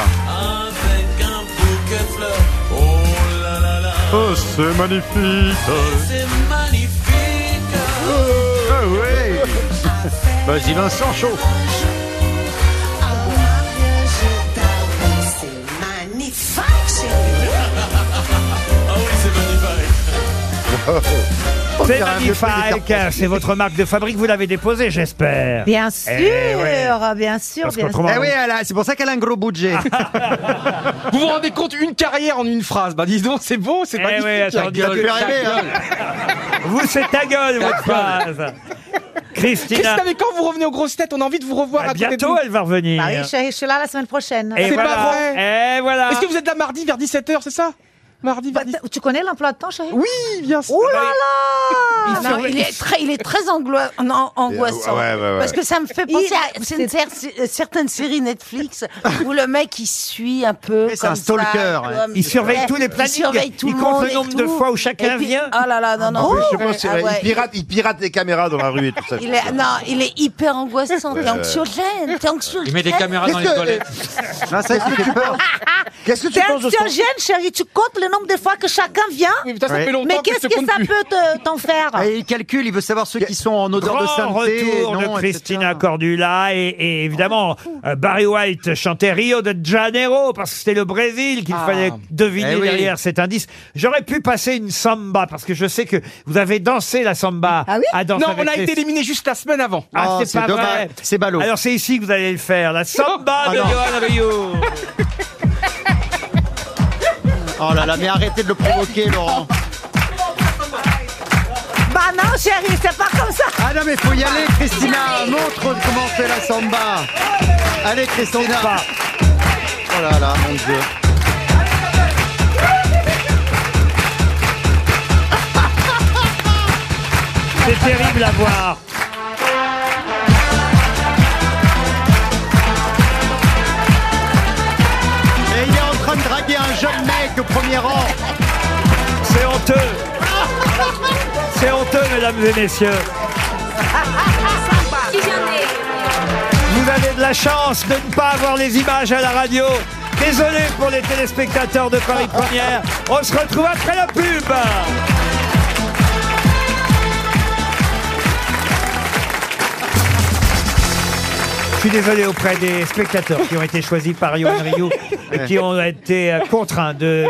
J: Oh, c'est
M: Euh.
J: magnifique. Ah ouais. Vas-y, Vincent, chaud.
B: C'est magnifique. hein. C'est votre marque de fabrique. Vous l'avez déposée, j'espère.
U: Bien sûr,
B: Eh ouais.
U: bien sûr,
B: Parce
U: bien sûr.
B: qu'autrement-
P: Eh oui, elle a- c'est pour ça qu'elle a un gros budget.
D: Vous vous rendez compte une carrière en une phrase Bah dis donc, c'est beau, c'est
B: Eh
D: magnifique.
B: ouais, attends,
D: la
B: dis donc,
D: gueule,
B: ça
D: la
B: gueule.
P: hein.
D: gueule.
B: Vous, c'est ta gueule, votre phrase. Christina. Bah,
D: Christina, mais quand vous revenez aux grosses têtes, on a envie de vous revoir à côté de
B: Bientôt,
D: nous.
B: elle va revenir.
U: Bah oui, je, suis- je suis là la semaine prochaine.
B: Et voilà. Et voilà.
D: Est-ce que vous êtes là mardi vers 17h, c'est ça Mardi vers 17h.
U: Bah, Tu connais l'emploi de temps, chérie
D: Oui, bien sûr.
U: Oh là là
F: Ah non, il, est très, il est très anglo- non, angoissant.
G: ouais, ouais, ouais.
F: Parce que ça me fait penser
U: Il a-
F: à c'est une cer- euh, certaines séries Netflix où le mec il suit un peu.
P: c'est
F: comme
P: un stalker,
F: ça,
P: ouais.
F: comme-
B: Il surveille
F: Ouais,
B: tous les plannings,
F: Il surveille tout
B: il
F: le
B: compte
F: monde
B: le
F: et
B: nombre de
F: tout.
B: fois où chacun
F: Et puis-
B: vient.
F: Oh là là, non, non.
G: Oui, je pense, c'est
F: Ah
G: vrai.
F: ouais.
G: il, pirate, il pirate les caméras dans la rue et tout ça.
F: Il est, non, il est hyper angoissant, t'es
G: Ouais.
F: anxiogène, t'es anxiogène.
E: Il met des caméras dans les
G: Qu'est-ce que-
E: toilettes.
P: Non, ça, il me fait peur.
G: Qu'est-ce que tu
U: T'es
G: penses de son
U: anxiogène, chérie, tu comptes le nombre de fois que chacun vient
D: Mais putain, ça fait longtemps
U: Mais
D: que
U: qu'est-ce
D: je te
U: que
D: compte
U: ça
D: plus.
U: peut te- t'en faire
G: Ah,
P: Et il calcule, il veut savoir ceux qui sont en odeur de
B: Grand
P: sainteté.
B: retour
P: non,
B: de
P: etc.
B: Christina Cordula et, et évidemment euh, Barry White chantait Rio de Janeiro parce que c'était le Brésil qu'il fallait deviner
P: Eh oui.
B: derrière cet indice. J'aurais pu passer une samba parce que je sais que vous avez dansé la samba à danser
D: Non, on
B: avec
D: a
B: les-
D: été éliminé juste la semaine avant.
B: Ah,
P: Oh,
B: c'est pas
P: dommage.
B: vrai.
P: C'est ballot.
B: Alors c'est ici que vous allez le faire, la samba
P: Ah
B: de
P: non.
B: Johan Rio.
P: Oh là là, mais arrêtez de le provoquer, Laurent.
U: Bah non, chérie, c'est pas comme ça
P: Ah non, mais faut y aller, Christina. Montre comment on fait la samba. Allez, Christina. Oh là là, mon Dieu.
B: C'est terrible à voir.
P: tête au premier rang.
B: C'est honteux. C'est honteux, mesdames et messieurs. Vous avez de la chance de ne pas avoir les images à la radio. Désolé pour les téléspectateurs de Paris Première. On se retrouve après la pub. Je suis désolé auprès des spectateurs qui ont été choisis par Yohan Ryu et qui ont été euh, contraints de,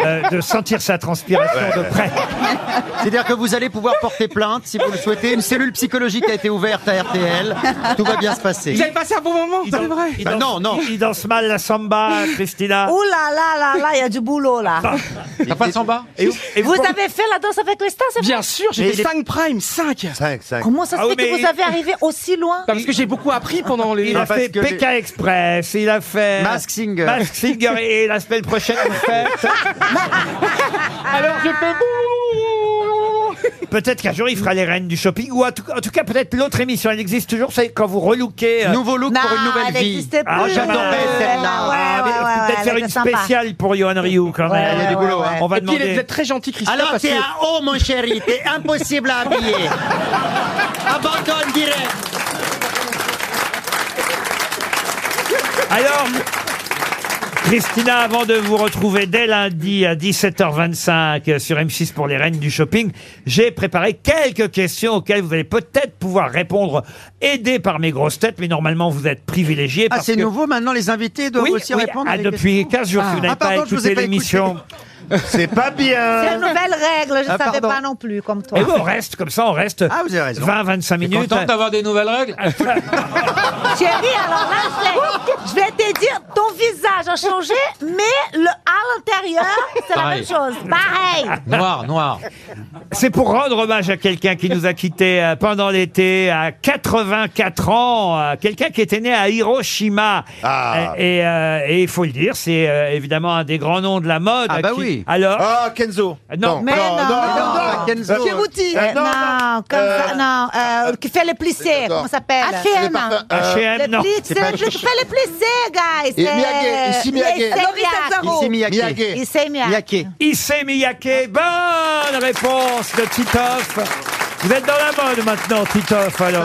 B: euh, de sentir sa transpiration de près.
P: C'est-à-dire que vous allez pouvoir porter plainte si vous le souhaitez. Une cellule psychologique a été ouverte à RTL. Tout va bien se passer.
B: Vous avez passé un bon moment, c'est vrai.
P: Bah non, non.
B: Il danse mal la samba, Christina.
U: Ouh Oh là là là là, il y a du boulot là.
B: Ah, T'as pas de samba
U: vous avez fait la danse avec les stars, c'est
D: Bien sûr, j'ai fait 5 primes, 5
G: 5, 5.
U: Comment
B: Ah
U: ça se fait que vous avez arrivé aussi loin
D: Parce que j'ai beaucoup appris pendant les...
B: Il a fait
D: Parce que
B: PK Express, il a fait... Mask Singer. Mask Singer, et la semaine prochaine, vous faites...
T: Alors je fais
B: Peut-être qu'un jour, il fera les reines du shopping, ou en tout, en tout cas, peut-être l'autre émission. Elle existe toujours, c'est quand vous relookez... euh,
P: Nouveau look pour une nouvelle
U: elle
P: vie.
U: n'existait
B: Ah,
U: plus.
P: j'adorais
U: Ouais,
P: celle-là.
U: ouais,
B: Ah, mais
U: ouais, ouais,
B: peut-être
U: ouais,
B: faire
U: elle
B: une
U: était sympa.
B: spéciale pour Johan Ryu quand même.
P: il y a du boulot, hein.
B: On va
D: Et puis, il est
B: demander.
D: très gentil, Christophe.
P: Alors
D: parce
P: t'es
D: que-
P: un haut, mon chéri. T'es impossible à habiller. Abandonne direct.
B: Alors, Christina, avant de vous retrouver dès lundi à 17h25 sur M6 pour les reines du shopping, j'ai préparé quelques questions auxquelles vous allez peut-être pouvoir répondre, aidé par mes grosses têtes, mais normalement vous êtes privilégiés.
P: Ah,
B: parce
P: c'est
B: que-
P: nouveau maintenant, les invités doivent
B: Oui,
P: aussi
B: oui,
P: répondre.
B: ah,
P: à des
B: depuis
P: questions.
B: 15 jours, si vous n'avez
P: Ah,
B: pas
P: pardon, je vous ai
B: écouté
P: pas
B: l'émission.
P: écouté.
G: C'est pas
B: Euh,
U: C'est
G: bien.
U: une nouvelle règle, je ne
P: Ah,
U: savais
P: pardon.
U: pas non plus, comme toi.
B: Et oui, on reste comme ça, on reste
P: Ah, vous avez raison.
B: 20-25 minutes. Ah,
E: Content d'avoir des nouvelles règles
U: Chérie, alors là, je vais, je vais te dire, ton visage a changé, mais le, à l'intérieur, c'est la
E: Pareil.
U: même chose. Pareil.
E: Noir, noir.
B: Ah, C'est pour rendre hommage à quelqu'un qui nous a quittés euh, pendant l'été, à 84 ans, euh, quelqu'un qui était né à Hiroshima.
G: Ah.
B: Euh, Et euh, et il faut le dire, c'est euh, évidemment un des grands noms de la mode.
P: Ah bah
B: qui-
P: oui.
B: Alors,
G: Ah, Kenzo.
B: non,
U: Mais non, non.
P: Ah, Kenzo.
U: Pierrotti.
G: Euh, non,
U: non, comme ça, non. euh, qui fait les plissés,
G: Attends.
U: comment ça s'appelle
G: Les parfums, euh,
B: H&M,
U: Le
B: non.
U: plissé, qui fait les plissés, guys. Euh,
G: Et Miyagi, ici Miyagi.
U: Loris
P: Ici Miyake.
G: Miyake.
U: Il s'est mis à...
P: Miyake.
B: Issey Miyake, bonne réponse de Titoff. Vous êtes dans la mode maintenant, Titoff, alors.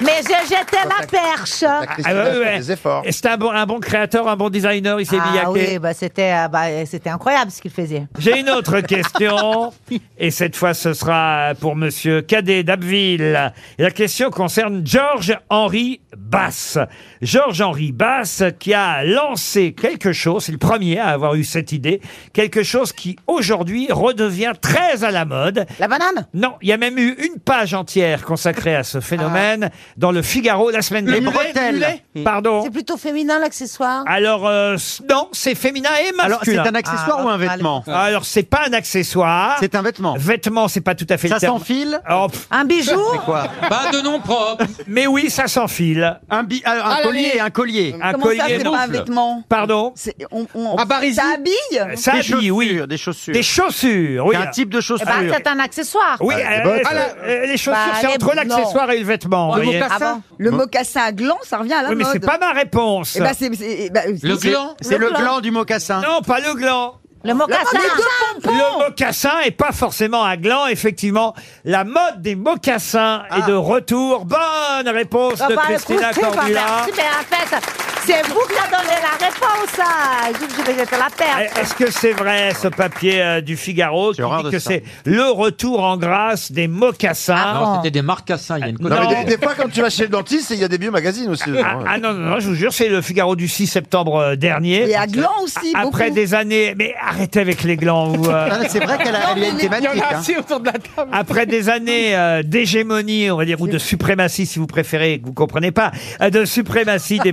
U: Mais je jetais la perche.
G: La
B: Ah,
G: Christina
B: ouais, ouais,
G: fait
B: ouais.
G: des efforts.
B: Et C'est un bon, un bon créateur, un bon designer, Issey
U: Ah
B: Miyake.
U: oui, bah, c'était euh, bah, c'était incroyable ce qu'il faisait.
B: J'ai une autre question, et cette fois ce sera pour Monsieur Cadet d'Abbeville. Et La question concerne Georges-Henri Bass. Georges-Henri Bass qui a lancé quelque chose, c'est le premier à avoir eu cette idée, quelque chose qui aujourd'hui redevient très à la mode.
U: La banane
B: Non, il y a même eu une page entière consacrée à ce phénomène
U: Ah.
B: dans le Figaro la semaine
P: Les
B: dernière.
P: bretelles.
B: Pardon.
F: C'est plutôt féminin l'accessoire.
B: Alors, euh, non, c'est féminin et masculin.
P: Alors, c'est un accessoire
U: Ah,
P: ou un
U: allez.
P: vêtement
B: Alors, c'est pas un accessoire.
P: C'est un vêtement.
B: Vêtements, c'est pas tout à fait
P: Ça
B: le terme.
P: s'enfile
B: Oh, pff,
U: Un bijou
P: Quoi
E: Pas de nom propre.
B: mais oui, ça s'enfile.
P: Un, bi- alors, un
H: Ah, là,
P: collier,
H: les-
P: un collier.
B: Un
H: Comment ça,
B: collier
H: c'est pas un
B: non.
H: vêtement
B: Pardon
H: C'est- on, on,
D: Ah, Barisi.
H: Ça habille
B: Ça
P: des
B: habille,
P: chaussures,
B: oui.
P: des chaussures.
B: Des chaussures, oui.
P: Un type de
U: Eh
P: chaussures.
U: ben, c'est un accessoire.
B: Oui,
G: Ah, des
B: euh,
G: bottes.
B: euh,
G: Ah, là.
B: euh, les chaussures,
U: Bah, Ah
B: c'est
U: les-
B: entre l'accessoire et le vêtement. vous
D: Le
B: voyez.
D: mocassin.
U: Avant.
H: Ah Le mocassin à gland, ça revient à la
B: Oui, mais
H: mode.
B: c'est pas ma réponse.
H: Eh ben, c'est- c'est- eh ben,
E: Le
H: c'est-
E: gland
P: C'est
H: le
P: le
H: gland.
P: gland du mocassin.
B: Non, pas le gland.
U: Le mocassin.
H: Les deux
B: Le mocassin est pas forcément un gland, effectivement. La mode des mocassins
P: Ah.
B: est de retour. Bonne réponse
U: Ah
B: de
U: bah,
B: Christina
U: écoutez, bah,
B: Cordula.
U: merci, mais en fait, c'est vous qui avez donné la réponse. hein. Je, je vais jeter la perte.
B: Est-ce que c'est vrai ce papier euh, du Figaro qui
P: J'ai horreur de
B: dit que
P: ça.
B: c'est le retour en grâce des mocassins
E: Ah, Non, c'était des marcassins. Il y a une
G: Non,
E: couleur.
G: mais des, des fois, quand tu vas chez le dentiste, il y a des vieux magazines aussi.
B: Ah,
G: dedans.
B: ah non, non, non, je vous jure, c'est le Figaro du 6 septembre euh, dernier.
H: Et à gland aussi,
B: A- Après
H: beaucoup.
B: des années, mais arrêtez avec les glands. vous, euh.
P: Ah, C'est vrai qu'elle a, elle y a une
D: Il y en
P: thématique.
D: a
P: hein.
D: assez autour de la table.
B: après des années euh, d'hégémonie, on va dire, ou de suprématie, si vous préférez, que vous comprenez pas, euh, de suprématie des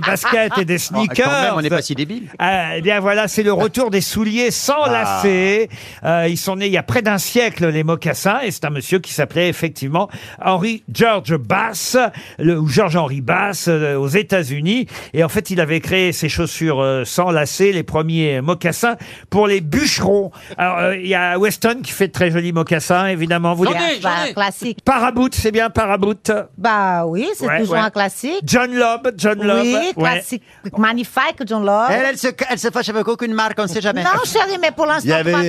B: baskets et des
P: Bon,
B: sneakers.
P: Quand même, on n'est pas si débile.
B: Ah, eh bien voilà, c'est le retour des souliers sans lacets. Euh, ils sont nés il y a près d'un siècle, les mocassins, et c'est un monsieur qui s'appelait effectivement Henry George Bass, le, ou George-Henry Bass, euh, aux États-Unis. Et en fait, il avait créé ces chaussures euh, sans lacets, les premiers mocassins, pour les bûcherons. Alors, euh, il y a Weston qui fait de très jolis mocassins, évidemment. Vous
E: J'en
B: dites-
E: ai, j'en
U: Bah,
E: ai.
U: classique.
B: Paraboot, c'est bien, Paraboot.
U: Bah oui, c'est
B: Ouais,
U: toujours
B: ouais.
U: un classique.
B: John Lobb, John Lobb.
U: oui,
B: ouais.
U: classique Magnifique, John Lord.
P: Elle, elle se, elle se fâche avec aucune marque, on ne sait jamais.
U: Non, chérie, mais pour l'instant, tout va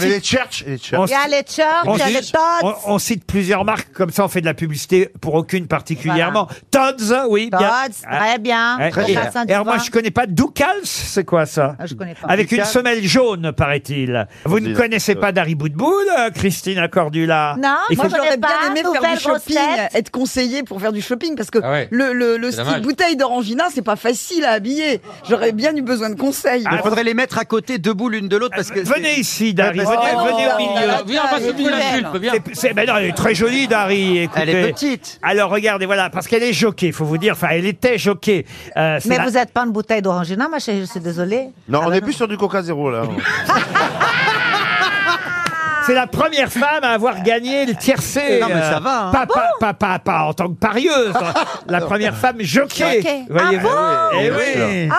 U: bien.
B: church.
U: Il y a les Church, il y a les Tots.
B: on, on cite plusieurs marques, comme ça on fait de la publicité pour aucune particulièrement. Todds, oui, bien.
U: Todds, très bien.
B: Ouais.
U: Très
B: Et-
U: bien. Ah,
B: Et alors moi je connais pas Ducals, c'est quoi ça
U: je connais pas.
B: Avec une
U: Ducals.
B: semelle jaune, paraît-il. Vous ne
P: Dis-le.
B: connaissez pas Dari Boudboul, euh, Christina Cordula
H: Non,
B: Il
H: moi
B: faut-
H: j'aurais bien
U: pas,
H: aimé faire
U: nouvelle
H: du shopping,
U: recette.
H: être conseillé pour faire du shopping parce que
B: Ah ouais.
H: le, le, le
B: C'est
H: style
B: dommage.
H: bouteille d'orangina, c'est pas facile à habiller. J'aurais bien eu besoin de conseils.
B: Ah,
P: Il faudrait les mettre à côté, debout l'une de l'autre, parce que.
B: Euh, Venez ici, Dari.
P: Ouais, parce
B: venez,
P: que-
B: venez au
P: Oh,
B: milieu.
P: la Viens, passe le taille, coup de la elle. pulpe, viens.
B: C'est- c'est- ben non, elle est très jolie, Dari. Écoutez.
P: Elle est petite.
B: Alors regardez, voilà, parce qu'elle est jockey, faut vous dire. Enfin, elle était jockey. Euh, c'est
U: Mais
B: la-
U: vous n'êtes pas une bouteille d'orangina, ma chérie, je suis désolée.
G: Non,
B: Ah,
G: on est plus sur du Coca Zéro là.
B: C'est la première femme à avoir gagné le tiercé.
P: Non, mais ça
B: Euh,
P: va, hein.
B: Pas, pas, pas, pas- pas en tant que parieuse. hein. la première femme jockey.
U: Jockey.
B: Voyez-vous.
U: Ah bon
B: Eh oui.
U: Ah,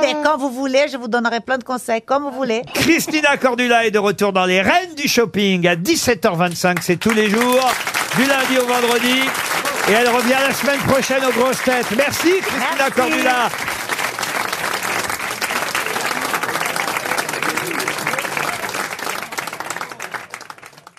U: Mais quand vous voulez, je vous donnerai plein de conseils, comme vous voulez.
B: Christina Cordula est de retour dans les Reines du Shopping à 17h25. C'est tous les jours, du lundi au vendredi. Et elle revient la semaine prochaine aux grosses têtes. Merci Christina Cordula.